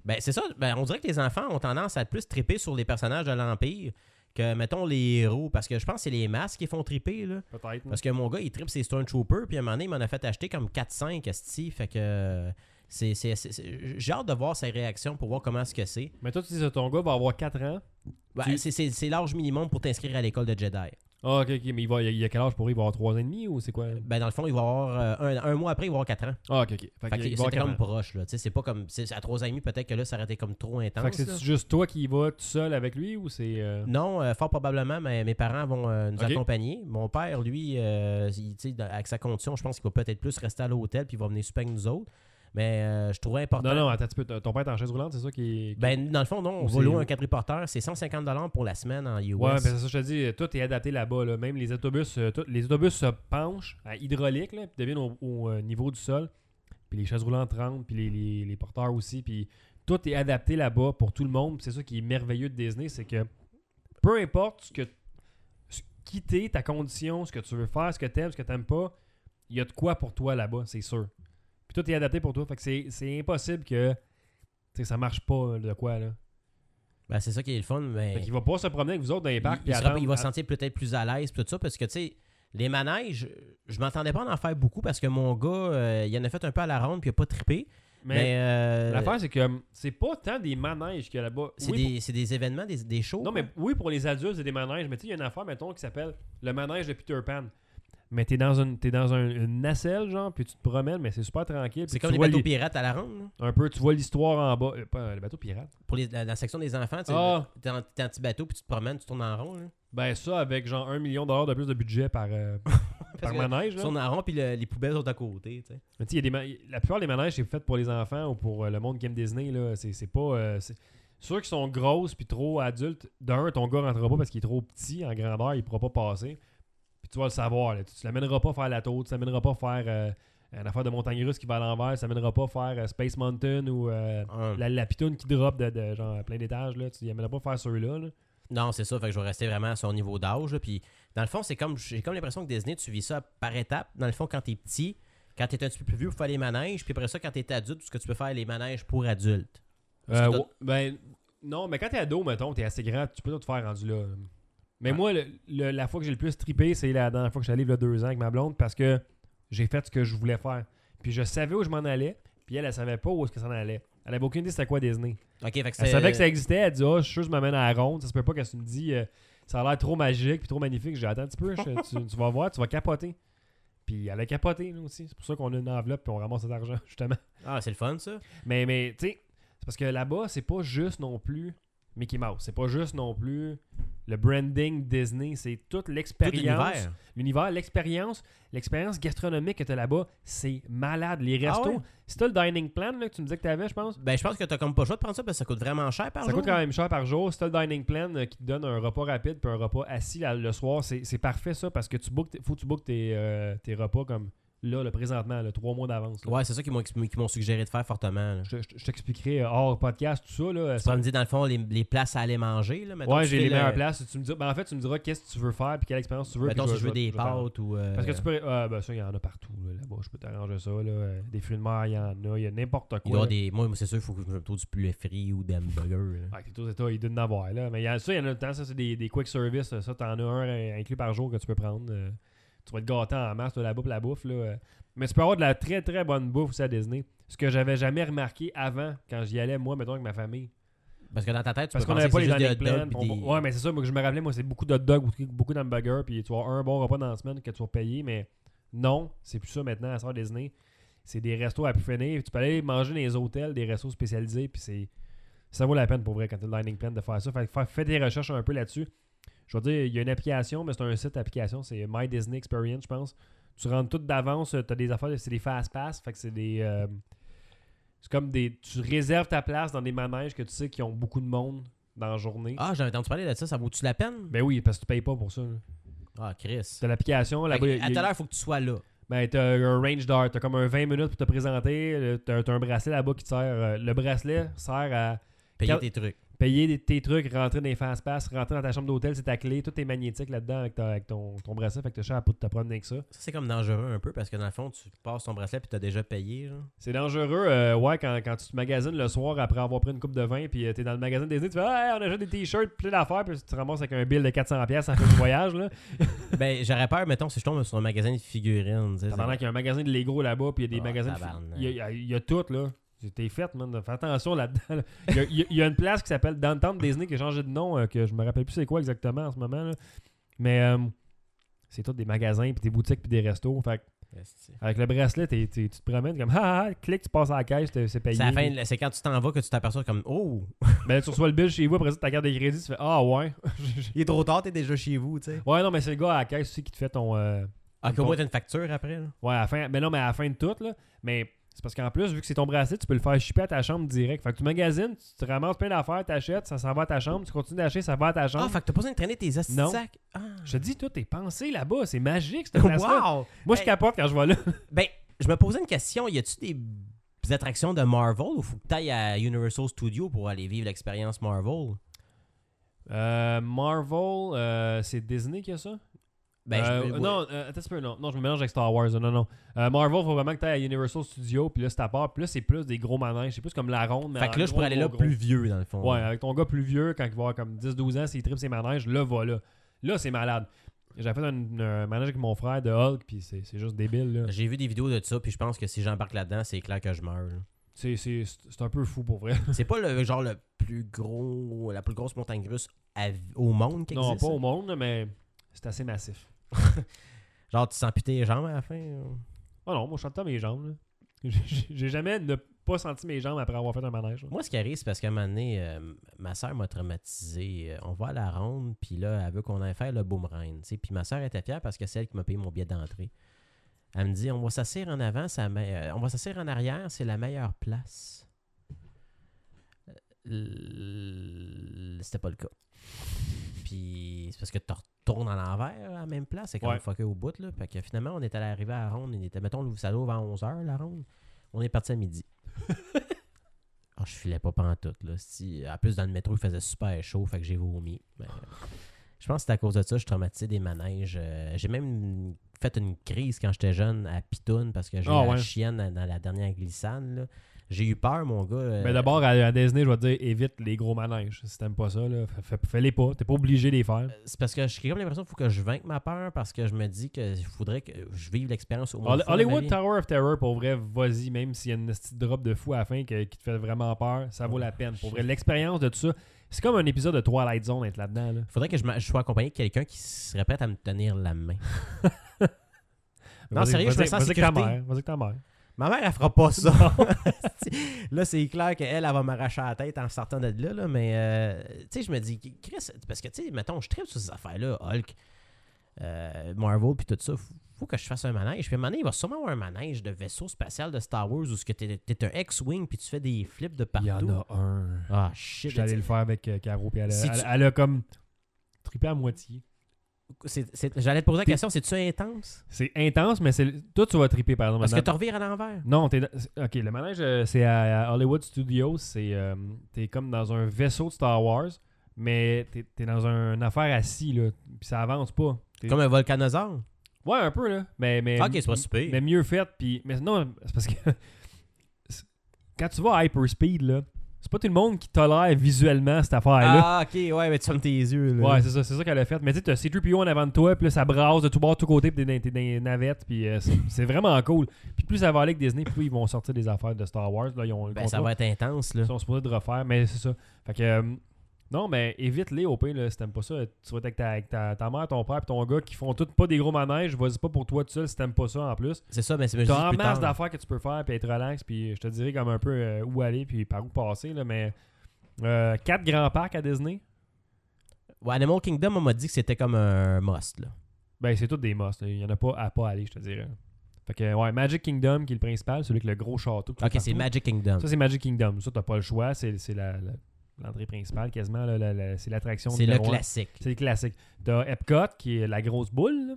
Ben, c'est ça. Ben, on dirait que les enfants ont tendance à plus triper sur les personnages de l'Empire que, mettons, les héros. Parce que je pense que c'est les masques qui font triper, là. peut-être. Parce que mon gars, il tripe ses Stormtroopers, puis à un moment donné, il m'en a fait acheter comme 4-5 esti. Fait que. c'est c'est- c'est- c'est- J'ai hâte de voir ses réactions pour voir comment est-ce que c'est. Mais toi, tu dis que ton gars va avoir 4 ans. Ben, Tu- c'est- C'est c'est l'âge minimum pour t'inscrire à l'école de Jedi. Ah, ok, ok, mais il, va, il a- il a quel âge pour lui Il va avoir 3 ans et demi ou c'est quoi Ben, dans le fond, il va avoir. euh, un, un mois après, il va avoir 4 ans. Ah, ok, ok. Fait Fait qu'il- que il va avoir c'était 4 comme ans. proche, là. Tu sais, c'est pas comme. c'est- À 3 ans et demi, peut-être que là, ça aurait été comme trop intense. Fait que là. c'est juste toi qui y vas tout seul avec lui ou c'est. euh, Non, euh, fort probablement, mais mes parents vont euh, nous Ok. accompagner. Mon père, lui, euh, il- tu sais, dans- avec sa condition, je pense qu'il va peut-être plus rester à l'hôtel puis il va venir souper avec nous autres. Mais euh, je trouvais important. Non, non, attends, un petit peu, ton père est en chaise roulante, c'est ça qui. Ben, dans le fond, non, on Ou va c'est- louer un quadriporteur. C'est 150 pour la semaine en US. Ouais, ben c'est ça, je te dis, tout est adapté là-bas. là. Même les autobus, euh, tout- les autobus se penchent à hydraulique, là, puis deviennent au, au, euh, niveau du sol. Puis les chaises roulantes rentrent, puis les, les- les porteurs aussi. Puis tout est adapté là-bas pour tout le monde. Puis C'est ça qui est merveilleux de Disney, c'est que peu importe ce que ce- qui t'es, ta condition, ce que tu veux faire, ce que t'aimes, ce que t'aimes pas, il y a de quoi pour toi là-bas, c'est sûr. Puis tout est adapté pour toi. Fait que c'est- c'est impossible que tu sais, ça marche pas de quoi là. Ben, c'est ça qui est le fun. Mais... Fait qu'il va pas se promener avec vous autres dans les Il- parcs. il, puis sera- attendre- il va se sentir peut-être plus à l'aise, puis tout ça, parce que, tu sais, les manèges, je m'entendais pas en en faire beaucoup parce que mon gars, euh, il en a fait un peu à la ronde, puis il a pas trippé. Mais, euh, L'affaire, c'est que hum, c'est pas tant des manèges qu'il y a là-bas. c'est Oui, des, c'est des événements, des, des shows. hein. pour- Non, mais oui, pour les adultes, c'est des manèges. Mais tu sais, il y a une affaire, mettons, qui s'appelle le manège de Peter Pan. mais t'es dans, une, t'es dans un- une nacelle, genre, puis tu te promènes, mais c'est super tranquille. puis C'est comme tu les vois bateaux li- pirates à la ronde. là. Un peu, tu vois l'histoire en bas. Euh, pas les bateaux pirates. Pour les- la, la section des enfants, tu sais, Ah. t'es en, t'es en petit bateau puis tu te promènes, tu tournes en rond. là. Ben, ça, avec genre un million de dollars de plus de budget par, euh, par que manège. Tu là. tournes en rond puis le- les poubelles sont à côté. tu sais. Mais tu sais, il y a des ma- la plupart des manèges, c'est fait pour les enfants ou pour euh, le monde qui aime Disney. Là. C'est, c'est pas. euh, c'est... Ceux qui sont grosses puis trop adultes, d'un, ton gars rentrera pas parce qu'il est trop petit en grandeur, il pourra pas passer. Puis tu vas le savoir. là. Tu, tu l'amèneras pas faire la tour, tu l'amèneras pas faire euh, une affaire de montagne russe qui va à l'envers, tu l'amèneras pas faire euh, Space Mountain ou euh, Hum. la, la pitoune qui drop de, de genre plein d'étages. Là. Tu l'amèneras pas faire ceux-là. là. Non, c'est ça. Fait que je vais rester vraiment à son niveau d'âge. là. Puis, dans le fond, c'est comme j'ai comme l'impression que Disney, tu vis ça par étapes. Dans le fond, quand t'es petit, quand t'es un petit peu plus vieux, pour faire les manèges. Puis après ça, quand t'es adulte, ce que tu peux faire les manèges pour adultes. Parce Euh, que t'as- ouais, ben, non, mais quand t'es ado, mettons, t'es assez grand, tu peux tout faire rendu là. Mais Ouais. moi, le- le- la fois que j'ai le plus tripé, c'est la dernière fois que j'allais le deux ans avec ma blonde parce que j'ai fait ce que je voulais faire. Puis je savais où je m'en allais, puis elle, elle savait pas où est-ce que ça en allait. Elle avait aucune idée c'était quoi Disney. Ok, fait que Elle c'est- savait que ça existait, elle dit Ah, je suis sûr que je m'amène à la ronde, ça se peut pas que tu me dis euh, ça a l'air trop magique puis trop magnifique. J'ai dit, attends un petit peu, je- tu, tu vas voir, tu vas capoter. Puis elle a capoté, nous aussi. C'est pour ça qu'on a une enveloppe puis on ramasse cet argent, justement. Ah, c'est le fun, ça. Mais, mais tu sais, c'est parce que là-bas, c'est pas juste non plus Mickey Mouse. C'est pas juste non plus le branding Disney. C'est toute Tout l'expérience. l'univers. L'univers, l'expérience, l'expérience gastronomique que t'as là-bas, c'est malade. Les Ah restos. ouais? Si t'as le dining plan là, que tu me disais que t'avais, je pense. Ben, je pense que t'as comme pas le choix de prendre ça parce que ça coûte vraiment cher par Ça jour. coûte quand même cher par jour. Si t'as le dining plan euh, qui te donne un repas rapide puis un repas assis la- le soir, c'est c'est parfait ça parce que tu book, faut que tu bookes tes, euh, tes repas comme là, le présentement, le trois mois d'avance. là. Ouais, c'est ça qu'ils m'ont expli- qu'ils m'ont suggéré de faire fortement. là. Je te- je te- je t'expliquerai euh, hors podcast, tout ça. Là, Tu vas me dire, dans le fond, les, les places à aller manger. Là, mettons, Ouais, tu j'ai fais les le- meilleures places. Tu me dis, ben, en fait, tu me diras qu'est-ce que tu veux faire puis quelle expérience tu veux. Mettons, puis si vais- je veux des vais t'arranger. pâtes ou. euh, Parce que tu peux. Ah, ben ça, il y en a partout là, là-bas. je peux t'arranger ça. Là. Euh, Des fruits de mer, il y en a. Il y a n'importe il doit y avoir quoi. des... Moi, c'est sûr, il faut que je me trouve du poulet frit ou des hamburgers. là. Ouais, c'est tout, c'est toi, il doit en avoir. Là. Mais il y a, ça, il y en a temps. Ça, c'est des, des quick service. Ça, t'en as un euh, inclus par jour que tu peux prendre. Euh, tu vas te gâter en masse, toi, la bouffe, la bouffe. Là. Euh, Mais tu peux avoir de la très, très bonne bouffe aussi à Disney. Ce que j'avais jamais remarqué avant, quand j'y allais, moi, mettons, avec ma famille. Parce que dans ta tête, tu Parce peux qu'on n'avait penser pas que les c'est années juste des hot pleines. dogs on- puis des- Ouais, mais c'est ça, moi que je me rappelais, moi, c'est beaucoup d'hot dogs, beaucoup- beaucoup d'hamburgers, puis tu vas avoir un bon repas dans la semaine que tu vas payer, mais non, c'est plus ça maintenant à Sœur Disney. C'est des restos à plus finir. Tu peux aller manger dans les hôtels, des restos spécialisés, puis c'est. Ça vaut la peine pour vrai quand tu le dining plan de faire ça. Fait que fa- fais des recherches un peu là-dessus. Je veux dire, il y a une application, mais c'est un site application, c'est My Disney Experience, je pense. Tu rentres tout d'avance, tu as des affaires, c'est des fast pass, fait que c'est des. euh, c'est comme des. Tu réserves ta place dans des manèges que tu sais qui ont beaucoup de monde dans la journée. Ah, j'avais entendu parler de ça, ça vaut-tu la peine? Ben oui, parce que tu payes pas pour ça. là. Ah, Chris. T'as l'application, Fait là-bas. il y que, a- À tout à l'heure, il faut que tu sois là. Ben, t'as un range d'heure. T'as comme un 20 minutes pour te présenter. euh, T'as t'as un bracelet là-bas qui te sert. euh, Le bracelet sert à Payer Quand- tes trucs. payer des- tes trucs, rentrer dans les fast-pass, rentrer dans ta chambre d'hôtel, c'est ta clé. Tout est magnétique là-dedans avec, ta- avec ton, ton bracelet. Fait que t'as cher à pas te promener avec ça. Ça, c'est comme dangereux un peu parce que dans le fond, tu passes ton bracelet puis t'as déjà payé. genre. C'est dangereux, euh, ouais, quand, quand tu te magasines le soir après avoir pris une coupe de vin, puis euh, t'es dans le magasin Disney, tu fais Ah, hey, on a déjà des t-shirts, plein d'affaires, puis tu te ramasses avec un bill de 400$ pièces en fin de voyage, là. ben, j'aurais peur, mettons, si je tombe sur un magasin de figurines. tu sais, Pendant ça- qu'il y a un magasin de Lego là-bas, puis il y a des Ah, magasins. de- tabarnak. Il y, a- il y a tout, là. T'es fait, man. Fais attention là-dedans. là. Il y a- il y, a- il y a une place qui s'appelle Downtown Disney qui a changé de nom, euh, que je me rappelle plus c'est quoi exactement en ce moment, là. Mais euh, c'est tout des magasins, puis des boutiques, puis des restos. Fait que Esti. avec le bracelet, t'es- t'es- tu te promènes comme Ah, ah, clique, tu passes à la caisse, t'es- c'est payé. C'est à la fin de- c'est quand tu t'en vas que tu t'aperçois comme Oh, Ben, là, tu reçois le bill chez vous, après ça, ta carte de crédit, tu fais Ah, ouais. il est trop tard, t'es déjà chez vous, tu sais. Ouais, non, mais c'est le gars à la caisse aussi qui te fait ton. euh, Ah, qu'au moins t'as une facture après. là. Ouais, à la fin. Mais non, mais à la fin de tout, là. Mais c'est parce qu'en plus, vu que c'est ton bracelet, tu peux le faire shipper à ta chambre direct. Fait que tu magasines, tu te ramasses plein d'affaires, t'achètes, ça s'en va à ta chambre, tu continues d'acheter, ça va à ta Ah, chambre. fait que t'as pas besoin de traîner tes hosties de Non. sacs. Ah. je te dis, tout est pensé là-bas, c'est magique cette place-là. Wow! Moi, je Hey. capote quand je vois là. Ben, je me posais une question. Y a-tu des des attractions de Marvel ou faut que t'ailles à Universal Studios pour aller vivre l'expérience Marvel? Euh, Marvel, euh, c'est Disney qui a ça Ben, je- Euh, ouais. Non, euh, attends un peu, non. Non, je me mélange avec Star Wars. euh, Non, non. Euh, Marvel, faut vraiment que tu à Universal Studios, puis là, c'est à part. Puis là, c'est plus des gros manèges. C'est plus comme la ronde. Mais Fait que là, je pourrais aller là plus plus vieux, dans le fond. Ouais, hein. avec ton gars plus vieux, quand il va avoir comme 10-12 ans, s'il tripe ses manèges, là, va là. Là, c'est malade. J'avais fait un, un manège avec mon frère de Hulk, puis c'est c'est juste débile, là. J'ai vu des vidéos de ça, puis je pense que si j'embarque là-dedans, c'est clair que je meurs. là. C'est- C'est c'est un peu fou pour vrai. c'est pas le genre le plus gros, la plus grosse montagne russe à- au monde qui Non, existe. pas au monde, mais c'est assez massif. Genre, tu sens puter les jambes à la fin. là. Oh non, moi, je sens tout le temps mes jambes. là. J'ai- J'ai j'ai jamais ne pas senti mes jambes après avoir fait un manège. là. Moi, ce qui arrive, c'est parce qu'à un moment donné, euh, ma soeur m'a traumatisé. Euh, On va à la ronde, puis là, elle veut qu'on aille faire le boomerang. tu sais. Puis ma soeur était fière parce que c'est elle qui m'a payé mon billet d'entrée. Elle me dit On va s'asseoir en avant, c'est la me- euh, on va s'asseoir en arrière, c'est la meilleure place. Euh, l- C'était pas le cas. Puis c'est parce que tu retournes en l'envers à la même place, c'est comme Ouais. fucké au bout. Là. Fait que finalement, on est allé arriver à la ronde. Il était, mettons, ça l'ouvre à 11h, la ronde. On est parti à midi. Ah, je filais pas pantoute, là. Si, en plus, dans le métro, il faisait super chaud, fait que j'ai vomi. Mais, euh, je pense que c'est à cause de ça, je suis traumatisé des manèges. Euh, j'ai même fait une crise quand j'étais jeune à Pitoun parce que j'ai eu Ah, la ouais. chienne dans, dans la dernière glissade, là. J'ai eu peur, mon gars. euh, Mais d'abord, à, à Disney, je vais te dire, évite les gros manèges. Si t'aimes pas ça, là, fais- fais- fais-les pas. T'es pas obligé de les faire. C'est parce que j'ai comme l'impression qu'il faut que je vainque ma peur parce que je me dis que il faudrait que je vive l'expérience au moins. Hol- une fois dans ma Hollywood vie. Tower of Terror, pour vrai, vas-y, même s'il y a une petite drop de fou à la fin que- qui te fait vraiment peur, ça vaut la peine. Pour vrai, l'expérience de tout ça, c'est comme un épisode de Twilight Zone être là-dedans. là. faudrait que je, m'a- je sois accompagné de quelqu'un qui serait prêt à me tenir la main. Non, Vas-y, sérieux, je vas-y- me sens en Vas-y que ta sécurité. mère. Vas-y que ta mère. Ma mère, elle fera pas ça. là, c'est clair qu'elle, elle va m'arracher la tête en sortant de là, là, mais euh, tu sais, je me dis, Chris, parce que tu sais, mettons, je tripe sur ces affaires-là, Hulk, euh, Marvel, puis tout ça. Faut, faut que je fasse un manège. Puis à un moment donné, il va sûrement avoir un manège de vaisseau spatial de Star Wars où ce que t'es, t'es un X-Wing, puis tu fais des flips de Il partout. y en a un. Ah, Je shit. suis allé le faire avec euh, Caro, puis elle, a- Si elle- tu- elle a comme trippé à moitié. C'est- c'est- j'allais te poser la question, c'est-tu intense? C'est intense, mais c'est toi, tu vas tripper, par exemple. Parce que maintenant. tu revires à l'envers. Non, t'es dans- c'est- OK, le manège, euh, c'est à, à Hollywood Studios. C'est, euh, t'es comme dans un vaisseau de Star Wars, mais t'es, t'es dans un- une affaire assis, là. Puis ça avance pas. T'es- Comme un volcanosaure. Ouais, un peu, là. Mais, mais, Ok, c'est pas si pire. Mais mieux fait, puis... Mais non, c'est parce que... c'est- quand tu vas à hyperspeed, là, c'est pas tout le monde qui tolère visuellement cette affaire-là. Ah, ok, ouais, mais tu fermes tes yeux. Là. Ouais, c'est ça, c'est ça qu'elle a fait. Mais tu sais, t'as C3PO en avant de toi, puis là, ça brasse de tout bord, de tout côté, puis t'es dans- t'es dans les navettes, puis euh, c'est- c'est vraiment cool. Puis plus ça va aller avec Disney, plus ils vont sortir des affaires de Star Wars. Là, ils ont le Ben, ça contrat. va être intense, là. Ils sont supposés de refaire, mais c'est ça. Fait que, euh, non, mais évite-les au pire, là, si t'aimes pas ça. Tu vas être avec ta, avec ta- ta mère, ton père, puis ton gars qui font tous pas des gros manèges. Vas-y pas pour toi tout seul si t'aimes pas ça en plus. C'est ça, mais c'est mais je dis T'as en plus masse tard. d'affaires que tu peux faire, puis être relax, puis je te dirais comme un peu euh, où aller, puis par où passer, là, mais. euh, quatre grands parcs à Disney. Ouais, Animal Kingdom, on m'a dit que c'était comme un must, là. Ben, c'est tout des must. là. Il n'y en a pas à pas aller, je te dirais. Fait que, ouais, Magic Kingdom qui est le principal, celui avec le gros château. qui est Ok, c'est partout. Magic Kingdom. Ça, c'est Magic Kingdom. Ça, t'as pas le choix. C'est c'est la- la- l'entrée principale quasiment. là, la- la- c'est l'attraction C'est le numéro un. classique. C'est le classique. T'as Epcot qui est la grosse boule, là.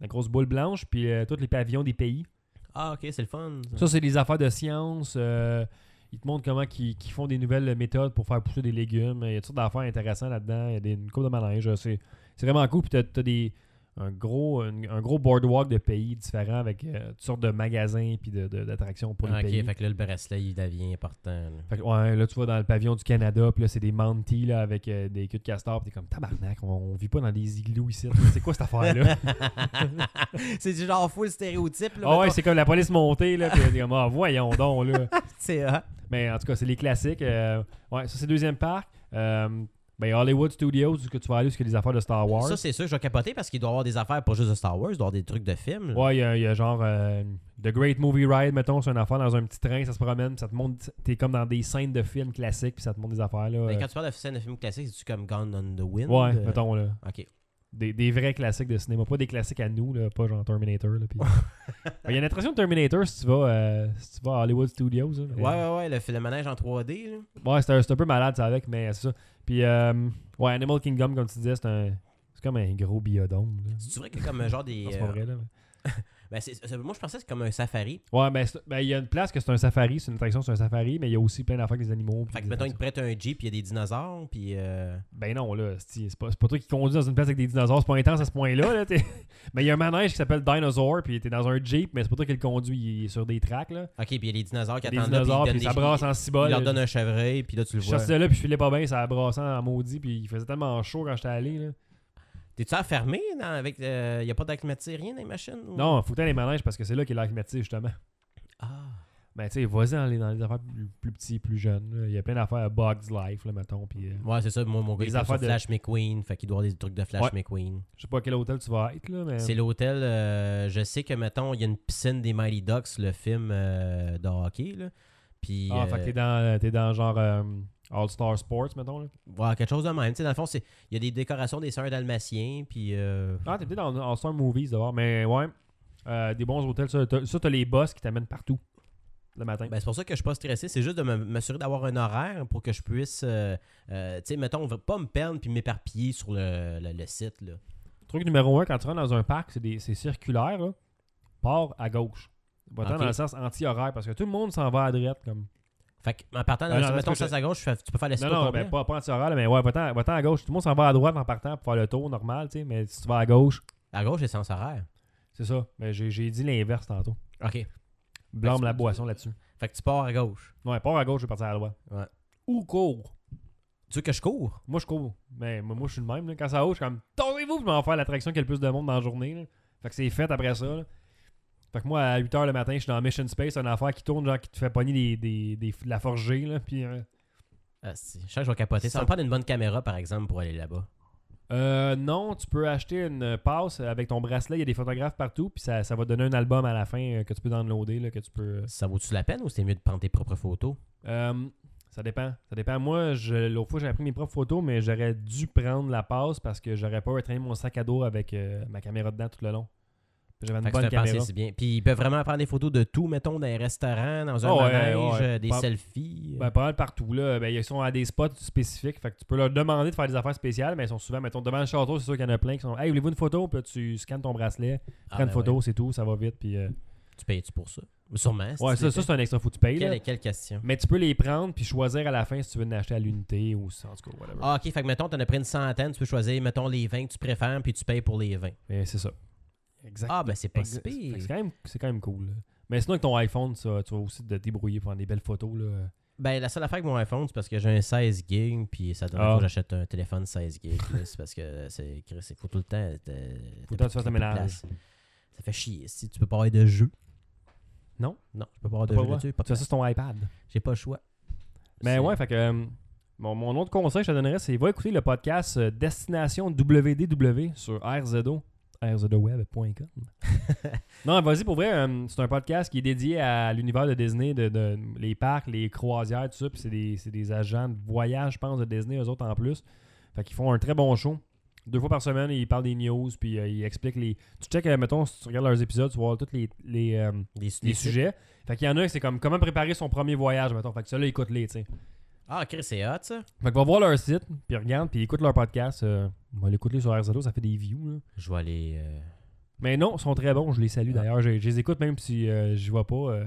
la grosse boule blanche, puis euh, tous les pavillons des pays. Ah, ok, c'est le fun. ça. Ça, c'est des affaires de science. euh, ils te montrent comment qu'ils qu'ils font des nouvelles méthodes pour faire pousser des légumes. Il y a toutes sortes d'affaires intéressantes là-dedans. Il y a des, une coupe de manège. euh, C'est c'est vraiment cool. Puis t'as t'as des. Un gros, un, un gros boardwalk de pays différents avec euh, toutes sortes de magasins puis de- de- d'attractions pour les Ah, ok, pays. fait que là, le bracelet, il devient important. là. Fait que, ouais, là, tu vas dans le pavillon du Canada, puis là, c'est des mantis là, avec euh, des queues de castor, puis t'es comme tabarnak, on, on vit pas dans des igloos ici. là. C'est quoi cette affaire-là? c'est du genre full stéréotype, là. ah ouais, mettons. c'est comme la police montée, là, puis t'es comme, ah, voyons donc, là. c'est. hot. Mais en tout cas, c'est les classiques. euh, ouais, ça, c'est le deuxième parc. Euh, ben, Hollywood Studios, ce que tu vas aller, ce que les affaires de Star Wars. Ça, c'est sûr, je vais capoter parce qu'il doit y avoir des affaires pas juste de Star Wars, il doit y avoir des trucs de films. là. Ouais, il y, a- il y a genre euh, The Great Movie Ride, mettons, c'est un affaire dans un petit train, ça se promène, puis ça te montre, t'es comme dans des scènes de films classiques, puis ça te montre des affaires, là. Mais euh, quand tu parles de scène de film classique, c'est-tu comme Gone on the Wind ouais, Euh, mettons, là. Ok. des, des vrais classiques de cinéma, pas des classiques à nous, là, pas genre Terminator. là, pis- Ben, Il y a une attraction de Terminator si tu vas, euh, si tu vas à Hollywood Studios. là, mais- Ouais, ouais, ouais, le, le manège en 3D, là. Ouais, c'est un, c'est un peu malade ça avec, mais c'est ça. Puis, euh, ouais, Animal Kingdom, comme tu disais, c'est un. C'est comme un gros biodôme. là. C'est vrai que comme un genre des. Non, c'est pas euh, vrai, là. mais- ben, c'est- c'est- moi, je pensais que c'est comme un safari. Ouais, ben, c'est- ben, il y a une place que c'est un safari, c'est une attraction, c'est un safari, mais il y a aussi plein d'affaires avec des animaux. puis Fait que, des mettons, ils te attractions. prêtent un Jeep, il y a des dinosaures, puis. euh, Ben non, là, c'est c'est pas, c'est pas toi qui conduis dans une place avec des dinosaures, c'est pas intense à ce point-là. là, t'es- mais il y a un manège qui s'appelle Dinosaur, puis t'es dans un Jeep, mais c'est pas toi qui le conduis, il est sur des tracks, là. Ok, puis il y a les dinosaures qui des attendent là, puis ils dinosaures, donnent puis des- ça brasse en Il cibole. leur donne un chevreuil, puis là, tu le Je vois. sortais là, puis je filais pas bien, ça brassait en maudit, puis il faisait tellement chaud quand j'étais allé. Là. Mm. T'es-tu enfermé? Non, avec, euh, il n'y a pas d'acclimatisé, rien dans les machines? ou- Non, foutait les manèges parce que c'est là qu'il est l'acclimatisé, justement. Ah. Ben, tu sais, vas-y dans les, dans les affaires plus, plus petits, plus jeunes. Il y a plein d'affaires à Bugs Life, là, mettons. Puis, euh, Ouais, c'est ça. Moi, mon gars, Les il est sur affaires de- Flash McQueen. Fait qu'il doit avoir des trucs de Flash Ouais. McQueen. je sais pas à quel hôtel tu vas être, là, mais. C'est l'hôtel. euh, je sais que, mettons, il y a une piscine des Mighty Ducks, le film euh, de hockey. Là. Puis, Ah, euh, fait que t'es dans, t'es dans genre All-Star Sports, mettons, là. ouais, quelque chose de même. Tu sais, dans le fond, c'est- il y a des décorations des sœurs dalmatiens. Puis, euh, Ah, t'es peut-être dans All-Star Movies d'abord, mais ouais. Euh, des bons hôtels, ça, t'as, ça, t'as les boss qui t'amènent partout le matin. ben, c'est pour ça que je suis pas stressé. C'est juste de me- m'assurer d'avoir un horaire pour que je puisse, euh, euh, tu sais, mettons, pas me perdre puis m'éparpiller sur le, le- le site. Là. Truc numéro un, quand tu rentres dans un parc, c'est, des, c'est circulaire, là. Pars à gauche. Va-t'en Ok. dans le sens anti-horaire parce que tout le monde s'en va à droite. Comme... Fait que, en partant, Ah, non, mettons, parce que ça à gauche, je fais- tu peux faire le site Non, au non, complet. ben, pas, pas anti-horaire, là, mais ouais, va-t'en, va-t'en à gauche. Tout le monde s'en va à droite en partant pour faire le tour normal, tu sais. Mais si tu vas à gauche, À gauche, c'est sans horaire. c'est ça. Mais j'ai, j'ai dit l'inverse tantôt. OK. Blâme tu- la boisson là-dessus. Fait que tu pars à gauche. Ouais, pars à gauche, je vais partir à la droite. Ouais. Ou cours. Tu veux que je cours? Moi, je cours. Mais moi, moi, je suis le même. là. Quand ça haut, je suis comme Tournez-vous, puis je vais en faire l'attraction qui a le plus de monde dans la journée. là. Fait que c'est fait après ça. là. Fait que moi, à 8h le matin, je suis dans Mission Space, une affaire qui tourne, genre qui te fait pogner des, des, des- de la forgée. Là, puis, euh, Ah, si. Je sais que je vais capoter. Ça Ça- me prendre une bonne caméra, par exemple, pour aller là-bas. euh, non, tu peux acheter une passe avec ton bracelet. Il y a des photographes partout, puis ça, ça va te donner un album à la fin euh, que tu peux downloader. Là, que tu peux, euh, Ça vaut-tu la peine ou c'est mieux de prendre tes propres photos? Euh, ça dépend. Ça dépend. Moi, je- l'autre fois, j'avais pris mes propres photos, mais j'aurais dû prendre la passe parce que j'aurais pas traîner mon sac à dos avec euh, ma caméra dedans tout le long. J'avais une Fait que bonne c'est un pensée, caméra. c'est bien. Puis ils peuvent vraiment prendre des photos de tout, mettons, dans les restaurants, dans un Oh, ouais, manège, ouais. euh, des Pas- selfies. Ah, Ben, pas mal partout. Là. Ben, ils sont à des spots spécifiques. Fait que tu peux leur demander de faire des affaires spéciales, mais ils sont souvent, mettons, devant le château, c'est sûr qu'il y en a plein qui sont Hey, voulez-vous une photo Puis là, tu scannes ton bracelet, tu Ah, prends une ben photo, ouais. c'est tout, ça va vite. Puis, euh, Tu payes-tu pour ça? Sûrement. si Ouais, tu ça, les ça, payes. c'est un extra fou que tu payes. là. Quelle, quelle question? Mais tu peux les prendre puis choisir à la fin si tu veux en acheter à l'unité ou si- en tout cas, whatever. Ah, OK. Fait que, mettons, t'en as pris une centaine. Tu peux choisir, mettons, les 20 que tu préfères, puis tu payes pour les 20. Mais c'est ça. Exact. Ah, ben, c'est pas si Exact. Fait que pire. C'est quand, même- c'est quand même cool. là. Mais sinon, avec ton iPhone, ça, tu vas aussi te débrouiller pour prendre des belles photos. Là. Ben, la seule affaire avec mon iPhone, c'est parce que j'ai un 16 gig, puis ça donne Ah. que j'achète un téléphone 16 gig. là, c'est parce que c'est Chris, il faut tout le temps. euh, t'as- Faut t'as que tu fasses le plus de ménage. place. Ça fait chier. Si tu peux pas avoir de jeu. Non? Non, je peux pas avoir T'as pas de jeu le droit? là-dessus, pas Tu de fais ça sur ton iPad. place. J'ai pas le choix. Mais C'est- ouais, fait que euh, mon, mon autre conseil que je te donnerais, c'est va écouter le podcast euh, Destination WDW sur RZO, rzoweb.com. non, vas-y, pour vrai, euh, c'est un podcast qui est dédié à l'univers de Disney, de, de- les parcs, les croisières, tout ça. Puis c'est des, c'est des agents de voyage, je pense, de Disney, eux autres en plus. Fait qu'ils font un très bon show. Deux fois par semaine, ils parlent des news, puis euh, ils expliquent les. Tu check, euh, mettons, si tu regardes leurs épisodes, tu vas voir tous les, les, euh, Les, les sujets. Fait qu'il y en a, c'est comme comment préparer son premier voyage, mettons. Fait que ça, là, écoute-les, tu sais. Ah, Chris, c'est hot, ça. Fait que va voir leur site, puis regarde, puis écoute leur podcast. Euh, va l'écouter sur RZO, ça fait des views. là. Je vais aller. euh, Mais non, ils sont très bons, je les salue Ouais. d'ailleurs. Je, je les écoute même si euh, je vois pas. euh,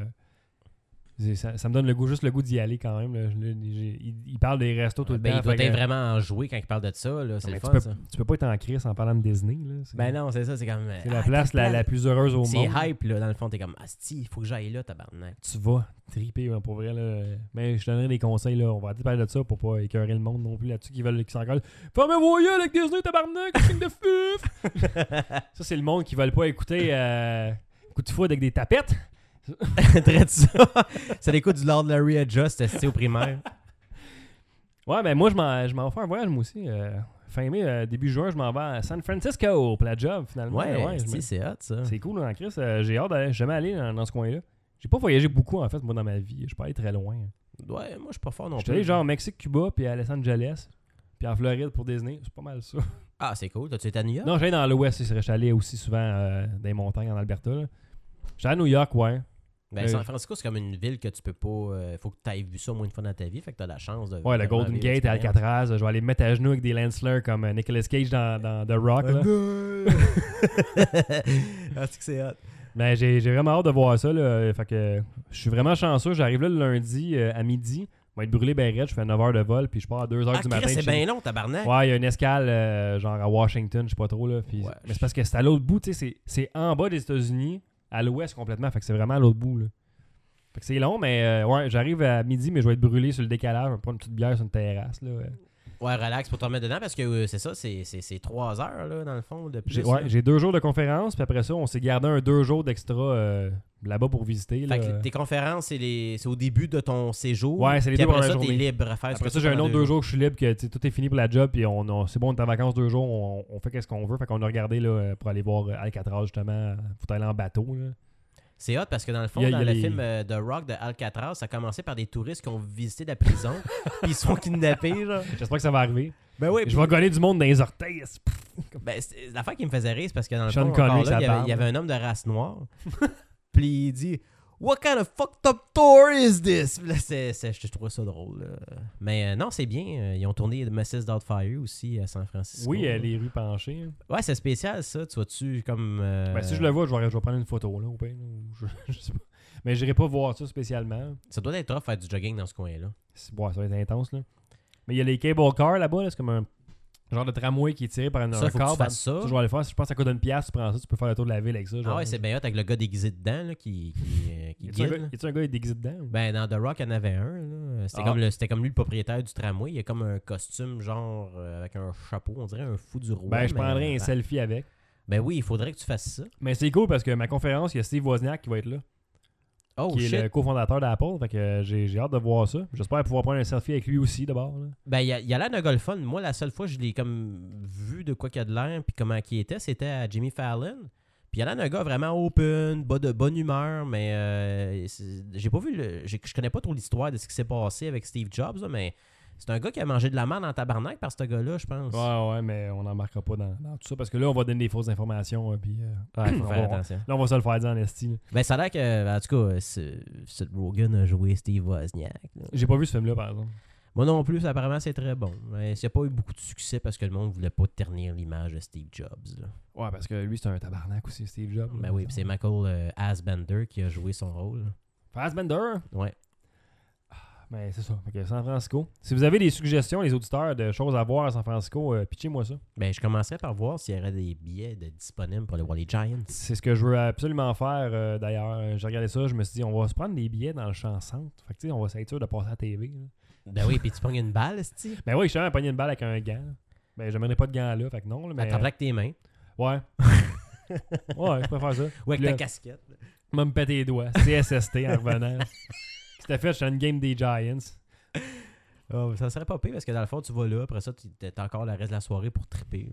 c'est- ça, ça me donne le goût, juste le goût d'y aller quand même. là. Je- le- j'ai- ils, ils parlent des restos tout le ben, temps. il doit fait que- être vraiment en jouer quand il parle de ça, là. C'est mais le tu, fun, peux, ça. tu peux pas être en crise en parlant de Disney. Là. C'est- Ben non, c'est ça, c'est comme. C'est la place la, la plus heureuse au C'est monde. hype, là. Dans le fond, t'es comme, Asti, il faut que j'aille là, tabarnak. Tu vas triper hein, pour vrai. Là. Mais je te donnerai des conseils. Là. On va arrêter de parler de ça pour pas écœurer le monde non plus là-dessus qui veulent qui s'en collent. Fermez vos yeux avec Disney, tabarnak, signe de fuf! Ça, c'est le monde qui veulent pas écouter euh, coup de foudre avec des tapettes. Traite ça. ça l'écoute du Lord Larry Adjust, Asti, au primaire. Ouais, ben moi, je m'en, je m'en fais un voyage, moi aussi. euh, fin mai, euh, début juin, je m'en vais à San Francisco pour la job, finalement. Ouais, je asti, me- c'est hot, ça. c'est cool, en Chris. euh, j'ai hâte d'aller. J'ai jamais allé dans, dans ce coin-là. J'ai pas voyagé beaucoup, en fait, moi, dans ma vie. Je suis pas allé très loin. Ouais, moi, je suis pas fort non Je suis plus. allé genre au Mexique, Cuba, puis à Los Angeles, puis en Floride pour Disney. C'est pas mal ça. Ah, c'est cool. T'as-tu été à New York? Non, j'allais dans l'Ouest. Je suis allé aussi souvent euh, dans les montagnes en Alberta. là. J'étais à New York, ouais. Ben, Euh, San Francisco, c'est comme une ville que tu peux pas. euh, faut que tu aies vu ça au moins une fois dans ta vie. Fait que t'as la chance de. Ouais, le vraiment Golden vivre Gate et l'expérience. Alcatraz. euh, Je vais aller me mettre à genoux avec des Lensler comme euh, Nicolas Cage dans, dans The Rock. là. ah, c'est que c'est hot. Mais j'ai j'ai vraiment hâte de voir ça. Là. Fait que je suis vraiment chanceux. J'arrive là le lundi euh, à midi. Je vais être brûlé ben raide. Je fais 9 heures de vol. Puis je pars à 2 heures Ah, du Chris, matin. c'est chez bien long, tabarnak. Ouais, il y a une escale euh, genre à Washington, je sais pas trop là. puis- Ouais. mais c'est parce que c'est à l'autre bout, tu sais, c'est- c'est en bas des États-Unis, à l'ouest complètement, fait que c'est vraiment à l'autre bout là. Fait que c'est long, mais euh, ouais, j'arrive à midi, mais je vais être brûlé sur le décalage, je vais me prendre une petite bière sur une terrasse là. ouais. Ouais, relax pour te remettre dedans parce que euh, c'est ça, c'est- c'est c'est trois heures, là, dans le fond, de plus. J'ai ouais, là. j'ai deux jours de conférence, puis après ça, on s'est gardé un deux jours d'extra euh, là-bas pour visiter. là. euh. Fait que tes conférences, c'est les- c'est au début de ton séjour. Ouais, c'est les puis deux après premières ça, t'es journées. libre à faire ce que Après ça, tu j'ai veux un pendant autre deux jours que je suis libre, que tu sais, tout est fini pour la job, puis on, on- c'est bon, on est en vacances deux jours, on, on fait qu'est-ce qu'on veut. Fait qu'on a regardé là, euh, pour aller voir euh, Alcatraz, justement, faut aller en bateau. là. C'est hot parce que dans le fond, Il y a- dans il y le a les- film euh, The Rock de Alcatraz, ça a commencé par des touristes qui ont visité la prison, puis ils sont kidnappés, genre. J'espère que ça va arriver. Ben oui, Je vais gagner du monde dans les orteils. Ben, c'est- l'affaire qui me faisait rire, c'est parce que dans le Sean fond, Connery, encore là, ça il, y avait, parle. il y avait un homme de race noire. puis il dit What kind of fucked up tour is this? Puis là, c'est- c'est- je trouvais ça drôle. là. Mais euh, non, c'est bien. euh, Ils ont tourné Mrs. Doubtfire aussi à San Francisco. Oui, euh, là. les rues penchées. hein. Ouais, c'est spécial ça. Tu vois-tu comme. euh, Ben, si je le vois, je vais, je vais prendre une photo, là, au pire, là, ou je- je sais pas. Mais j'irai pas voir ça spécialement. Ça doit être tough faire du jogging dans ce coin-là. C'est- ouais, ça va être intense, là. Mais il y a les cable cars là-bas, là, c'est comme un genre de tramway qui est tiré par un, Ça, un faut que tu câble. fasses ça. je vais aller faire. Si je pense que ça coûte une pièce, tu prends ça, tu peux faire le tour de la ville avec ça. Ah genre. ouais, c'est bien hot avec le gars déguisé dedans là, qui, qui, euh, qui Y a-tu un guide. gars- là. y a-tu un gars qui est déguisé dedans? ou- Ben, dans The Rock, il y en avait un. là. C'était Ah. comme, le- c'était comme lui, le propriétaire du tramway. Il a comme un costume, genre, euh, avec un chapeau. On dirait un fou du roi. Ben, je mais- prendrais un ben, selfie avec. Ben oui, il faudrait que tu fasses ça. Mais c'est cool parce que ma conférence, il y a Steve Wozniak qui va être là, Oh, qui shit. est le cofondateur d'Apple. Fait que euh, j'ai j'ai hâte de voir ça. J'espère pouvoir prendre un selfie avec lui aussi d'abord. là. Ben, il y a, il y a l'air d'un golfon. Moi, la seule fois, je l'ai comme vu de quoi qu'il y a de l'air, puis comment qu'il était, c'était à Jimmy Fallon. Puis il y a l'air d'un gars vraiment open, bas de bonne humeur, mais euh, c'est- j'ai pas vu le. j'ai- Je connais pas trop l'histoire de ce qui s'est passé avec Steve Jobs, là, mais c'est un gars qui a mangé de la merde en tabarnak par ce gars-là, je pense. Ouais, ouais, mais on n'en marquera pas dans, dans tout ça parce que là, on va donner des fausses informations. hein, puis, euh, faut on faire va- attention. Là, on va se le faire dire en esti. là. Ben, ça a l'air que, en tout cas, euh, ce- Seth Rogen a joué Steve Wozniak. là. J'ai pas vu ce film-là, par exemple. Moi non plus, apparemment, c'est très bon. Mais il n'y a pas eu beaucoup de succès parce que le monde voulait pas ternir l'image de Steve Jobs. là. Ouais, parce que lui, c'est un tabarnak aussi, Steve Jobs. Ben oui, puis c'est Michael euh, Asbender qui a joué son rôle. là. Fassbender. Ouais. Ben, c'est ça. Fait que San Francisco. Si vous avez des suggestions, les auditeurs, de choses à voir à San Francisco, euh, pitchez-moi ça. Ben, je commencerai par voir s'il y aurait des billets de disponibles pour aller voir les Giants. C'est ce que je veux absolument faire, euh, d'ailleurs. Euh, J'ai regardé ça, je me suis dit, on va se prendre des billets dans le champ centre. Fait que, tu sais, on va s'être sûr de passer à la TV. là. Ben oui, puis tu pognes une balle, cest Ben oui, je suis allé pogner une balle avec un gant. Ben, je pas de gant là, fait que non. Là, mais, euh, Attrape-la avec tes mains. ouais. ouais, je préfère ça. Ou avec Puis ta là, casquette. m'a me péter les doigts. C'est SST en revenant. C'était fait, je suis à une game des Giants. Oh, ça serait pas pire parce que dans le fond, tu vas là, après ça, tu t'es encore le reste de la soirée pour triper.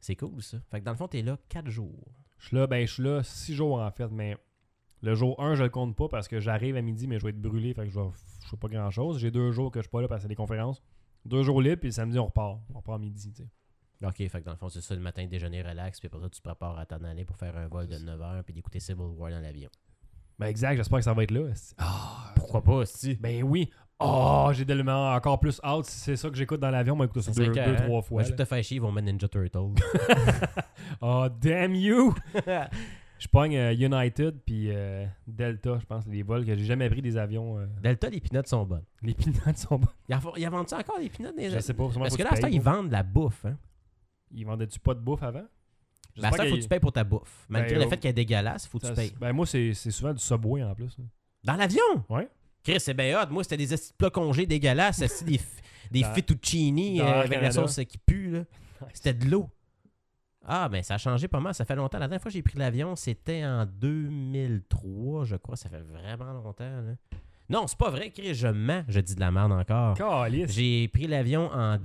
C'est cool ça. Fait que dans le fond, t'es là 4 jours. Je suis là, ben, je suis là six jours en fait, mais le jour 1, je le compte pas parce que j'arrive à midi, mais je vais être brûlé, fait que je ne fais pas grand chose. J'ai deux jours que je suis pas là parce que c'est des conférences. Deux jours libres, puis le samedi, on repart. On repart à midi, tu sais. Ok, fait que dans le fond, c'est ça le matin, déjeuner relax, puis après ça, tu te prépares à t'en aller pour faire un vol de 9h puis d'écouter Civil War dans l'avion. Ben, exact, j'espère que ça va être là. esti. Ah, Pourquoi pas, si? ben oui. Oh, j'ai tellement encore plus hâte. Si c'est ça que j'écoute dans l'avion, on va écouter ça deux, deux, trois fois. Ben, je vais là. te faire chier, ils vont mettre Ninja Turtle. Oh, damn you! Je pogne euh, United puis euh, Delta, je pense, les vols que j'ai jamais pris des avions. euh. Delta, les peanuts sont bonnes. Les pinottes sont bonnes. Ils, en font- ils en vendent-tu encore des peanuts Je déjà? sais pas. sûrement Parce faut que là, tu à ce temps, payes, ils gros. vendent de la bouffe. Hein? Ils vendaient-tu pas de bouffe avant? Ben, à ce J'espère temps, faut que qu'il- tu payes pour ta bouffe. Malgré Ben, le fait qu'elle est dégueulasse, faut que tu Ça, payes. c'est- Ben moi, c'est c'est souvent du Subway en plus. Dans l'avion? Ouais. Chris, c'est bien hot. Moi, c'était des esti de plats congés dégueulasses, esti des, f- des Dans- fettuccini dans euh, Air avec la Canada. sauce qui pue. là. C'était de l'eau. Ah, mais ça a changé pas mal. Ça fait longtemps. La dernière fois que j'ai pris l'avion, c'était en 2003, je crois. Ça fait vraiment longtemps. là. Non, c'est pas vrai, Chris. Je mens. Je dis de la merde encore. Calice. J'ai pris l'avion en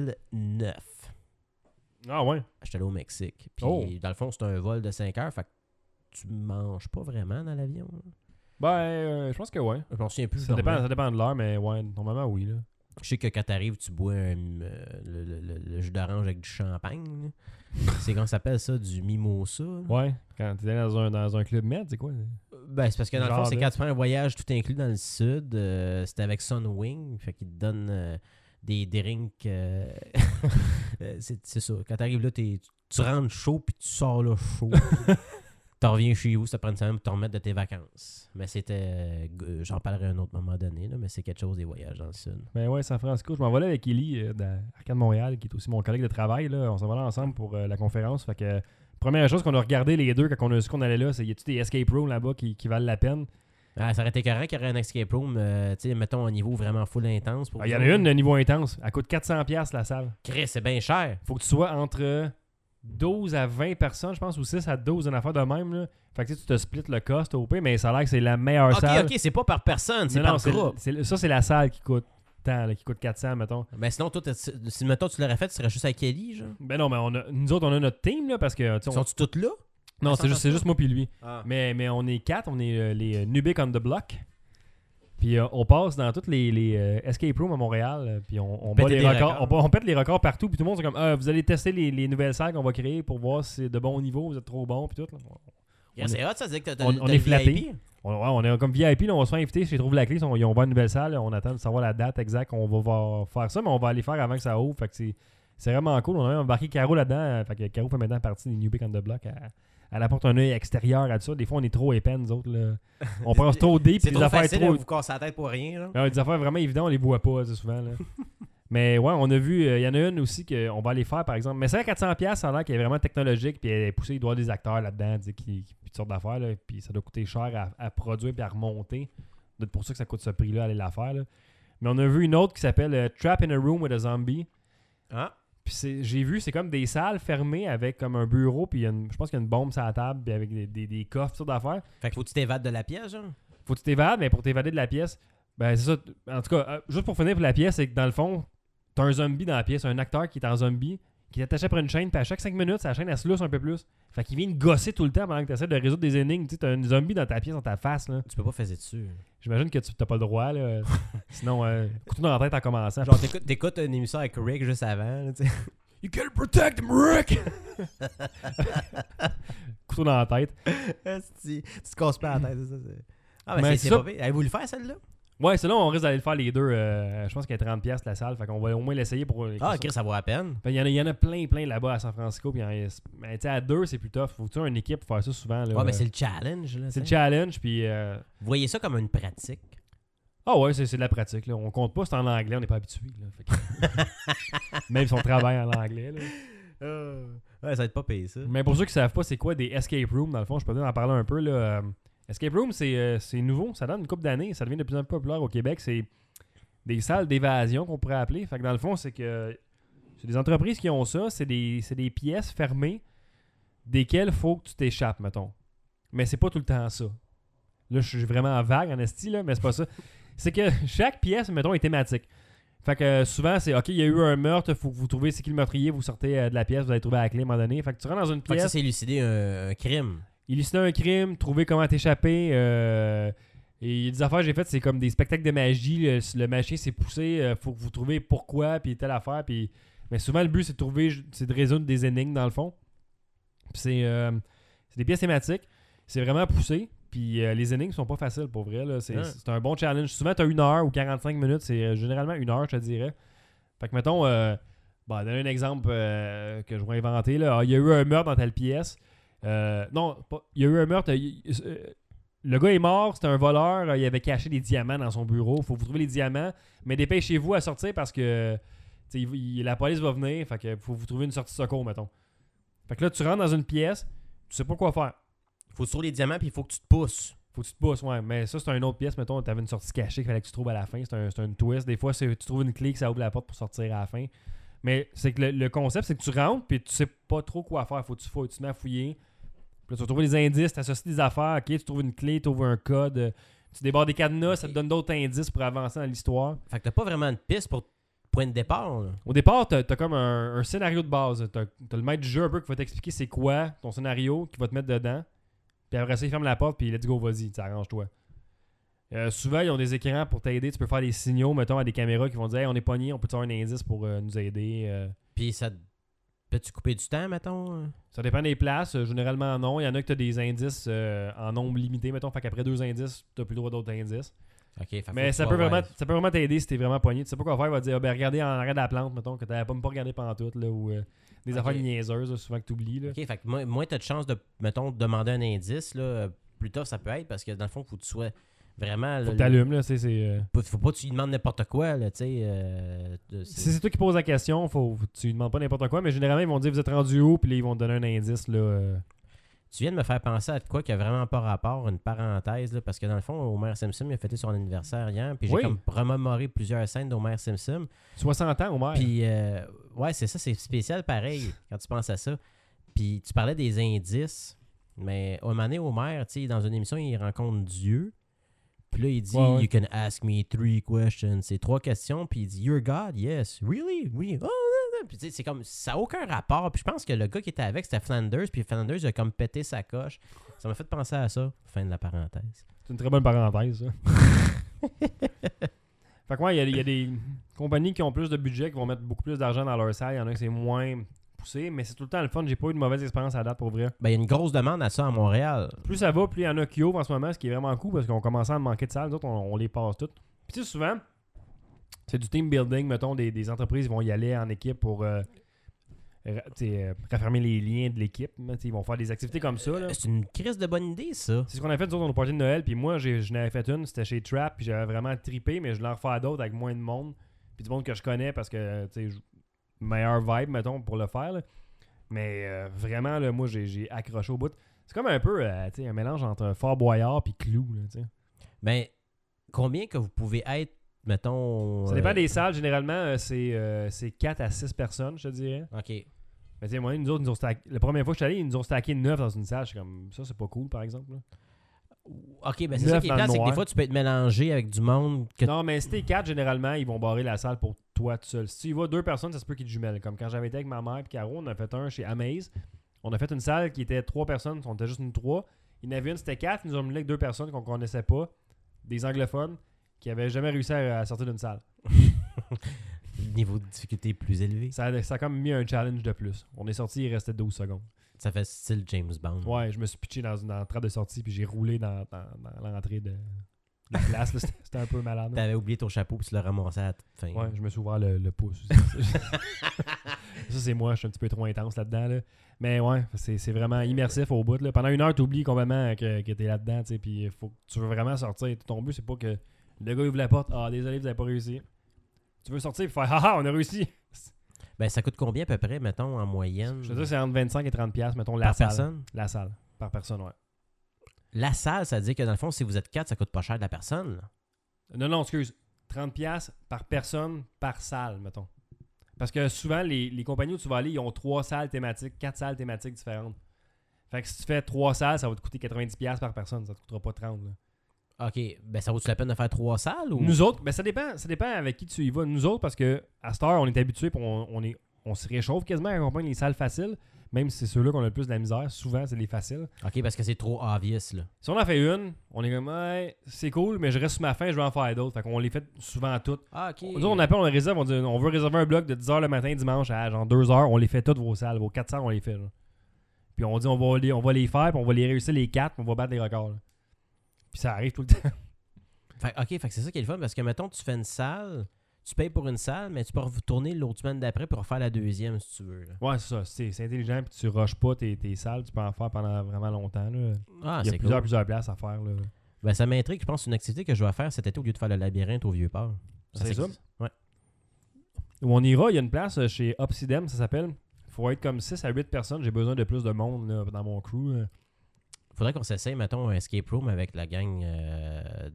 2009. Ah ouais. J'étais allé au Mexique. Puis Oh. dans le fond, c'était un vol de 5 heures. Fait que tu manges pas vraiment dans l'avion. là. Ben, euh, je pense que ouais. Je m'en souviens plus. Ça je dormais. dépend, ça dépend de l'heure, mais ouais, normalement, oui. Là. Je sais que quand t'arrives, tu bois un, euh, le, le- le- le jus d'orange avec du champagne. là. c'est qu'on s'appelle ça du mimosa. là. Ouais. Quand t'es dans un, dans un club med, c'est quoi? Ben, c'est parce que dans le fond, Genre c'est de- quand tu prends un voyage tout inclus dans le sud, euh, c'était avec Sunwing, fait qu'ils te donnent euh, des drinks. euh, euh, c'est c'est ça. Quand t'arrives là, t'es- tu- tu rentres chaud, puis tu sors là chaud. T'en reviens chez vous, ça prend une semaine pour t'en remettre de tes vacances. Mais c'était. euh, g- euh, J'en parlerai à un autre moment donné, là, mais c'est quelque chose des voyages dans le sud. Ben ouais, San Francisco. Je m'en vais là avec Ellie euh, d'Arcade Montréal, qui est aussi mon collègue de travail. Là. On s'en va là ensemble pour euh, la conférence. Fait que euh, première chose qu'on a regardé les deux quand on a su qu'on allait là, c'est y a-tu des escape rooms là-bas qui, qui valent la peine? Ah, ça aurait été correct qu'il y aurait un escape room, euh, tu sais, mettons, un niveau vraiment full intense. pour Ah, Il y en vous a une autres. de niveau intense. Elle coûte 400$ la salle. Chris, c'est bien cher. Faut que tu sois entre 12 à 20 personnes, je pense, ou 6 à 12, une affaire de même. Là. Fait que tu sais, tu te splits le cost au pire, mais ça a l'air que c'est la meilleure Ok, salle. ok, c'est pas par personne, c'est Non, par non, c'est- groupe. c'est- ça, c'est la salle qui coûte tant, là, qui coûte 400, mettons. Mais Ben, sinon, toi, t'as- si mettons, tu l'aurais fait, tu serais juste à Kelly, genre. Ben non, mais on a- nous autres, on a notre team, là, parce que. tu sais, on- Sont-tu toutes là? non, c'est sont juste, c'est pas- juste moi puis lui. Mais, mais on est quatre, on est euh, les euh, Nubic on the block. Puis euh, on passe dans toutes les, les, euh, escape rooms à Montréal, euh, puis on, on Péter bat les des records, records. on, bat- on pète les records partout, puis tout le monde est comme Ah, vous allez tester les, les nouvelles salles qu'on va créer pour voir si c'est de bon niveau, vous êtes trop bon, puis tout. là. Yeah, C'est hot, ça veut dire que t'as- t'as on- le- on t'as est le flatté. VIP. On, ouais, on est comme VIP, là, on va se faire inviter, si je trouve la clé, ils sont- ils ont ouvert une nouvelle salle, là, on attend de savoir la date exacte, on va voir- faire ça, mais on va aller faire avant que ça ouvre, fait que c'est, c'est vraiment cool, on a même embarqué Caro là-dedans, euh, fait que Caro fait maintenant partie des New Big on the Block, elle, elle apporte un œil extérieur à tout ça, des fois on est trop épais nous autres, là. on pense trop deep, C'est puis trop les affaires facile, hein. trop... vous cassez la tête pour rien, là. Ouais, des affaires vraiment évidentes, on les voit pas c'est souvent. Là. mais ouais, on a vu, euh, il y en a une aussi qu'on va aller faire par exemple. Mais c'est à 400$, ça a l'air qu'elle est vraiment technologique, puis elle est poussée, il doit y avoir des acteurs là-dedans, tu sais, qui, qui- toutes sortes d'affaires, là, puis ça doit coûter cher à, à produire puis à remonter. C'est pour ça que ça coûte ce prix-là, aller la faire. là. Mais on a vu une autre qui s'appelle euh, Trap in a Room with a Zombie. Hein? Puis c'est- j'ai vu, c'est comme des salles fermées avec comme un bureau, puis il y a une- je pense qu'il y a une bombe sur la table, puis avec des, des, des coffres, toutes sortes d'affaires Fait que faut que tu t'évades de la pièce, genre. faut que tu t'évades, mais pour t'évader de la pièce, ben c'est ça. t- En tout cas, euh, juste pour finir pour la pièce, c'est que dans le fond, t'as un zombie dans la pièce, un acteur qui est en zombie, qui est attaché par une chaîne, puis à chaque 5 minutes, sa chaîne, elle se lousse un peu plus. Fait qu'il vient te gosser tout le temps pendant que t'essaies de résoudre des énigmes. Tu sais, t'as un zombie dans ta pièce, dans ta face, là. Tu peux pas faire ça dessus. J'imagine que tu t'as pas le droit, là. Sinon, euh, couteau dans la tête en commençant. Genre, t'écoutes- t'écoutes une émission avec Rick juste avant, là, tu sais. You gotta protect him, Rick! couteau dans la tête. Esti, tu te casses pas la tête, c'est ça. c'est- Ah, mais Mais c'est- c'est c'est ça. pas pire. Allez-vous le faire, celle-là? Ouais, c'est là, on risque d'aller le faire les deux. euh, je pense qu'elle est 30$ la salle, fait qu'on va au moins l'essayer pour. euh, Ah, ok, ça vaut la peine. Il y, en a- y en a plein, plein là-bas à San Francisco. Puis il y en a- mais tu sais, à deux, c'est plus tough. Faut que tu aies une équipe pour faire ça souvent. Là, Ouais, mais Euh, c'est le challenge, là. c'est le tu sais. challenge. Puis. euh, Vous voyez ça comme une pratique. Ah ouais, c'est c'est de la pratique. Là. On compte pas, c'est en anglais, on n'est pas habitué. là. Fait que- Même si on travaille en anglais. là. Ouais, ça va être pas payé, ça. Mais pour ceux qui savent pas, c'est quoi des escape rooms, dans le fond, je peux peut-être en parler un peu. Là. Euh, Escape room, c'est euh, c'est nouveau. Ça donne une couple d'années. Ça devient de plus en plus populaire au Québec. C'est des salles d'évasion qu'on pourrait appeler. Fait que dans le fond, c'est que euh, c'est des entreprises qui ont ça. C'est des, c'est des pièces fermées desquelles faut que tu t'échappes, mettons. Mais c'est pas tout le temps ça. Là, je suis vraiment vague en esti, là, mais c'est pas ça. C'est que chaque pièce, mettons, est thématique. Fait que euh, souvent, c'est OK, il y a eu un meurtre, faut que vous trouviez c'est qui le meurtrier, vous sortez euh, de la pièce, vous allez trouver à la clé à un moment donné. Fait que tu rentres dans une Fait que ça, pièce, c'est élucider un, un crime. élucider un crime, trouver comment t'échapper. euh, et il y a des affaires que j'ai faites, c'est comme des spectacles de magie. Le, le machin s'est poussé, euh, faut que vous trouviez pourquoi, puis telle affaire. Puis... Mais souvent, le but, c'est de trouver, c'est de résoudre des énigmes dans le fond. Puis c'est euh, c'est des pièces thématiques. C'est vraiment poussé. Puis euh, les énigmes sont pas faciles pour vrai. là. C'est Hein. c'est un bon challenge. Souvent, tu as une heure ou 45 minutes. C'est euh, généralement une heure, je te dirais. Fait que mettons, euh, bon, donner un exemple euh, que je vais inventer. Là. Ah, Il y a eu un meurtre dans telle pièce. Euh, non, pas- il y a eu un meurtre. il- il- euh, le gars est mort, c'était un voleur. euh, il avait caché des diamants dans son bureau. faut vous trouver les diamants. Mais dépêchez-vous à sortir parce que tu sais, il- il- la police va venir. Fait que faut vous trouver une sortie de secours, mettons. Fait que là, tu rentres dans une pièce, tu sais pas quoi faire. Faut trouver les diamants, puis il faut que tu te pousses. Faut que tu te pousses, ouais. Mais ça, c'est une autre pièce, mettons, t'avais une sortie cachée qu'il fallait que tu trouves à la fin. C'est un, c'est une twist. Des fois, c'est- tu trouves une clé que ça ouvre la porte pour sortir à la fin. Mais c'est que le, le concept, c'est que tu rentres puis tu sais pas trop quoi faire. Faut que tu fouilles, tu te mets à fouiller. Puis là, tu vas trouver des indices, t'associes des affaires, ok, tu trouves une clé, tu ouvres un code, euh, tu débordes des cadenas, ça te donne d'autres indices pour avancer dans l'histoire. Fait que t'as pas vraiment de piste pour point de départ, là. Au départ, t'as as comme un, un scénario de base. T'as as le maître du jeu un peu qui va t'expliquer c'est quoi ton scénario, qui va te mettre dedans. Puis après ça, il ferme la porte, puis let's go, vas-y, t'arranges-toi. Euh, souvent, ils ont des écrans pour t'aider. Tu peux faire des signaux, mettons, à des caméras qui vont dire Hey, on est pogné, on peut te faire un indice pour euh, nous aider. Euh, Puis ça. Peux-tu couper du temps, mettons? hein? ça dépend des places. euh, généralement, non. Il y en a que t'as des indices euh, en nombre limité, mettons. Fait qu'après deux indices, t'as plus le droit d'autres indices. Ok, fait que faut Mais que ça tu peut, vas vraiment, voir. ça peut vraiment t'aider si t'es vraiment poigné. Tu sais pas quoi faire, il va te dire Ah, ben, regardez en arrêt de la plante, mettons, que t'avais pas pas regardé pendant tout, là, ou euh, des Ok. affaires niaiseuses, là, souvent que t'oublies. là. Ok, fait que moins, moins t'as de chance de, mettons, de demander un indice, là, euh, plus tard ça peut être, parce que dans le fond, faut que tu sois vraiment. là, Faut que t'allumes, là, tu sais, c'est. euh, faut, faut pas que tu lui demandes n'importe quoi, là, tu sais. euh, de- c'est- Si c'est toi qui poses la question, faut, tu lui demandes pas n'importe quoi, mais généralement, ils vont te dire Vous êtes rendu où, puis là, ils vont te donner un indice, là. euh. Tu viens de me faire penser à de quoi qui a vraiment pas rapport, une parenthèse, là, parce que dans le fond, Homer Simpson il a fêté son anniversaire hier, puis j'ai Oui. comme remémoré plusieurs scènes d'Homer Simpson. 60 ans, Homer. Puis, euh, ouais, c'est ça, c'est spécial pareil quand tu penses à ça. Puis, tu parlais des indices, mais à un moment donné, Homer, tu sais, dans une émission, il rencontre Dieu. Puis là, il dit, Ouais, ouais. You can ask me three questions. C'est trois questions. Puis il dit, You're God, yes. Really? Oui. Oh, là, là. Puis tu sais, c'est comme, ça n'a aucun rapport. Puis je pense que le gars qui était avec, c'était Flanders. Puis Flanders il a comme pété sa coche. Ça m'a fait penser à ça. Fin de la parenthèse. C'est une très bonne parenthèse, ça. fait que, ouais, il y a- il y, a des compagnies qui ont plus de budget, qui vont mettre beaucoup plus d'argent dans leur salle. Il y en a qui c'est moins poussé, mais c'est tout le temps le fun. J'ai pas eu de mauvaise expérience à date pour vrai. Ben, il y a une grosse demande à ça à Montréal. Plus ça va, plus il y en a qui ouvrent en ce moment, ce qui est vraiment cool parce qu'on commence à manquer de salles. Nous autres, on, on les passe toutes. Puis, tu sais, souvent, c'est du team building. Mettons, des, des entreprises vont y aller en équipe pour. euh, ra- tu sais, euh, raffermer les liens de l'équipe. Mais, tu sais, Ils vont faire des activités comme ça. là. C'est une crise de bonne idée, ça. C'est ce qu'on a fait, nous autres, au party de Noël. Puis moi, j'ai- je n'avais fait une, c'était chez Trap. Puis j'avais vraiment trippé, mais je voulais en refaire d'autres avec moins de monde. Puis du monde que je connais parce que, tu sais, je- meilleure vibe, mettons, pour le faire. là. Mais euh, vraiment, là, moi, j'ai j'ai accroché au bout. C'est comme un peu, euh, tu sais, un mélange entre Fort Boyard puis Clou, là, tu sais. Ben, combien que vous pouvez être, mettons. Ça dépend euh, des salles. Généralement, euh, c'est euh, c'est 4 à 6 personnes, je te dirais. OK. Mais tu sais, moi, ils nous autres, ils nous ont stack- la première fois que je suis allé, ils nous ont stacké 9 dans une salle. Je suis comme, ça, c'est pas cool, par exemple. là. OK, ben c'est Neuf ça qui est dans le clair, c'est que noir. des fois, tu peux être mélangé avec du monde que Non, mais si t'es quatre, généralement, ils vont barrer la salle pour toi tout seul. Si tu y vas deux personnes, ça se peut qu'ils te jumellent. Comme quand j'avais été avec ma mère et Caro, on a fait un chez Amaze. On a fait une salle qui était trois personnes, on était juste une trois. Il y en avait une, c'était quatre, ils nous ont mis avec deux personnes qu'on connaissait pas, des anglophones, qui avaient jamais réussi à, à sortir d'une salle. le niveau de difficulté est plus élevé. Ça, a- ça a comme mis un challenge de plus. On est sorti, il restait 12 secondes. Ça fait style James Bond. Ouais, je me suis pitché dans une entrée de sortie, puis j'ai roulé dans, dans- dans l'entrée de, de classe. là. C'était c'était un peu malade. T'avais oublié ton chapeau puis tu l'as ramassé à la fin. Ouais, je me suis ouvert le, le pouce. aussi. ça, c'est moi, je suis un petit peu trop intense là-dedans. là. Mais ouais, c'est c'est Euh, vraiment immersif au bout. là. Pendant une heure, tu oublies complètement que, que tu es là-dedans. tu sais, Puis faut que tu veux vraiment sortir. Ton but, c'est pas que le gars ouvre la porte. Ah, désolé, vous avez pas réussi. Tu veux sortir et faire Ah, ah, on a réussi. Ben, ça coûte combien à peu près, mettons, en moyenne Je te dis, c'est entre 25 et 30$, piastres, mettons, la par salle. personne? La salle. Par personne, ouais. La salle, ça veut dire que dans le fond, si vous êtes quatre, ça coûte pas cher de la personne. là. Non, non, excuse. 30$ piastres par personne, par salle, mettons. Parce que souvent, les, les compagnies où tu vas aller, ils ont trois salles thématiques, quatre salles thématiques différentes. Fait que si tu fais trois salles, ça va te coûter 90$ piastres par personne. Ça te coûtera pas 30$. là. OK. Ben, ça vaut-tu la peine de faire trois salles ou. Nous autres, ben ça dépend, ça dépend avec qui tu y vas. Nous autres, parce que à cette heure, on est habitué on, on, est, on se réchauffe quasiment à accompagner les salles faciles. Même si c'est ceux-là qu'on a le plus de la misère, souvent, c'est les faciles. OK, parce que c'est trop obvious, là. Si on en fait une, on est comme, Ouais, c'est cool, mais je reste sur ma fin, je vais en faire d'autres. Fait qu'on les fait souvent toutes. Ah, OK. Nous autres, on appelle, on réserve, on dit on veut réserver un bloc de 10h le matin dimanche à genre 2h, on les fait toutes vos salles, vos 4 salles, on les fait. là. Puis on dit on va les, on va les faire, puis on va les réussir les 4, puis on va battre les records. là. Puis ça arrive tout le temps. Fait- OK, fait que c'est ça qui est le fun parce que, mettons, tu fais une salle, tu payes pour une salle, mais tu peux retourner l'autre semaine d'après pour refaire la deuxième si tu veux. là. Ouais, c'est ça, c'est c'est intelligent, puis tu rushes pas tes, tes salles, tu peux en faire pendant vraiment longtemps. là. Ah, Il y a c'est plusieurs, cool. plusieurs places à faire. là. Ben, ça m'intrigue, je pense, une activité que je vais faire cet été au lieu de faire le labyrinthe au Vieux-Port. C'est ça? existe. Ouais. Où on ira, il y a une place euh, chez Obsidem, ça s'appelle. Faut être comme 6 à 8 personnes, j'ai besoin de plus de monde là, dans mon crew. là. Faudrait qu'on s'essaye, mettons, un escape room avec la gang euh,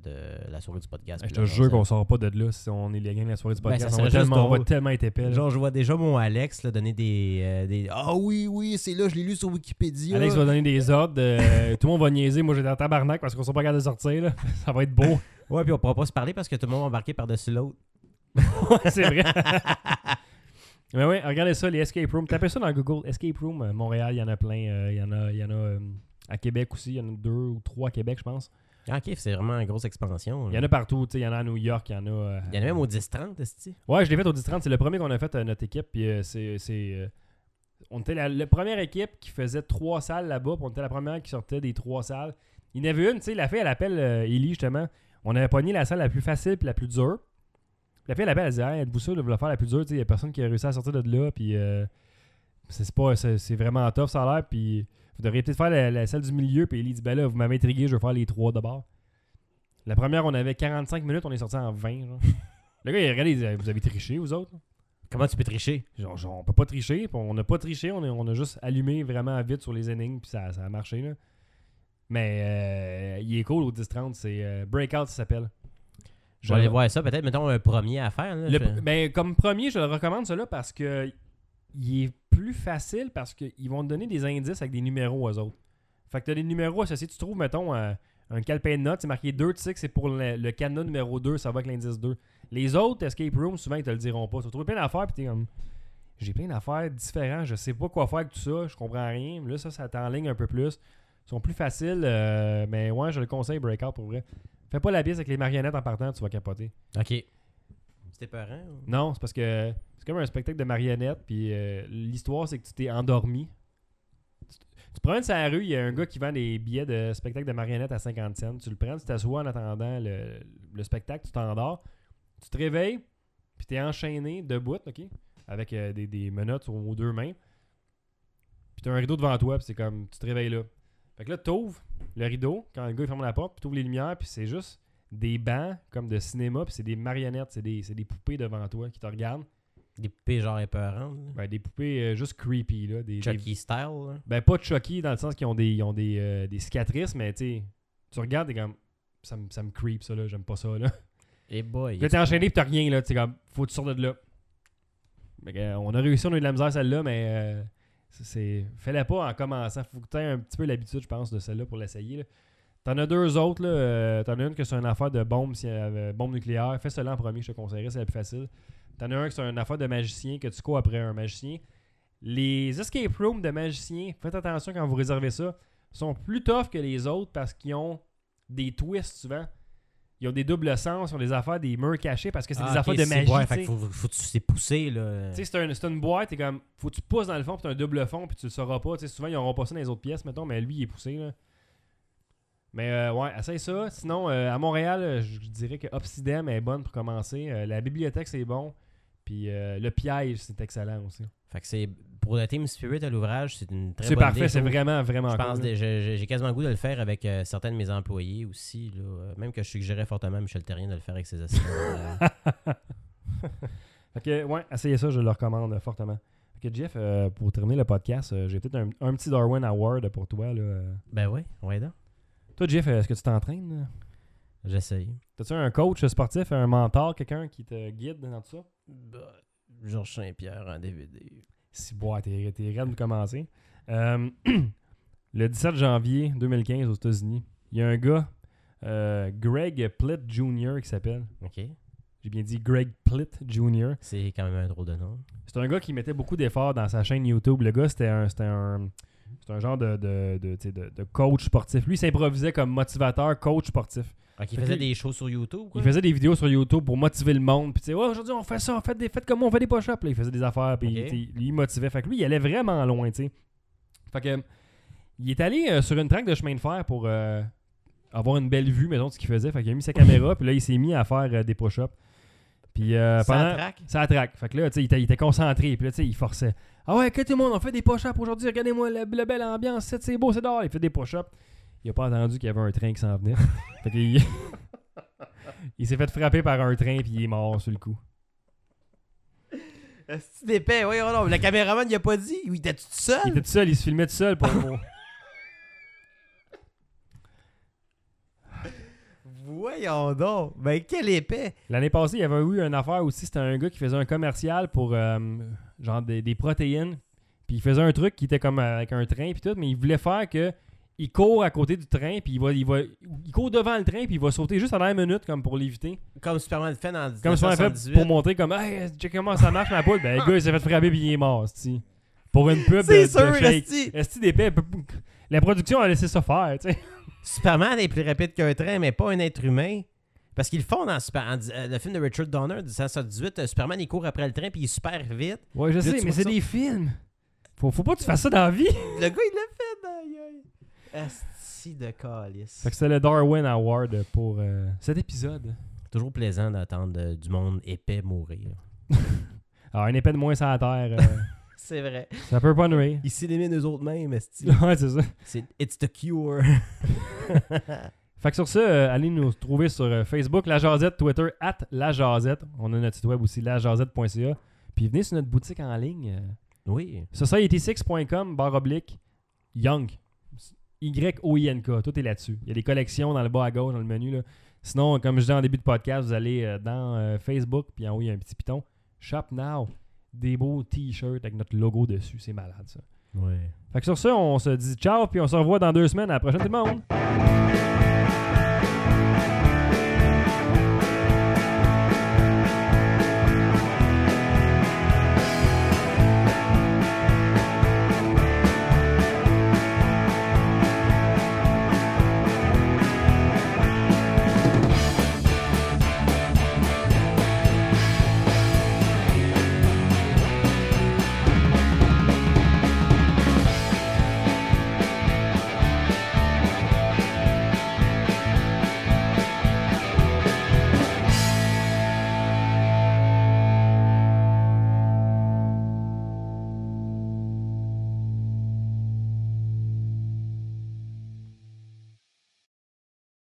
de la soirée du podcast. Je puis te là, jure genre, qu'on sort pas de là si on est les gangs de la soirée du Ben, ça podcast. on, va serait juste tellement, on va drôle. tellement être épais. là. Genre, je vois déjà mon Alex là, donner des. euh, des- Ah oui, oui, c'est là, je l'ai lu sur Wikipédia. Alex va donner des ordres. euh, tout le monde va niaiser. Moi, j'étais en tabarnak parce qu'on sera pas capable de sortir. là. Ça va être beau. Ouais, puis on pourra pas se parler parce que tout le monde va embarquer par-dessus l'autre. c'est vrai. Mais oui, regardez ça, les escape rooms. Tapez ça dans Google. Escape room, euh, Montréal, il y en a plein. euh, Il y en a, il y en a euh, à Québec aussi. Il y en a deux ou trois à Québec, je pense. Ah, OK, c'est vraiment une grosse expansion. Il y en a partout. tu sais, Il y en a à New York. Il y en a. euh, Il y en a même au 10-30, est Ouais, je l'ai fait au 10-30. C'est le premier qu'on a fait à notre équipe. Puis euh, c'est. c'est, euh, on était la, la première équipe qui faisait trois salles là-bas. Puis on était la première qui sortait des trois salles. Il y en avait une, tu sais, la fille, elle appelle euh, Ellie, justement. On avait pogné la salle la plus facile puis la plus dure. La fille, elle appelle, elle dit Hey, êtes-vous sûr de vouloir faire la plus dure Tu sais, il n'y a personne qui a réussi à sortir de là. Puis euh, c'est c'est pas. C'est c'est vraiment tough, ça a l'air. Puis vous devriez peut-être faire la, la salle du milieu. Puis Ellie dit Ben là, vous m'avez intrigué, je vais faire les trois d'abord. La première, on avait 45 minutes, on est sorti en 20. genre. Le gars, il a regardé, il dit Vous avez triché, vous autres Comment tu peux tricher? Genre, genre, on peut pas tricher. puis On n'a pas triché. On, est- on a juste allumé vraiment vite sur les énigmes. Puis ça, ça a marché. Là. Mais euh, il est cool au 10-30. C'est euh, Breakout, ça s'appelle. Je vais aller voir ça, peut-être, mettons, un premier à faire. là. Le- Je- ben, comme premier, je le recommande celui-là parce que il est plus facile parce qu'ils vont te donner des indices avec des numéros aux autres. Fait que tu as des numéros associés. Tu trouves, mettons, un, un calepin de notes, c'est marqué 2, tu sais que c'est pour le, le cadenas numéro 2, ça va avec l'indice 2. Les autres Escape Room, souvent, ils te le diront pas. Tu vas trouver plein d'affaires, puis t'es comme. J'ai plein d'affaires différentes, je sais pas quoi faire avec tout ça, je comprends rien. Là, ça, ça t'enligne un peu plus. Ils sont plus faciles, euh, mais ouais, je le conseille, Breakout, pour vrai. Fais pas la bise avec les marionnettes en partant, tu vas capoter. Ok. C'était peurant? ou- Non, c'est parce que c'est comme un spectacle de marionnettes. Puis euh, l'histoire, c'est que tu t'es endormi. Tu, tu te promènes sur la rue, il y a un gars qui vend des billets de spectacle de marionnettes à 50 cents. Tu le prends, tu t'assois en attendant le, le spectacle, tu t'endors. Tu te réveilles, puis t'es enchaîné debout, OK? Avec euh, des, des menottes aux, aux deux mains. Puis t'as un rideau devant toi, puis c'est comme, tu te réveilles là. Fait que là, t'ouvres le rideau, quand le gars il ferme la porte, puis t'ouvres les lumières, puis c'est juste des bancs comme de cinéma, puis c'est des marionnettes, c'est des, c'est des poupées devant toi qui te regardent. Des poupées genre épeurantes? là. Ben, des poupées euh, juste creepy, là. Des, des- Chucky style? là. Ben, pas Chucky dans le sens qu'ils ont des, ils ont des, euh, des cicatrices, mais tu sais, tu regardes et comme, ça me ça me creep, ça, là, j'aime pas ça, là. Eh boy. Puis là, t'es enchaîné, puis t'as rien, là. Tu sais, comme, faut que tu sortes de là. Fait que, euh, on a réussi, on a eu de la misère, celle-là, mais euh, c'est- c'est. Fais-la pas en commençant. Faut que t'aies un petit peu l'habitude, je pense, de celle-là pour l'essayer. là. T'en as deux autres, là. euh, T'en as une que c'est une affaire de bombe, si- euh, bombe nucléaire. Fais celle-là en premier, je te conseillerais, c'est la plus facile. T'en as un que c'est une affaire de magicien, que tu cours après un magicien. Les escape rooms de magiciens, faites attention quand vous réservez ça, sont plus tough que les autres parce qu'ils ont des twists souvent. Ils ont des doubles sens, ils ont des affaires, des murs cachés parce que c'est Ah, des ok, affaires de c'est- magie. Ouais, tu fait sais. que faut, faut, que tu sais pousser, là. Tu sais, c'est un- c'est une boîte, t'es comme, faut que tu pousses dans le fond, puis t'as un double fond, puis tu le sauras pas. Tu sais, souvent, ils auront pas ça dans les autres pièces, mettons, mais lui, il est poussé, là. Mais euh, ouais, essaye ça. Sinon, euh, à Montréal, euh, je je dirais que Obsidem est bonne pour commencer. Euh, la bibliothèque, c'est bon. Puis euh, le piège, c'est excellent aussi. Fait que c'est... Pour le Team Spirit à l'ouvrage, c'est une très C'est bonne parfait, idée, c'est je trouve. vraiment, vraiment Je pense cool, hein. que j'ai j'ai- j'ai quasiment le goût de le faire avec euh, certains de mes employés aussi. là. Euh, Même que je suggérais fortement à Michel Terrien de le faire avec ses assistants. Euh, là. Fait que, ouais, essayez ça, je le recommande euh, fortement. Fait que, Jeff, euh, pour terminer le podcast, euh, j'ai peut-être un, un petit Darwin Award pour toi. Là. Euh, ben oui, ouais donc. Toi, Jeff, euh, est-ce que tu t'entraînes? J'essaye. T'as-tu un coach sportif, un mentor, quelqu'un qui te guide dans tout ça? Bah, Georges Saint-Pierre en DVD. Si, bois, t'es t'es raide de commencer. Euh, le 17 janvier 2015 aux États-Unis, il y a un gars, euh, Greg Plitt Jr., qui s'appelle. OK. J'ai bien dit Greg Plitt Jr. C'est quand même un drôle de nom. C'est un gars qui mettait beaucoup d'efforts dans sa chaîne YouTube. Le gars, c'était un, c'était un, c'était un genre de, de, de, tu sais, de- de coach sportif. Lui, il s'improvisait comme motivateur, coach sportif. Ok, il Fait faisait que- des shows sur YouTube. Quoi? Il faisait des vidéos sur YouTube pour motiver le monde. Puis, tu sais, Ouais, aujourd'hui, on fait ça, on fait des fêtes comme moi, on fait des push-ups. Là, Il faisait des affaires, puis Ok. il- tu sais, lui, il motivait. Fait que lui, il allait vraiment loin, tu sais. Fait que, il est allé euh, sur une traque de chemin de fer pour euh, avoir une belle vue, mettons, de ce qu'il faisait. Fait qu'il a mis sa caméra, puis là, il s'est mis à faire euh, des push-ups. Puis, euh, Sans pendant- track? ça attraque. Fait que là, tu sais, il était- il était concentré. Puis là, tu sais, il forçait. Ah ouais, que tout le monde, on fait des push-ups aujourd'hui. Regardez-moi la, la belle ambiance. c'est- C'est beau, c'est dehors. Il fait des push-ups. Il a pas entendu qu'il y avait un train qui s'en venait. fait qu'il. il s'est fait frapper par un train, puis il est mort sur le coup. C'est d'épais, oui, oh non. Le caméraman, il a pas dit. Il était tout Il seul. était tout seul, il se filmait tout seul pour. pour- Voyons donc. Ben, quel épais. L'année passée, il y avait eu une affaire aussi. C'était un gars qui faisait un commercial pour euh, genre des, des protéines. Puis il faisait un truc qui était comme euh, avec un train puis tout, mais il voulait faire que il court à côté du train puis il va, il va il court devant le train puis il va sauter juste à la minute comme pour l'éviter. Comme Superman le fait dans Comme ça on fait 1978. pour montrer comme hey check comment ça marche ma poule. Ben le gars il s'est fait frapper puis il est mort, c'ti. Pour une pub de, C'est de sûr, shake. esti. Esti d'épais, la production a laissé ça faire, tu sais. Superman est plus rapide qu'un train, mais pas un être humain. Parce qu'ils le font dans Super- en- euh, le film de Richard Donner, 1978. euh, Superman, il court après le train, puis il est super vite. Ouais, je Là, sais, tu mais vois c'est ça. des films. Faut, faut pas que tu fasses ça dans la vie. Le gars, il l'a fait, aïe, aïe. Asti de calice. Fait que c'était le Darwin Award pour euh, cet épisode. Toujours plaisant d'attendre euh, du monde épais mourir. Alors, un Ah, épée de moins sur la terre, euh, C'est vrai. ça peut pas nuire. Ils s'éliminent eux autres mêmes, esti. ouais, c'est ça. C'est It's the cure. Fait que sur ça, euh, allez nous trouver sur euh, Facebook, La Jazette, Twitter, at La Jazette. On a notre site web aussi, lajazette.ca. Puis venez sur notre boutique en ligne. euh, Oui. Society6.com, barre oblique, Young. Y-O-I-N-K. Tout est là-dessus. Il y a des collections dans le bas à gauche, dans le menu. là. Sinon, comme je disais en début de podcast, vous allez euh, dans euh, Facebook, puis en haut, il y a un petit piton. Shop Now. Des beaux t-shirts avec notre logo dessus. C'est malade, ça. Ouais. Fait que sur ça, on se dit ciao, puis on se revoit dans deux semaines. À la prochaine, tout le monde!